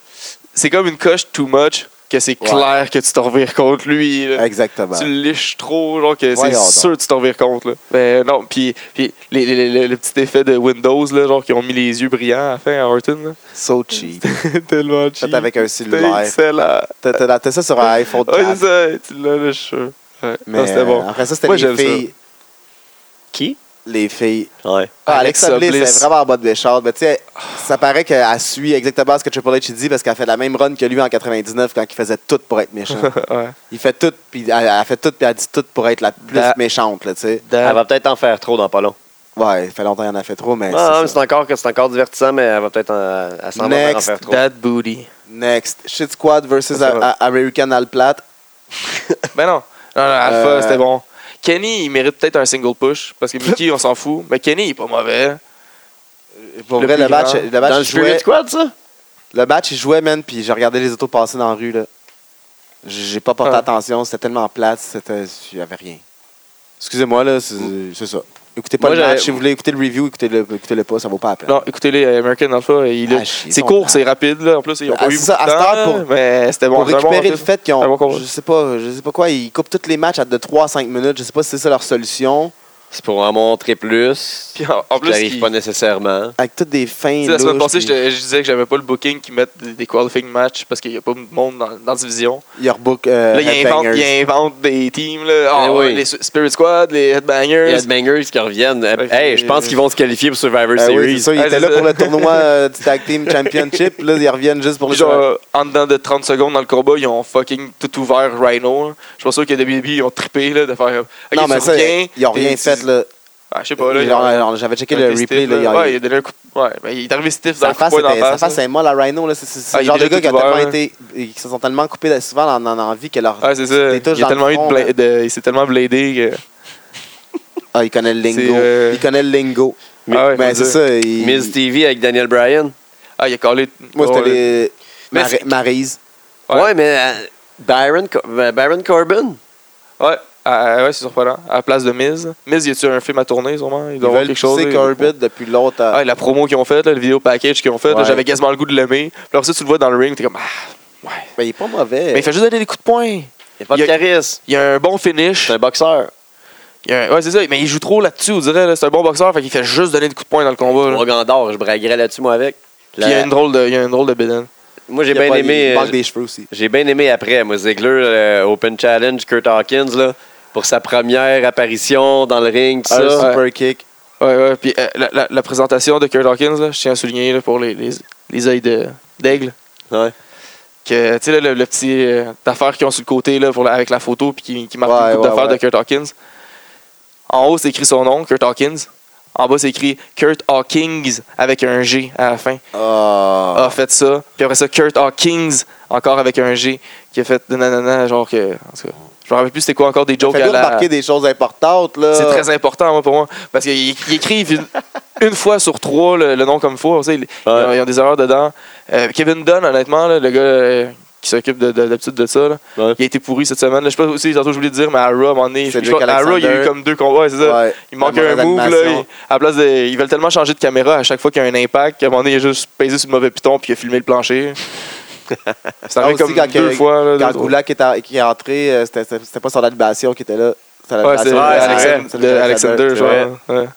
Speaker 1: c'est comme une coche too much que c'est
Speaker 2: Ouais.
Speaker 1: clair que tu t'en revires contre lui. là.
Speaker 2: Exactement.
Speaker 1: Tu le liches trop, genre que c'est
Speaker 2: Voyons donc.
Speaker 1: sûr que tu t'en revires contre. Là. Mais non, puis, puis les- les- les- le petit effet de Windows, là, genre qui ont mis les yeux brillants à la fin à
Speaker 2: [LAUGHS]
Speaker 1: Horton.
Speaker 2: So cheap.
Speaker 1: là. [LAUGHS] Tellement cheap.
Speaker 2: Fait avec un
Speaker 1: C'était
Speaker 2: cellulaire.
Speaker 1: excellent.
Speaker 2: T'as- T'as t'as ça sur un iPhone
Speaker 1: Ouais, c'est
Speaker 2: 4.
Speaker 1: ça, tu l'as, là, je suis sûr. Ouais.
Speaker 2: Mais euh,
Speaker 1: Non, c'était bon.
Speaker 2: après ça, c'était
Speaker 1: Moi,
Speaker 2: les
Speaker 1: j'aime ça.
Speaker 2: filles.
Speaker 3: Qui?
Speaker 2: Les filles.
Speaker 3: Ouais.
Speaker 2: Ah, Alexa
Speaker 1: Alexa
Speaker 2: Bliss, elle
Speaker 1: Bliss.
Speaker 2: est vraiment en bonne méchante. Mais tu sais, ça paraît qu'elle suit exactement ce que Triple H dit parce qu'elle fait la même run que lui en 99 quand il faisait tout pour
Speaker 1: [LAUGHS]
Speaker 2: être méchant.
Speaker 1: [LAUGHS] Ouais.
Speaker 2: il fait tout, puis elle, elle fait tout, puis elle dit tout pour être la plus
Speaker 3: Da-
Speaker 2: méchante, là, tu sais.
Speaker 3: Elle va peut-être en faire trop dans pas long.
Speaker 2: Ouais, il fait longtemps qu'elle en a fait trop, mais
Speaker 3: Ah, mais
Speaker 2: c'est
Speaker 3: c'est encore, que- c'est encore divertissant, mais elle va peut-être en, elle s'en va faire en
Speaker 2: Next.
Speaker 3: faire trop.
Speaker 1: That booty.
Speaker 2: ça. Next, Shit Squad versus
Speaker 3: Ça, ça va.
Speaker 2: A- A- American Alplat.
Speaker 1: Ben non. Non, non, Alpha,
Speaker 2: Euh.
Speaker 1: c'était bon. Kenny, il mérite peut-être un single push parce que Mickey, on s'en fout. Mais Kenny, il est pas mauvais.
Speaker 2: Pour
Speaker 1: Le
Speaker 2: vrai,
Speaker 1: plus
Speaker 2: le match,
Speaker 1: grand.
Speaker 2: le
Speaker 3: dans le
Speaker 2: match, il
Speaker 3: Spirit
Speaker 2: jouait,
Speaker 3: Squad, ça?
Speaker 2: le match, il jouait, man, puis je regardais les autos passer dans la rue, là. J'ai pas porté
Speaker 1: Ah.
Speaker 2: attention, c'était tellement plate, c'était, il y avait rien. Excusez-moi, là, c'est c'est ça. Écoutez pas
Speaker 1: Mm. Moi,
Speaker 2: le match,
Speaker 1: j'avais-
Speaker 2: si vous voulez écouter le review, écoutez-le écoutez-le pas, ça vaut pas la peine.
Speaker 1: Non, écoutez-les, American Alpha, il
Speaker 2: Ah,
Speaker 1: est...
Speaker 2: chier,
Speaker 1: c'est
Speaker 2: son
Speaker 1: court,
Speaker 2: plan.
Speaker 1: c'est rapide. Là. En plus, ils ont
Speaker 2: Ah,
Speaker 1: pas eu
Speaker 2: c'est ça,
Speaker 1: beaucoup
Speaker 2: à
Speaker 1: de
Speaker 2: cette
Speaker 1: temps,
Speaker 2: heure, pour-
Speaker 1: là, mais c'était bon.
Speaker 2: pour
Speaker 1: C'était un bon
Speaker 2: récupérer le
Speaker 1: rapide.
Speaker 2: fait qu'ils
Speaker 1: Un bon
Speaker 2: ont,
Speaker 1: combat.
Speaker 2: je sais pas, je sais pas quoi, ils coupent tous les matchs à de 3 à 5 minutes, je sais pas si c'est ça leur solution,
Speaker 3: C'est pour en montrer plus.
Speaker 1: Puis en, en
Speaker 3: qui
Speaker 1: plus,
Speaker 3: n'arrive
Speaker 1: il-
Speaker 3: pas nécessairement.
Speaker 2: avec toutes des fins
Speaker 1: tu sais, la semaine
Speaker 2: louches,
Speaker 1: passée,
Speaker 2: puis
Speaker 1: je, te- je disais que j'avais pas le booking qui mette des, des qualifying match parce qu'il y a pas de monde dans, dans la division.
Speaker 2: ils rebookent, euh,
Speaker 1: là, ils inventent,
Speaker 2: Headbangers.
Speaker 1: ils inventent des teams. Là. Ah,
Speaker 3: Eh oui.
Speaker 1: Les Spirit Squad, les
Speaker 3: Il y
Speaker 1: Headbangers.
Speaker 3: a des bangers qui reviennent. Hey, je pense qu'ils vont se qualifier pour Survivor
Speaker 2: Ah oui, c'est
Speaker 3: Series.
Speaker 2: ça, ils
Speaker 1: Ah,
Speaker 2: étaient
Speaker 1: c'est
Speaker 2: là
Speaker 1: ça.
Speaker 2: pour
Speaker 1: [LAUGHS]
Speaker 2: le tournoi euh, du Tag Team Championship. Puis Là, ils reviennent juste pour le
Speaker 1: Puis genre, en dedans de 30 secondes dans le combat, ils ont fucking tout ouvert Rhino. là. Je suis pas sûr que WWE, ils ont trippé là, de faire. Ok,
Speaker 2: Non,
Speaker 1: tu
Speaker 2: mais ça,
Speaker 1: reviens,
Speaker 2: ils n'ont rien
Speaker 1: t'es-
Speaker 2: fait. Là.
Speaker 1: Ah, je sais pas. Là,
Speaker 2: Ils
Speaker 1: ils ont-
Speaker 2: ont- alors, J'avais checké
Speaker 1: un
Speaker 2: le
Speaker 1: peu
Speaker 2: replay.
Speaker 1: stiff,
Speaker 2: Là, ils ont-
Speaker 1: Ouais, il a donné un coup. Ouais, mais il est arrivé stiff dans
Speaker 2: sa
Speaker 1: le coup de
Speaker 2: face,
Speaker 1: poing d'en
Speaker 2: était- sa
Speaker 1: face.
Speaker 2: face
Speaker 1: là.
Speaker 2: est molle à Rhino. là. C'est c'est- c'est
Speaker 1: Ah,
Speaker 2: le
Speaker 1: il
Speaker 2: genre de
Speaker 1: est
Speaker 2: gars qui a
Speaker 1: tout ouvert,
Speaker 2: tellement été. Ils se sont tellement coupés de- souvent en, en, en vie que leur.
Speaker 1: Ah, c'est ça.
Speaker 2: Des touches
Speaker 1: Il, a
Speaker 2: dans le
Speaker 1: tellement eu de
Speaker 2: front,
Speaker 1: bla-
Speaker 2: là.
Speaker 1: de- il s'est tellement bladé
Speaker 2: Ah, il connaît le lingo.
Speaker 1: C'est, euh,
Speaker 2: Il connaît le lingo.
Speaker 1: que. Ah, ouais,
Speaker 2: mais c'est
Speaker 1: faut dire.
Speaker 2: ça. il-
Speaker 3: Miz TV avec Daniel Bryan.
Speaker 1: Ah, il a collé.
Speaker 2: Moi,
Speaker 1: ouais,
Speaker 2: c'était les.
Speaker 3: Mais
Speaker 2: Mar-
Speaker 3: c'est-
Speaker 2: Maryse.
Speaker 1: Ouais.
Speaker 3: Ouais, mais euh, Baron, Co- euh, Baron Corbin.
Speaker 1: Ouais. Ah, ouais, c'est surprenant. À la place de Miz. Miz, y a-tu un film à tourner, sûrement Il
Speaker 2: Ils
Speaker 1: doit avoir
Speaker 2: veulent
Speaker 1: quelque chose.
Speaker 2: pousser
Speaker 1: là.
Speaker 2: Corbett depuis longtemps.
Speaker 1: Ah, la promo qu'ils ont faite, là, le vidéo package qu'ils ont fait, là,
Speaker 2: Ouais.
Speaker 1: j'avais quasiment le goût de l'aimer. Puis après ça, tu le vois dans le ring, t'es comme. Ah, ouais.
Speaker 2: Mais il est pas mauvais.
Speaker 1: Mais il fait juste donner des coups de poing.
Speaker 3: Il n'y a pas de
Speaker 1: Il y a-
Speaker 3: charisme.
Speaker 1: Il y a un bon finish.
Speaker 3: C'est un boxeur.
Speaker 1: Il y a un- Ouais, c'est ça. Mais il joue trop là-dessus, on dirait. là. C'est un bon boxeur, fait qu'il fait juste donner des coups de poing dans le combat. là.
Speaker 3: Trois gants d'or, je braguerais là-dessus, moi, avec.
Speaker 1: Puis il y a une drôle de, il y a une drôle de bédaine.
Speaker 3: Moi, j'ai
Speaker 2: Il a
Speaker 3: bien
Speaker 2: pas- Il
Speaker 3: aimé. euh,
Speaker 2: manque des cheveux aussi.
Speaker 3: J'ai bien aimé après, moi, Ziggler, euh, Open Challenge, Kurt Hawkins, là, pour sa première apparition dans le ring,
Speaker 1: Ah,
Speaker 3: tout
Speaker 2: Un
Speaker 3: ça.
Speaker 2: super kick.
Speaker 1: Ouais, ouais. Puis euh, la, la- la présentation de Kurt Hawkins, là, je tiens à souligner là, pour les, les, les yeux de- d'aigle.
Speaker 3: Ouais.
Speaker 1: Que, tu sais, là, le, le petit euh, affaire qu'ils ont sur le côté là, pour la- avec la photo puis qui, qui marque
Speaker 2: Ouais,
Speaker 1: le coup
Speaker 2: ouais,
Speaker 1: d'affaires
Speaker 2: ouais.
Speaker 1: de Kurt Hawkins. En haut, c'est écrit son nom, Kurt Hawkins. En bas, c'est écrit Kurt Hawkins avec un G à la fin.
Speaker 2: Ah.
Speaker 1: a fait ça. Puis après ça, Kurt Hawkins, encore avec un G, qui a fait nanana, genre que. En tout cas, je me rappelle plus c'était quoi encore des jokes
Speaker 2: Fais-le
Speaker 1: à la.
Speaker 2: remarquer des choses importantes. là.
Speaker 1: C'est très important moi, pour moi. Parce qu'ils ils écrivent une, une fois sur trois le, le nom comme faux. tu sais, Ils, ils ont, ils ont des erreurs dedans. Euh, Kevin Dunn, honnêtement, là, le gars euh, qui s'occupe de- de- d'habitude de, ça, là,
Speaker 3: Ouais.
Speaker 1: il a été pourri cette semaine. là. Je sais pas aussi, tantôt, je voulais dire, mais à Raw, à un moment donné, je-
Speaker 2: Cédric
Speaker 1: je pense- à Raw, il y a eu
Speaker 2: Alexander.
Speaker 1: comme deux combats. ouais, c'est ça.
Speaker 2: Ouais.
Speaker 1: Il manque
Speaker 2: La
Speaker 1: un
Speaker 2: mauvaise
Speaker 1: move, là.
Speaker 2: animation.
Speaker 1: il- à la place de- ils veulent tellement changer de caméra à chaque fois qu'il y a un impact qu'à un moment donné, il a juste pesé sur le mauvais piton puis il a filmé le
Speaker 2: [LAUGHS]
Speaker 1: plancher. Ça
Speaker 2: Ah,
Speaker 1: arrive
Speaker 2: aussi,
Speaker 1: comme
Speaker 2: quand
Speaker 1: deux
Speaker 2: que-
Speaker 1: fois. là,
Speaker 2: Quand
Speaker 1: deux-
Speaker 2: Goulak est, en- qui est entré, euh, c'était- c'était c'était pas son animation qui était là. C'était
Speaker 1: Ouais, c'est
Speaker 2: l'animation de-
Speaker 3: vrai,
Speaker 1: Alexandre-
Speaker 2: euh, c'est
Speaker 1: de Alexander,
Speaker 2: c'est vrai.
Speaker 1: genre. ouais.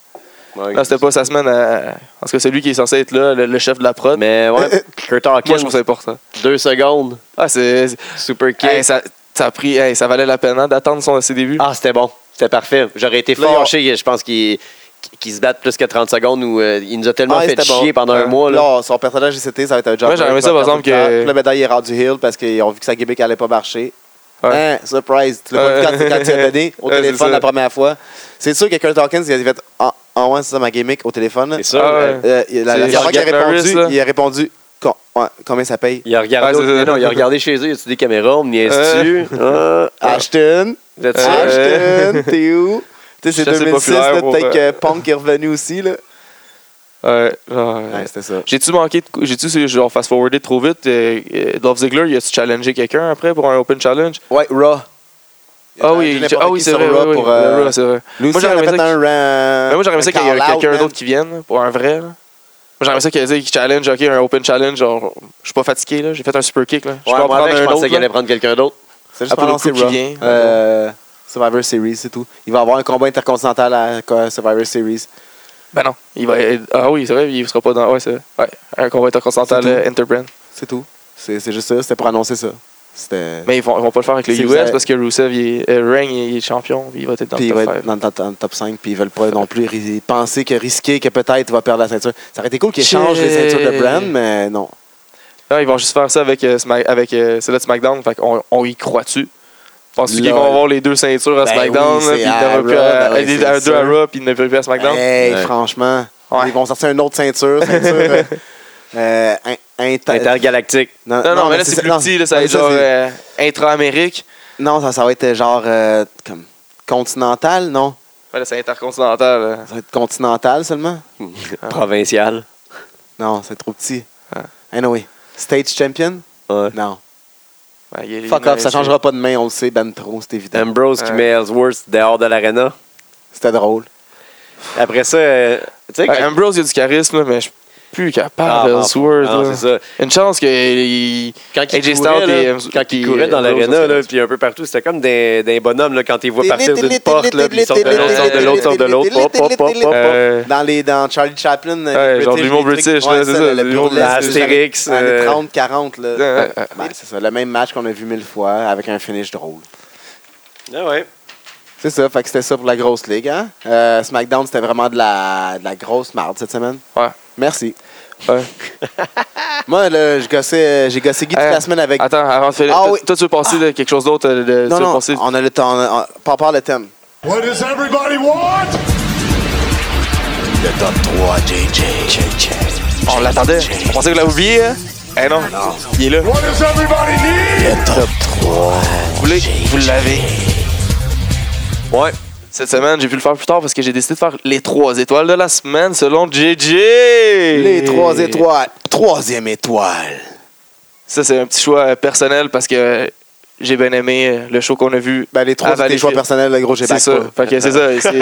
Speaker 3: Ouais.
Speaker 1: Non, c'était pas sa semaine. À... En tout cas, c'est lui qui est censé être là, le, le chef de la prod. Mais [LAUGHS]
Speaker 3: Mais ouais, Kurt
Speaker 1: moi,
Speaker 3: Hawkins,
Speaker 1: je trouve ça important.
Speaker 3: deux secondes,
Speaker 1: Ah, c'est. c'est-
Speaker 3: super kick.
Speaker 1: Hey, ça, ça a pris. hey, ça valait la peine hein, d'attendre son, ses débuts.
Speaker 3: ah, c'était bon. C'était parfait. J'aurais été
Speaker 2: Là, ils ont-
Speaker 3: fâché, je pense, qu'il qu'il se batte plus que 30 secondes où euh, il nous a tellement
Speaker 2: Ah,
Speaker 3: fait
Speaker 2: c'était bon.
Speaker 3: chier pendant un
Speaker 1: Ouais.
Speaker 3: mois. Là.
Speaker 2: Là, son personnage c'était ça va être un jumper.
Speaker 1: Ouais, j'aurais aimé ça, par exemple, que-
Speaker 2: Là, maintenant, il est rendu heel parce qu'ils ont vu que sa gimmick allait pas marcher.
Speaker 1: Ouais.
Speaker 2: Hein, surprise. Tu l'as pas vu quand,
Speaker 1: Ouais.
Speaker 2: quand tu as donné au
Speaker 1: Ouais, c'est
Speaker 2: téléphone
Speaker 1: ça.
Speaker 2: la première fois. C'est sûr que Kurt Hawkins, il a fait Ah, ah ouais, c'est ça ma gimmick au téléphone.
Speaker 3: C'est ça.
Speaker 1: Ah,
Speaker 3: euh,
Speaker 1: ouais.
Speaker 2: Euh, la la
Speaker 1: C'est
Speaker 2: dernière fois qu'il a
Speaker 1: Chuck Norris,
Speaker 2: répondu,
Speaker 1: là.
Speaker 2: il a répondu Com- ouais, Combien ça paye
Speaker 3: Il a regardé,
Speaker 1: Ah, c'est ça.
Speaker 3: non, il a regardé chez eux, y a-tu des caméras, on me niaise-tu? Ah,
Speaker 2: Ashton.
Speaker 3: vous êtes sûr?
Speaker 1: Euh. [LAUGHS]
Speaker 2: Ashton, t'es où? Tu sais,
Speaker 1: Je
Speaker 2: c'est
Speaker 1: suis assez
Speaker 2: 2006,
Speaker 1: populaire
Speaker 2: là,
Speaker 1: pour,
Speaker 2: peut-être
Speaker 1: euh,
Speaker 2: que Punk est revenu aussi. Là.
Speaker 1: Ouais, genre, euh,
Speaker 2: Ouais, c'était ça.
Speaker 1: J'ai-tu manqué de cou- J'ai-tu genre fast-forwardé trop vite? Euh, euh, Dolph Ziggler, il a-tu challengé quelqu'un après pour un open challenge?
Speaker 2: Ouais, Raw. Il a
Speaker 1: Ah
Speaker 2: challengé
Speaker 1: oui,
Speaker 2: Euh, n'importe
Speaker 1: ah
Speaker 2: qui
Speaker 1: oui c'est
Speaker 2: sur
Speaker 1: vrai.
Speaker 2: Raw
Speaker 1: oui, oui,
Speaker 2: pour,
Speaker 1: le
Speaker 2: euh,
Speaker 1: Raw, c'est vrai.
Speaker 2: Lucy,
Speaker 1: Moi,
Speaker 2: moi,
Speaker 1: j'aurais
Speaker 2: j'aurais
Speaker 1: aimé
Speaker 2: fait
Speaker 1: ça
Speaker 2: un rant.
Speaker 1: Mais moi, j'aimerais ça qu'il y ait quelqu'un d'autre qui vienne pour un vrai. là. J'aimerais ça qu'elle dise qu'il challenge, ok, un open challenge, genre, je suis pas fatigué, là, j'ai fait un super kick, là. Je
Speaker 3: Ouais,
Speaker 1: peux en
Speaker 3: moi,
Speaker 1: prendre
Speaker 3: avec, je
Speaker 1: un
Speaker 3: pensais
Speaker 1: autre.
Speaker 3: qu'il allait
Speaker 1: là.
Speaker 3: prendre quelqu'un d'autre.
Speaker 2: C'est juste
Speaker 1: Apollo
Speaker 2: pendant Euh,
Speaker 1: Crew qui vient.
Speaker 2: Survivor Series, c'est tout. Il va avoir un combat intercontinental à euh, Survivor Series.
Speaker 1: Ben non, il va. Ah oui, c'est vrai, il sera pas dans. Ouais, c'est vrai. Ouais, un combat intercontinental
Speaker 2: C'est tout.
Speaker 1: euh, Interbrand.
Speaker 2: C'est tout. C'est c'est juste ça. C'était pour annoncer ça. C'était.
Speaker 1: Mais ils vont, ils vont pas le faire avec le
Speaker 2: Si
Speaker 1: US
Speaker 2: vous avez-
Speaker 1: parce que Rusev, il est, euh, Reign, il est champion, puis il va être dans
Speaker 2: Puis
Speaker 1: le
Speaker 2: il va
Speaker 1: top
Speaker 2: être
Speaker 1: 5.
Speaker 2: dans le top, dans le top 5, puis ils veulent pas non plus ri- penser que risquer que peut-être il va perdre la ceinture. Ça aurait été cool qu'ils changent les
Speaker 1: Shit.
Speaker 2: ceintures de brand, mais non.
Speaker 1: Non, Ah, ils vont juste faire ça avec, euh, Smack- avec euh, celle-là de SmackDown, fait qu'on on y croit-tu? Penses-tu qu'ils
Speaker 2: Lol.
Speaker 1: vont avoir les deux ceintures à
Speaker 2: euh, Ben
Speaker 1: SmackDown, là,
Speaker 2: oui, c'est
Speaker 1: puis ils
Speaker 2: à
Speaker 1: n'auront plus
Speaker 2: Raw,
Speaker 1: à,
Speaker 2: ben oui,
Speaker 1: les-
Speaker 2: c'est Ben,
Speaker 1: un, deux à
Speaker 2: sûr.
Speaker 1: Raw, puis ils ne peuvent plus à SmackDown?
Speaker 2: Hey,
Speaker 3: Ouais.
Speaker 2: franchement.
Speaker 1: Ouais.
Speaker 2: Ils vont sortir une autre ceinture, ceinture
Speaker 1: [LAUGHS]
Speaker 2: euh, euh, in- inter-
Speaker 3: Intergalactique.
Speaker 1: non, non, mais là, c'est plus
Speaker 2: non,
Speaker 1: petit, là, ça va
Speaker 2: mais
Speaker 1: être genre
Speaker 2: c'est-
Speaker 1: euh, intra-Amérique.
Speaker 2: Non, ça, ça va être genre euh, comme continental, non?
Speaker 1: Ouais, là, c'est intercontinental. là.
Speaker 2: Ça va être continental seulement?
Speaker 3: [LAUGHS] Provincial.
Speaker 2: Non, c'est trop petit.
Speaker 1: Ah.
Speaker 2: Anyway. Stage champion?
Speaker 3: Ouais.
Speaker 2: Non.
Speaker 1: Ouais, il y a les-
Speaker 2: Fuck off, ça changera pas demain, on le sait, ben trop, c'est évident.
Speaker 3: Ambrose qui
Speaker 1: Ouais.
Speaker 3: met Ellsworth dehors de l'arena.
Speaker 2: C'était drôle.
Speaker 3: Après ça, euh, tu sais,
Speaker 1: Ouais,
Speaker 3: quand-
Speaker 1: Ambrose, il a du charisme, là, mais je suis plus
Speaker 3: Ah,
Speaker 1: capable
Speaker 3: non,
Speaker 1: de Sword.
Speaker 2: Ah,
Speaker 3: non, c'est ça.
Speaker 1: Une chance que il-
Speaker 3: Quand il
Speaker 1: AJ
Speaker 3: courait,
Speaker 1: Styles
Speaker 3: là,
Speaker 1: et Ems-
Speaker 3: quand il
Speaker 1: puis
Speaker 3: courait dans
Speaker 1: Ambrose,
Speaker 3: l'aréna,
Speaker 1: ça,
Speaker 3: là,
Speaker 1: c'est-
Speaker 3: puis un peu partout, c'était comme des, euh, des bonhommes là, quand ils voient partir d'une porte, là, puis ils sortent de l'autre, sortent de l'autre, sortent de l'autre, hop, hop, hop, hop, hop.
Speaker 1: Euh,
Speaker 2: Dans, les, dans Charlie Chaplin. les British,
Speaker 1: genre l'humour
Speaker 2: les trucs-
Speaker 1: british, là, c'est ça,
Speaker 2: le- le
Speaker 1: l'humour
Speaker 2: burlesque,
Speaker 1: british.
Speaker 2: les
Speaker 3: Astérix,
Speaker 2: années
Speaker 3: euh,
Speaker 2: 30, 40. Là.
Speaker 1: Euh, euh,
Speaker 2: Ben, c'est ça, le même match qu'on a vu mille fois avec un finish drôle.
Speaker 3: Ah ouais.
Speaker 2: C'est ça, fait que c'était ça pour la grosse ligue. Hein? Euh, SmackDown, c'était vraiment de la, de la grosse marde cette semaine.
Speaker 1: Ouais. [LAUGHS]
Speaker 2: Merci.
Speaker 1: Ouais.
Speaker 2: Moi, là, je gossais- j'ai gossé Guy toute
Speaker 1: Euh,
Speaker 2: la semaine avec.
Speaker 1: Attends, avant de finir,
Speaker 2: Ah
Speaker 1: toi-
Speaker 2: oui.
Speaker 1: toi, tu veux passer de quelque chose d'autre? euh, de-
Speaker 2: non,
Speaker 1: tu veux
Speaker 2: non,
Speaker 1: passer-
Speaker 2: on a le temps. on a- on- Pas par le thème.
Speaker 5: What does everybody want?
Speaker 1: on l'attendait. On pensait que l'avait oublié, hein? Eh non, il est là.
Speaker 5: What does everybody need?
Speaker 1: Vous voulez, vous l'avez.
Speaker 3: Ouais.
Speaker 1: Cette semaine, j'ai pu le faire plus tard parce que j'ai décidé de faire les trois étoiles de la semaine selon JJ.
Speaker 2: Les trois étoiles. Troisième étoile.
Speaker 1: Ça, c'est un petit choix personnel parce que j'ai bien aimé le show qu'on a vu.
Speaker 2: Ben, les trois,
Speaker 1: à
Speaker 2: c'est des choix
Speaker 1: Valleyfield.
Speaker 2: personnels, le gros, j'ai
Speaker 1: C'est
Speaker 2: back
Speaker 1: ça.
Speaker 2: pas.
Speaker 1: Fait que c'est ça. C'est-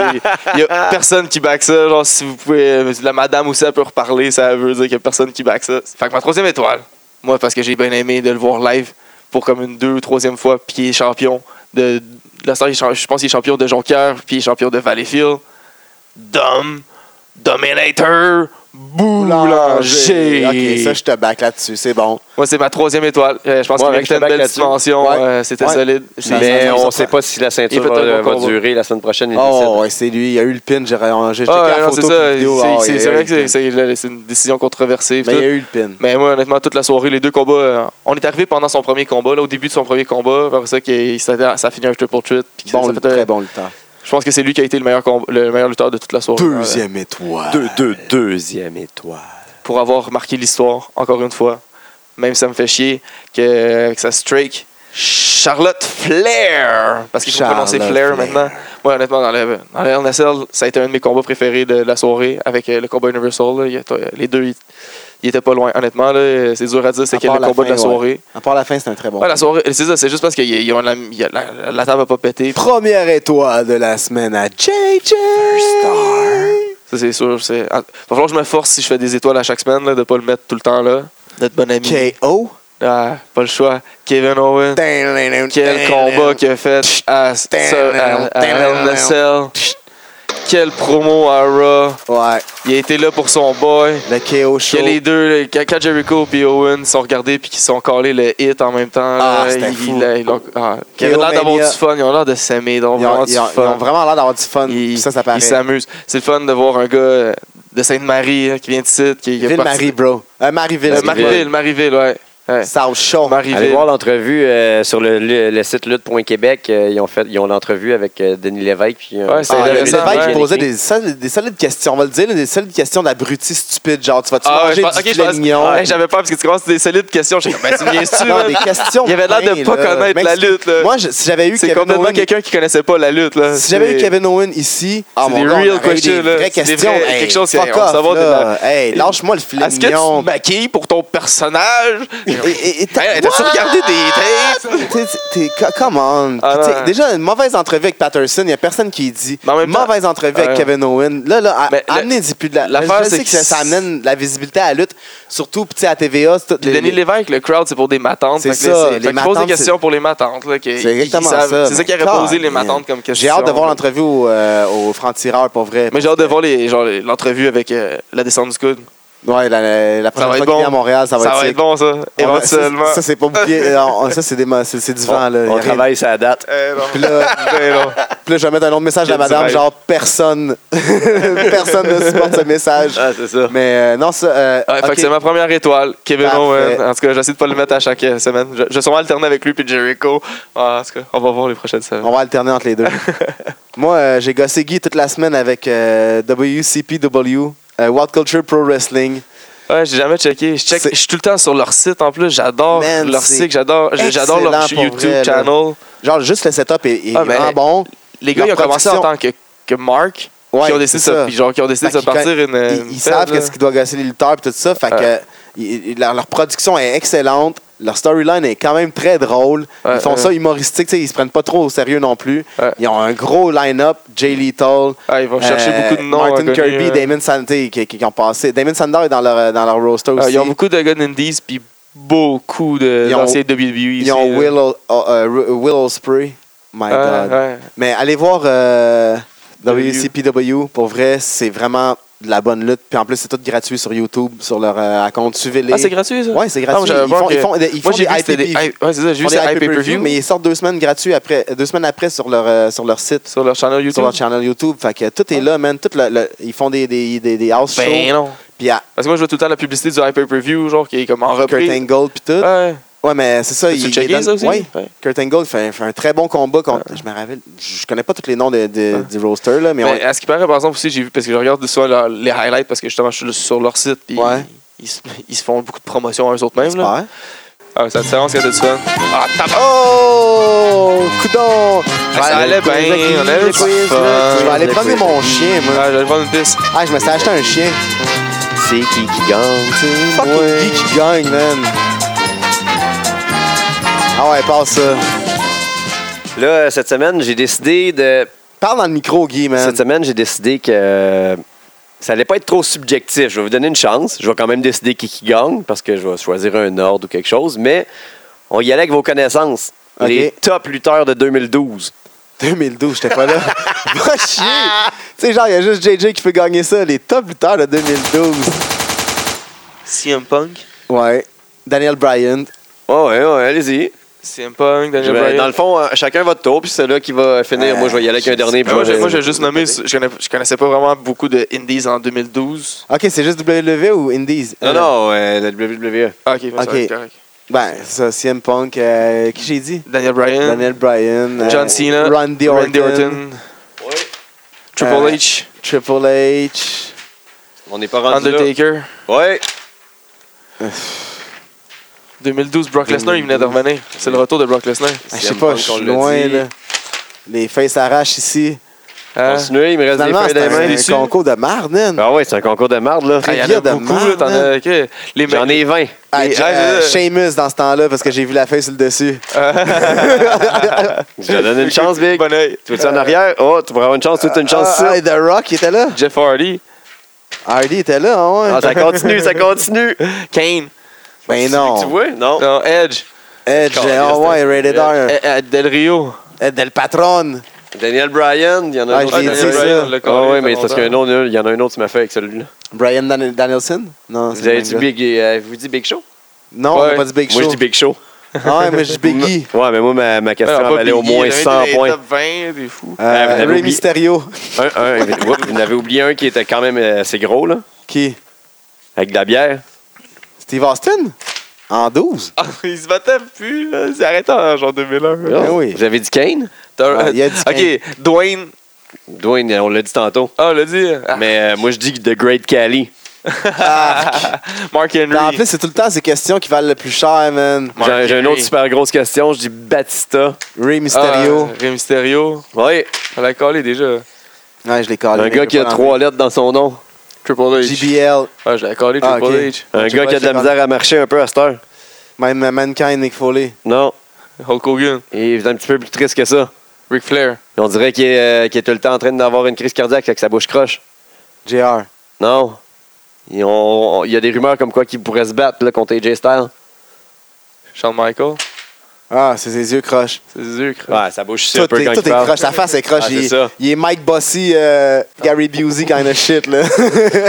Speaker 1: Il y a personne qui back ça. Genre, si vous pouvez. euh, La madame aussi, elle peut reparler. Ça veut dire qu'il y a personne qui back ça. Fait que ma troisième étoile, moi, parce que j'ai bien aimé de le voir live pour comme une deux ou troisième fois. Puis il est champion de. de La star, il est cha- je pense qu'il est champion de Jonquière. Puis il est champion de Valleyfield. Dom. Dominator. Boulanger.
Speaker 2: Ok, ça, je te back là-dessus, c'est bon.
Speaker 1: Moi, c'est ma troisième étoile. Euh, je pense
Speaker 3: Ouais,
Speaker 1: qu'il
Speaker 3: avec
Speaker 1: méritait une
Speaker 3: Shebac
Speaker 1: belle
Speaker 3: là-dessus.
Speaker 1: dimension.
Speaker 2: Ouais.
Speaker 1: Euh, C'était
Speaker 2: Ouais.
Speaker 1: solide.
Speaker 2: Ça-
Speaker 3: Mais
Speaker 2: ça- ça-
Speaker 3: on
Speaker 2: ça-
Speaker 3: sait pas si la
Speaker 1: Il
Speaker 3: ceinture
Speaker 1: fait un
Speaker 3: va,
Speaker 1: bon
Speaker 3: va
Speaker 1: combat.
Speaker 3: durer la semaine prochaine. il
Speaker 2: Oh,
Speaker 3: décide.
Speaker 2: ouais, c'est lui, il y a eu le pin, j'ai re- j'ai checké
Speaker 1: Ah,
Speaker 2: la
Speaker 1: non,
Speaker 2: photo
Speaker 1: c'est ça.
Speaker 2: puis la vidéo.
Speaker 1: C'est-
Speaker 2: Ah,
Speaker 1: c'est-
Speaker 2: il y a
Speaker 1: c'est
Speaker 2: eu
Speaker 1: vrai
Speaker 2: le
Speaker 1: que c'est-
Speaker 2: pin.
Speaker 1: c'est c'est une décision controversée.
Speaker 2: Mais
Speaker 1: tout.
Speaker 2: il y a eu le pin.
Speaker 1: Mais moi, honnêtement, toute la soirée, les deux combats, euh, on est arrivé pendant son premier combat, là, au début de son premier combat, après ça, qu'il- ça, ça a fini un triple threat. puis que
Speaker 2: Bon,
Speaker 1: ça
Speaker 2: lutte,
Speaker 1: fait un-
Speaker 2: très bon lutteur.
Speaker 1: Je pense que c'est lui qui a été le meilleur, comb- le meilleur lutteur de toute la soirée. Euh,
Speaker 2: Deuxième étoile.
Speaker 3: Deux, deux, deuxième étoile.
Speaker 1: pour avoir marqué l'histoire, encore une fois. Même si ça me fait chier que, que ça strike Charlotte Flair. Parce qu'il faut
Speaker 2: Charlotte
Speaker 1: prononcer Flair,
Speaker 2: Flair.
Speaker 1: maintenant. Moi, honnêtement, dans le, dans le NSL, ça a été un de mes combats préférés de la soirée avec euh, le combat Universal. là. Il y a- les deux, ils ils étaient pas loin. Honnêtement, là, c'est dur à dire c'est
Speaker 2: À
Speaker 1: quel
Speaker 2: part
Speaker 1: le
Speaker 2: la
Speaker 1: combat de
Speaker 2: fin,
Speaker 1: la soirée.
Speaker 2: À part la fin, c'est un très bon.
Speaker 1: Ouais, la soirée, c'est ça, c'est juste parce que y a- y a- la, y a- la- la table n'a pas pété.
Speaker 2: Première étoile de la semaine à JJ.
Speaker 1: Ça, c'est sûr. c'est- ah, va falloir que je me force si je fais des étoiles à chaque semaine, là, de pas le mettre tout le temps là. Notre bon ami.
Speaker 2: KO.
Speaker 1: Ah, pas le choix. Kevin Owens. Quel combat qu'il a fait à, à, à Hell in a Cell. Quelle promo à Raw.
Speaker 2: Ouais,
Speaker 1: Il a été là pour son boy.
Speaker 2: le KO show.
Speaker 1: Que les deux, là, quand- quand Jericho et Owen sont regardés puis qu'ils sont collés le hit en même temps,
Speaker 2: Ah,
Speaker 1: là,
Speaker 2: c'était
Speaker 1: ils-
Speaker 2: fou.
Speaker 1: là, ils l'ont- ah, ils avaient
Speaker 2: K.O.
Speaker 1: l'air d'avoir du
Speaker 2: Mania.
Speaker 1: fun, ils ont l'air de s'aimer, ils ont
Speaker 2: Ils ont,
Speaker 1: vraiment du
Speaker 2: ils ont- ils ont
Speaker 1: fun.
Speaker 2: vraiment l'air d'avoir du fun.
Speaker 1: Ils-
Speaker 2: ça, ça paraît.
Speaker 1: ils s'amusent. C'est le fun de voir un gars euh, de Sainte-Marie hein, qui vient de site. Qui, qui a parti-
Speaker 2: Ville-Marie, bro. Euh, Marieville.
Speaker 1: Euh, Marieville, Marieville, ouais. ouais.
Speaker 2: South Shore.
Speaker 1: Marieville.
Speaker 3: Allez voir l'entrevue euh, sur le, le- le site lutte.québec. euh, ils ont fait, ils ont l'entrevue avec euh, Denis Lévesque. Puis, euh,
Speaker 1: Ouais, c'est
Speaker 2: Ah,
Speaker 3: Denis
Speaker 1: intéressant,
Speaker 2: le
Speaker 1: Vincent,
Speaker 2: mec
Speaker 1: ouais.
Speaker 2: qui posait des solides, des solides questions, on va le dire, là, des solides questions d'abrutis stupides, genre tu vas-tu
Speaker 1: Ah, ouais,
Speaker 2: manger
Speaker 1: je pense-
Speaker 2: du
Speaker 1: ok, je pense-
Speaker 2: filet mignon?
Speaker 1: Ouais, J'avais peur parce que tu commences des solides questions. J'ai comme, ben, tu viens-tu,
Speaker 2: Non,
Speaker 1: man?
Speaker 2: des questions.
Speaker 1: Il avait l'air de
Speaker 2: plein,
Speaker 1: pas
Speaker 2: là.
Speaker 1: connaître
Speaker 2: Mec,
Speaker 1: la
Speaker 2: c'est-
Speaker 1: lutte, là.
Speaker 2: Moi, je- si j'avais eu
Speaker 1: C'est
Speaker 2: Kevin
Speaker 1: complètement
Speaker 2: Owen,
Speaker 1: quelqu'un qui connaissait pas la lutte, là.
Speaker 2: si j'avais eu
Speaker 1: C'est-
Speaker 2: Kevin Owen ici,
Speaker 1: c'est
Speaker 2: Euh, ah, mon
Speaker 1: des
Speaker 2: gars, on
Speaker 1: real
Speaker 2: aurait eu
Speaker 1: questions,
Speaker 2: des
Speaker 1: là.
Speaker 2: vraies
Speaker 1: C'est des
Speaker 2: questions.
Speaker 1: vraies-
Speaker 2: Hey,
Speaker 1: quelque chose,
Speaker 2: fuck
Speaker 1: hey, on veut
Speaker 2: off,
Speaker 1: savoir de
Speaker 2: là. Hey, lâche-moi le filet
Speaker 1: Est-ce que tu
Speaker 2: mignon. [LAUGHS]
Speaker 1: te maquilles pour ton personnage? J'ai
Speaker 2: Et- et- et t'as-
Speaker 1: Hey, T'as-tu regardé des tapes?
Speaker 2: T'sais, t'es- t'es- come on.
Speaker 1: Ah,
Speaker 2: Puis t'sais,
Speaker 1: non.
Speaker 2: déjà, une mauvaise entrevue avec Patterson, il n'y a personne qui dit.
Speaker 1: Mais en même temps-
Speaker 2: mauvaise entrevue
Speaker 1: Ah,
Speaker 2: avec
Speaker 1: ouais.
Speaker 2: Kevin Owen. Là, là,
Speaker 1: Mais le-
Speaker 2: amenez-y plus de la.
Speaker 1: l'affaire,
Speaker 2: je sais
Speaker 1: c'est
Speaker 2: que
Speaker 1: que
Speaker 2: ça, ça amène de la visibilité à la lutte. Surtout, pis t'sais, à TVA, c'est tout-
Speaker 1: Puis
Speaker 2: [LAUGHS] les-
Speaker 1: Denis Lévesque, le crowd, c'est pour des matantes.
Speaker 2: C'est
Speaker 1: Fait que là,
Speaker 2: ça,
Speaker 1: c'est-
Speaker 2: les
Speaker 1: fait que je pose
Speaker 2: matantes,
Speaker 1: des questions pour les matantes. là, qui-
Speaker 2: C'est exactement
Speaker 1: qui savent-
Speaker 2: ça.
Speaker 1: C'est ça qui aurait
Speaker 2: Car-
Speaker 1: posé les matantes comme question.
Speaker 2: J'ai hâte de voir l'entrevue au, euh, au franc-tireur, pour vrai.
Speaker 1: Mais j'ai hâte de voir les- genre, les- l'entrevue avec euh, la descente du coude.
Speaker 2: Ouais, la, la, la première
Speaker 1: va être
Speaker 2: fois qu'il
Speaker 1: bon.
Speaker 2: vient à Montréal, ça va être sick.
Speaker 1: bon, ça.
Speaker 2: On va-
Speaker 1: Éventuellement.
Speaker 2: Ça, ça, c'est pas bouclé. Euh, on- Ça, c'est des ma- c'est- c'est du vent, là. Y a
Speaker 3: On
Speaker 2: rien.
Speaker 3: travaille sa date.
Speaker 1: Eh, non.
Speaker 2: Puis là,
Speaker 1: Ben, non.
Speaker 2: Puis là, je vais mettre un autre message à
Speaker 1: Quel
Speaker 2: madame,
Speaker 1: dirais-je.
Speaker 2: genre personne, [LAUGHS] personne ne supporte ce message.
Speaker 3: Ah, c'est ça.
Speaker 2: Mais euh, non, ça. euh,
Speaker 1: Ah Ouais, fait
Speaker 2: ok.
Speaker 1: que c'est ma première étoile, Kevin
Speaker 2: Parfait.
Speaker 1: Owen. En tout cas, j'essaie de pas le mettre à chaque euh, semaine. Je, je vais sûrement alterner avec lui puis Jericho. Ah, en tout cas, on va voir les prochaines semaines.
Speaker 2: On va alterner entre les deux. Moi, euh, j'ai gossé Guy toute la semaine avec euh, WCPW, euh, World Culture Pro Wrestling.
Speaker 1: Ouais, j'ai jamais checké. Je check-
Speaker 2: C'est-
Speaker 1: je suis tout le temps sur leur site en plus. J'adore
Speaker 2: Man,
Speaker 1: leur
Speaker 2: c'est
Speaker 1: site, j'adore j'adore leur
Speaker 2: excellent pour
Speaker 1: YouTube
Speaker 2: vrai, là.
Speaker 1: channel.
Speaker 2: Genre, juste le setup est, est
Speaker 1: Ah, mais-
Speaker 2: vraiment bon.
Speaker 1: Les gars,
Speaker 2: Leur
Speaker 1: ils ont commencé en
Speaker 2: production-
Speaker 1: tant que, que marque.
Speaker 2: Ouais,
Speaker 1: qui ont décidé, de,
Speaker 2: c'est ça.
Speaker 1: se- puis genre, qui ont décidé de
Speaker 2: Fait
Speaker 1: se
Speaker 2: qu'ils
Speaker 1: partir une.
Speaker 2: Ils,
Speaker 1: une
Speaker 2: ils
Speaker 1: pelle,
Speaker 2: savent
Speaker 1: là.
Speaker 2: qu'est-ce qui doit gasser les lutteurs et tout ça. Fait
Speaker 1: Ouais.
Speaker 2: que, ils- ils- leur, leur production est excellente. Leur storyline est quand même très drôle.
Speaker 1: Ouais,
Speaker 2: ils font
Speaker 1: ouais.
Speaker 2: ça humoristique. tu sais, Ils se prennent pas trop au sérieux non plus.
Speaker 1: Ouais.
Speaker 2: Ils ont un gros line-up. Jay Lethal.
Speaker 1: Ah, ils vont chercher
Speaker 2: euh,
Speaker 1: beaucoup de noms.
Speaker 2: Martin
Speaker 1: inconnus,
Speaker 2: Kirby,
Speaker 1: hein.
Speaker 2: Damon Santé qui, qui- qui ont passé. Damon Sander est dans leur, euh, dans leur roster
Speaker 1: Ah,
Speaker 2: aussi.
Speaker 1: ils ont beaucoup de gars d'Indies, puis beaucoup de-
Speaker 2: Ils ont-
Speaker 1: d'anciens WWE. ici,
Speaker 2: Ils ont
Speaker 1: là. Ah,
Speaker 2: Will, O- O- euh, Ru- Will Ospreay. My
Speaker 1: Ouais,
Speaker 2: God.
Speaker 1: ouais.
Speaker 2: Mais allez voir euh,
Speaker 1: W.
Speaker 2: WCPW. Pour vrai, c'est vraiment de la bonne lutte. Puis en plus, c'est tout gratuit sur YouTube, sur leur euh, compte. Suivez-les.
Speaker 1: Ah, c'est gratuit, ça?
Speaker 2: Ouais, c'est gratuit.
Speaker 1: Ah, moi, j'avais
Speaker 2: ils,
Speaker 1: peur
Speaker 2: font,
Speaker 1: que-
Speaker 2: ils font- ils font
Speaker 1: Moi, j'ai
Speaker 2: des
Speaker 1: vu que c'était des-
Speaker 2: IPPV.
Speaker 1: Ouais, c'est ça, j'ai
Speaker 2: Ils font
Speaker 1: vu
Speaker 2: des
Speaker 1: c'est
Speaker 2: IPPV,
Speaker 1: pay-per-view.
Speaker 2: mais ils sortent deux semaines gratuits après, deux semaines après sur leur, euh, sur leur site,
Speaker 1: Sur leur channel YouTube.
Speaker 2: sur leur channel YouTube. Fait que tout est là, man. Tout le- le- ils font des, des, des, des house shows.
Speaker 1: Ben non.
Speaker 2: Puis à
Speaker 1: Parce que moi, je vois tout le temps la publicité du pay-per-view, genre, qui est comme en
Speaker 2: Kurt
Speaker 1: reprise.
Speaker 2: Angle, puis tout.
Speaker 1: Ouais.
Speaker 2: Ouais, mais c'est ça.
Speaker 1: As-tu
Speaker 2: il-
Speaker 1: checké
Speaker 2: il donne-
Speaker 1: ça aussi?
Speaker 2: Ouais.
Speaker 1: Ouais.
Speaker 2: Kurt Angle fait, fait un très bon combat contre. Je me rappelle, je connais pas tous les noms de, de- du roster, là, mais,
Speaker 1: Mais Ben, à ce qui paraît, par exemple, aussi, j'ai vu, parce que je regarde souvent leur- les highlights, parce que justement, je suis sur leur site, puis
Speaker 2: Ouais.
Speaker 1: ils, se- [LAUGHS] ils se font beaucoup de promotions à eux autres
Speaker 2: on
Speaker 1: mêmes. euh, Là.
Speaker 2: espère.
Speaker 1: Ah, ça te séance que t'as du fun. Ah, tabac!
Speaker 2: Oh! Coudon!
Speaker 1: Ah, ça allait bien, on avait du fun.
Speaker 2: Je vais aller
Speaker 3: Les
Speaker 2: prendre
Speaker 3: quiz.
Speaker 2: mon chien, moi.
Speaker 1: Ah, j'allais prendre une piste.
Speaker 2: Ah, je me suis acheté un chien.
Speaker 3: C'est qui qui gagne?
Speaker 2: C'est Fucking geek qui gagne, man. Ah ouais, passe ça.
Speaker 3: Là, cette semaine, j'ai décidé de.
Speaker 2: Parle dans le micro, Guy, man.
Speaker 3: Cette semaine, j'ai décidé que euh, ça allait pas être trop subjectif. Je vais vous donner une chance. Je vais quand même décider qui, qui gagne parce que je vais choisir un ordre ou quelque chose. Mais on y allait avec vos connaissances.
Speaker 2: Ok.
Speaker 3: Les top lutteurs de 2012.
Speaker 2: 2012, j'étais pas là. Va chier! Tu sais, genre, il y a juste JJ qui peut gagner ça. Les top lutteurs de 2012.
Speaker 1: CM Punk.
Speaker 2: Ouais. Daniel Bryant.
Speaker 3: Oh, ouais, ouais, allez-y.
Speaker 1: CM Punk,
Speaker 3: Je
Speaker 1: Daniel
Speaker 3: vais-
Speaker 1: Bryan.
Speaker 3: Dans le fond, euh, chacun votre tour, puis celui-là qui va finir.
Speaker 2: Euh,
Speaker 3: moi, je vais y aller avec un dernier.
Speaker 1: Mais
Speaker 3: puis
Speaker 1: Ah, moi,
Speaker 3: je
Speaker 1: j'ai-
Speaker 3: vais-
Speaker 1: moi, j'ai juste nommé, je, connais- je connaissais pas vraiment beaucoup de Indies en 2012.
Speaker 2: Ok, c'est juste WWE ou Indies?
Speaker 3: Non, non, euh, la WWE.
Speaker 1: Ah, ok, ça va être correct.
Speaker 2: Ben, c'est ça, CM Punk, euh, qui j'ai dit?
Speaker 1: Daniel Bryan,
Speaker 2: Daniel Bryan. euh,
Speaker 1: John Cena,
Speaker 2: Randy Orton.
Speaker 1: Triple
Speaker 2: Euh,
Speaker 1: H,
Speaker 2: Triple H.
Speaker 3: On n'est pas rendu
Speaker 1: Undertaker.
Speaker 3: là. Ouais.
Speaker 1: 2012, Brock Lesnar, il venait de revenir. C'est le retour de Brock Lesnar.
Speaker 2: Ah, Je sais
Speaker 3: CM
Speaker 2: pas,
Speaker 3: Punk,
Speaker 2: je
Speaker 3: on
Speaker 2: suis
Speaker 3: l'a
Speaker 2: loin,
Speaker 3: dit.
Speaker 2: là. Les faces s'arrachent ici.
Speaker 1: Ah.
Speaker 3: Continuez, il me reste des
Speaker 2: Finalement,
Speaker 3: feuilles
Speaker 2: c'est
Speaker 3: des mains.
Speaker 2: un,
Speaker 1: Déçu.
Speaker 2: concours de marde, man.
Speaker 3: Ah ouais, c'est un concours de marde, là.
Speaker 1: Ah, Il y en
Speaker 2: Trivia
Speaker 1: a
Speaker 2: de
Speaker 1: beaucoup, là.
Speaker 2: merde,
Speaker 1: T'en as. ok. Les
Speaker 3: J'en ai 20.
Speaker 2: Ah,
Speaker 1: les-
Speaker 2: Jay-
Speaker 1: ah,
Speaker 2: euh,
Speaker 1: c'est ça.
Speaker 2: Sheamus dans ce temps-là, parce que j'ai vu la face sur le
Speaker 3: [LAUGHS]
Speaker 2: dessus.
Speaker 1: [LAUGHS]
Speaker 3: Je te donne une chance, Big.
Speaker 1: Bon oeil.
Speaker 3: Tu veux en arrière? Oh, tu pourras avoir une chance, tu as une chance ici.
Speaker 2: Ah, et The Rock, il était là.
Speaker 1: Jeff Hardy,
Speaker 2: Hardy était là, hein, ouais.
Speaker 3: Ah, ça continue, ça continue.
Speaker 1: Kane,
Speaker 2: [LAUGHS] ben
Speaker 3: Tu
Speaker 2: non.
Speaker 3: vois? Non.
Speaker 1: non, Edge,
Speaker 2: Edge, ah ouais, Rated
Speaker 3: Euh.
Speaker 2: R.
Speaker 1: Eh, eh, Del Rio.
Speaker 3: Ah,
Speaker 2: Ed Del Patron.
Speaker 3: Daniel Bryan, il y en a
Speaker 2: Ah, je
Speaker 3: un autre.
Speaker 2: l'ai
Speaker 3: Ah,
Speaker 2: dit,
Speaker 3: Daniel
Speaker 2: ça.
Speaker 3: Bryan,
Speaker 1: on l'a
Speaker 3: Ah
Speaker 1: collé,
Speaker 3: ouais,
Speaker 1: ça
Speaker 3: mais c'est parce
Speaker 1: longtemps.
Speaker 3: qu'il y en a un autre, il y en a un autre qui m'a fait avec celui-là.
Speaker 2: Brian Dan- Danielson? Non,
Speaker 3: Vous
Speaker 2: c'est le
Speaker 3: avez
Speaker 2: même
Speaker 3: dit
Speaker 2: gars.
Speaker 3: Big, et, euh, vous dites Big Show?
Speaker 2: Non, on
Speaker 1: Ouais.
Speaker 2: a pas dit Big Show.
Speaker 3: Moi, je dis Big Show.
Speaker 2: Ah ouais, moi, je dis
Speaker 3: [LAUGHS]
Speaker 2: Biggie.
Speaker 3: Ouais, mais moi, ma, ma question
Speaker 1: Alors,
Speaker 3: elle
Speaker 1: pas
Speaker 3: valait au
Speaker 1: Biggie,
Speaker 3: moins
Speaker 1: il avait été
Speaker 3: 100
Speaker 1: dans les
Speaker 3: points.
Speaker 1: top 20, des fous.
Speaker 2: Euh,
Speaker 3: Ah, vous l'avez
Speaker 2: Ray
Speaker 3: oublié.
Speaker 2: Mysterio.
Speaker 3: Un, un, Oups, vous en avez oublié un qui était quand même euh, assez gros, là,
Speaker 2: Qui?
Speaker 3: avec de la bière.
Speaker 2: Steve Austin? En
Speaker 3: [LAUGHS]
Speaker 2: 12?
Speaker 1: Ah, ils se battaient plus, là. Ils arrêtaient en genre 2001.
Speaker 2: Ah oui.
Speaker 3: Vous avez dit Kane?
Speaker 1: T'as-
Speaker 2: Ah, il a dit
Speaker 1: ok, Dwayne.
Speaker 3: Dwayne, on l'a dit tantôt.
Speaker 1: Ah, on l'a dit. Ah,
Speaker 3: Mais euh, moi, je dis The Great Cali. Ah,
Speaker 1: Mark Henry.
Speaker 2: Non, en plus, c'est tout le temps ces questions qui valent le plus cher, man.
Speaker 1: Mark
Speaker 3: J'ai j'ai une autre
Speaker 1: Henry.
Speaker 3: super grosse question. Je dis Batista.
Speaker 2: Ray
Speaker 1: Ah,
Speaker 2: Mysterio.
Speaker 1: Rey Mysterio.
Speaker 3: Oui,
Speaker 1: On l'a collé déjà.
Speaker 2: Ouais, je l'ai collé.
Speaker 3: un
Speaker 2: mais
Speaker 3: gars
Speaker 2: j'ai
Speaker 3: qui
Speaker 2: pas
Speaker 3: a
Speaker 2: dans
Speaker 3: trois lettres dans son nom.
Speaker 1: Triple
Speaker 2: le-
Speaker 1: H.
Speaker 2: JBL.
Speaker 1: Ah, je l'ai collé,
Speaker 2: Ah,
Speaker 1: Triple
Speaker 2: ok.
Speaker 1: H.
Speaker 3: Un
Speaker 2: J'ai
Speaker 3: gars
Speaker 2: pas-
Speaker 3: qui a de
Speaker 2: j'ai
Speaker 3: la
Speaker 2: pas-
Speaker 3: misère à marcher un peu à cette heure.
Speaker 2: Même euh, Mankind, Nick Foley.
Speaker 3: Non.
Speaker 1: Hulk Hogan,
Speaker 3: Et c'est un petit peu plus triste que ça.
Speaker 1: Ric Flair.
Speaker 3: On dirait qu'il est, euh, qu'il est tout le temps en train d'avoir une crise cardiaque avec sa bouche croche.
Speaker 2: JR.
Speaker 3: Non. Ils ont- on- Il y a des rumeurs comme quoi qu'il pourrait se battre là, contre AJ Styles.
Speaker 1: Shawn Michaels.
Speaker 2: Ah, c'est ses yeux croches.
Speaker 1: C'est dur, crap.
Speaker 3: Ouais, sa bouche, c'est
Speaker 2: Tout,
Speaker 3: un peu
Speaker 2: est,
Speaker 3: quand
Speaker 2: tout
Speaker 3: il
Speaker 2: est
Speaker 3: parle.
Speaker 2: croche. Sa face est croche.
Speaker 3: Ah, c'est
Speaker 2: il, est,
Speaker 3: ça.
Speaker 2: il est Mike Bossy, euh, Gary Busey kind of shit.
Speaker 3: [LAUGHS]
Speaker 2: Là.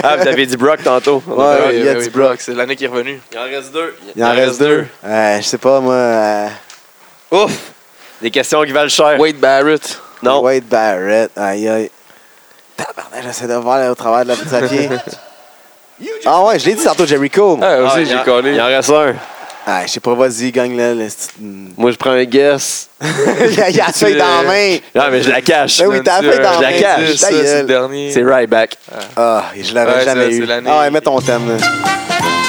Speaker 3: Ah, vous avez dit Brock tantôt.
Speaker 2: [LAUGHS] Ouais.
Speaker 1: Ah oui,
Speaker 2: il y a
Speaker 1: oui,
Speaker 2: du
Speaker 1: oui,
Speaker 2: bloc.
Speaker 1: Brock, C'est l'année qui est revenue.
Speaker 3: Il en reste deux.
Speaker 2: Il en reste deux. Euh, je sais pas, moi. euh,
Speaker 3: Ouf! Des questions qui valent cher.
Speaker 1: Wade Barrett.
Speaker 3: Non.
Speaker 2: Wade Barrett. Aïe, aïe. Tabarnak, j'essaie de voir là, au travers de la petite
Speaker 3: [LAUGHS]
Speaker 2: papier. Ah ouais, je l'ai dit tantôt, Jericho.
Speaker 1: Ah,
Speaker 3: Ah,
Speaker 1: aussi,
Speaker 3: il
Speaker 1: j'ai
Speaker 3: en-
Speaker 1: collé.
Speaker 3: Il en reste un.
Speaker 2: Ah, je sais pas, vas-y, gagne là. le petit- Il
Speaker 3: Moi, je prends un guess.
Speaker 2: a [LAUGHS] il a la feuille dans la main.
Speaker 3: Non, mais je la cache.
Speaker 2: Ben oui, t'as la feuille dans
Speaker 3: Je
Speaker 2: la
Speaker 3: la
Speaker 2: main.
Speaker 3: cache,
Speaker 2: dis,
Speaker 1: Ça,
Speaker 2: ta
Speaker 1: c'est
Speaker 2: gueule.
Speaker 1: le dernier.
Speaker 3: C'est right back.
Speaker 2: Ah, je l'aurais
Speaker 1: Ouais, ça,
Speaker 2: jamais
Speaker 1: c'est
Speaker 2: eu.
Speaker 1: l'année.
Speaker 2: Ah ouais, mets ton thème. là.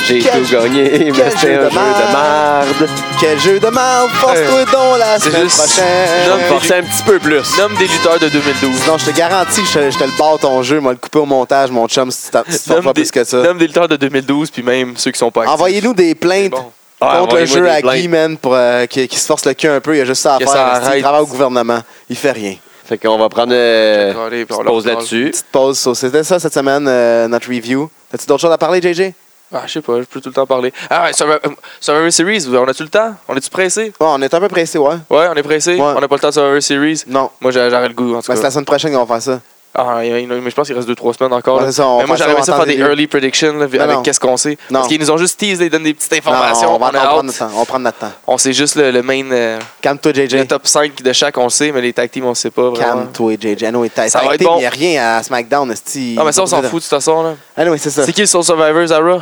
Speaker 3: J'ai
Speaker 2: Quel-
Speaker 3: tout gagné, mais
Speaker 2: quel
Speaker 3: c'était
Speaker 2: jeu de
Speaker 3: un jeu de merde.
Speaker 2: Quel jeu de merde, force-toi donc la
Speaker 1: C'est
Speaker 2: semaine
Speaker 1: juste-
Speaker 3: Non,
Speaker 1: Jeu-
Speaker 2: prochaine.
Speaker 3: forcé un petit peu plus.
Speaker 1: Nomme des lutteurs de 2012.
Speaker 2: Sinon, je te garantis que je te, je te le barre ton jeu, moi le couper au montage, mon chum, si tu t'en- si tu t'en fais
Speaker 1: Nomme
Speaker 2: pas
Speaker 1: des,
Speaker 2: plus que ça.
Speaker 1: nomme des lutteurs de 2012, puis même ceux qui sont pas actifs.
Speaker 2: Envoyez-nous des
Speaker 1: C'est
Speaker 2: plaintes
Speaker 1: bon.
Speaker 3: Ah,
Speaker 2: contre le
Speaker 3: envoyez-moi
Speaker 2: jeu
Speaker 3: des
Speaker 2: à
Speaker 3: plaintes.
Speaker 2: Guy, man, pour euh, qu'il qu'il se force le cul un peu. Il y a juste ça à
Speaker 1: Que
Speaker 2: faire.
Speaker 1: ça
Speaker 2: esti.
Speaker 1: arrête.
Speaker 2: Il travaille au gouvernement. Il fait rien.
Speaker 3: Fait qu'on va prendre
Speaker 1: Je vais
Speaker 3: euh,
Speaker 1: aller,
Speaker 3: une
Speaker 1: puis on
Speaker 3: petite
Speaker 1: leur
Speaker 3: pause
Speaker 1: parle.
Speaker 3: là-dessus.
Speaker 2: Petite pause. So, C'était ça cette semaine, euh, notre review. T'as-tu d'autres choses à parler, JJ?
Speaker 1: Ah, je sais pas, je peux tout le temps parler. Ah, ouais, Survivor, euh, Survivor Series, on a-tu le temps? On est-tu pressé?
Speaker 2: Ouais, on est un peu pressé, ouais.
Speaker 1: Ouais, on est pressé.
Speaker 2: Ouais.
Speaker 1: On n'a pas le temps de Survivor Series.
Speaker 2: Non.
Speaker 1: Moi, j'a- j'aurais le goût, en tout
Speaker 2: Ben, c'est
Speaker 1: cas.
Speaker 2: la semaine prochaine qu'on va faire ça.
Speaker 1: Ah, il y en a- mais je pense qu'il reste 2-3 semaines encore.
Speaker 2: Ouais,
Speaker 1: là.
Speaker 2: c'est ça, on
Speaker 1: mais moi,
Speaker 2: fait ça,
Speaker 1: j'aurais aimé
Speaker 2: on
Speaker 1: ça
Speaker 2: entend
Speaker 1: faire des
Speaker 2: des
Speaker 1: early predictions là,
Speaker 2: non.
Speaker 1: avec qu'est-ce qu'on sait.
Speaker 2: Non.
Speaker 1: Parce qu'ils nous ont juste teasé, ils donnent des petites
Speaker 2: Non,
Speaker 1: informations.
Speaker 2: on, va
Speaker 1: on,
Speaker 2: on va
Speaker 1: a
Speaker 2: prendre notre
Speaker 1: hâte.
Speaker 2: temps. On va prendre notre temps.
Speaker 1: On sait juste le, le main, euh,
Speaker 2: Calme-toi,
Speaker 1: le
Speaker 2: JJ.
Speaker 1: top 5 de chaque, on sait, mais les tag teams, on sait pas vraiment.
Speaker 2: Calme-toi, JJ. Anyway, t'as
Speaker 1: Ça
Speaker 2: t'as
Speaker 1: va être
Speaker 2: été,
Speaker 1: bon.
Speaker 2: mais rien à SmackDown, esti.
Speaker 1: Ah, mais ça, on s'en fout de toute façon. Là.
Speaker 2: Anyway, c'est ça.
Speaker 1: C'est qui sur Survivor, Zara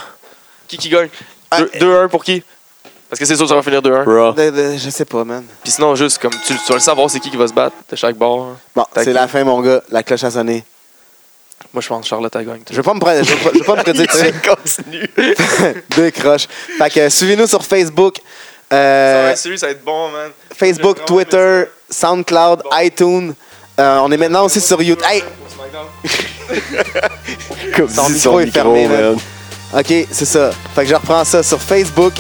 Speaker 1: Qui qui gagne
Speaker 2: Ah,
Speaker 1: Deux- 2-1 pour qui Parce que c'est sûr que ça va finir 2-1.
Speaker 3: Bro.
Speaker 2: De- de- je sais pas, man.
Speaker 1: Puis sinon, juste comme tu, tu vas le savoir, c'est qui qui va se battre de chaque bord. hein.
Speaker 2: Bon,
Speaker 1: T'as
Speaker 2: c'est
Speaker 1: qui?
Speaker 2: la fin, mon gars. La cloche a sonné.
Speaker 1: Moi, je pense que Charlotte a gagné.
Speaker 2: Je vais pas me, prendre- je vais pas- je
Speaker 1: [LAUGHS]
Speaker 2: vais pas me prédire dessus.
Speaker 3: Continue.
Speaker 2: [LAUGHS] Décroche. Fait que euh, suivez-nous sur Facebook, euh,
Speaker 1: ça va être bon, man.
Speaker 2: Facebook, Twitter, SoundCloud, iTunes. Euh, on est maintenant aussi sur YouTube. Hey!
Speaker 3: Comme
Speaker 2: Son
Speaker 3: si
Speaker 2: micro est fermé, man. Ok, c'est ça. Fait que je reprends ça sur Facebook,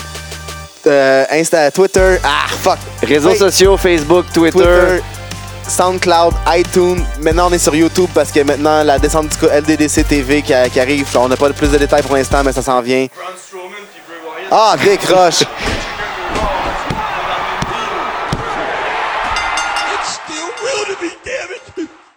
Speaker 2: euh, Insta, Twitter. Ah, fuck!
Speaker 3: Réseaux
Speaker 2: Hey,
Speaker 3: sociaux, Facebook, Twitter.
Speaker 2: Twitter, SoundCloud, iTunes. Maintenant, on est sur YouTube parce que maintenant, la descente du co- LDDC TV qui, a- qui arrive, on n'a pas plus de détails pour l'instant, mais ça s'en vient. Ah, décroche!
Speaker 5: It's still real to me, damn it!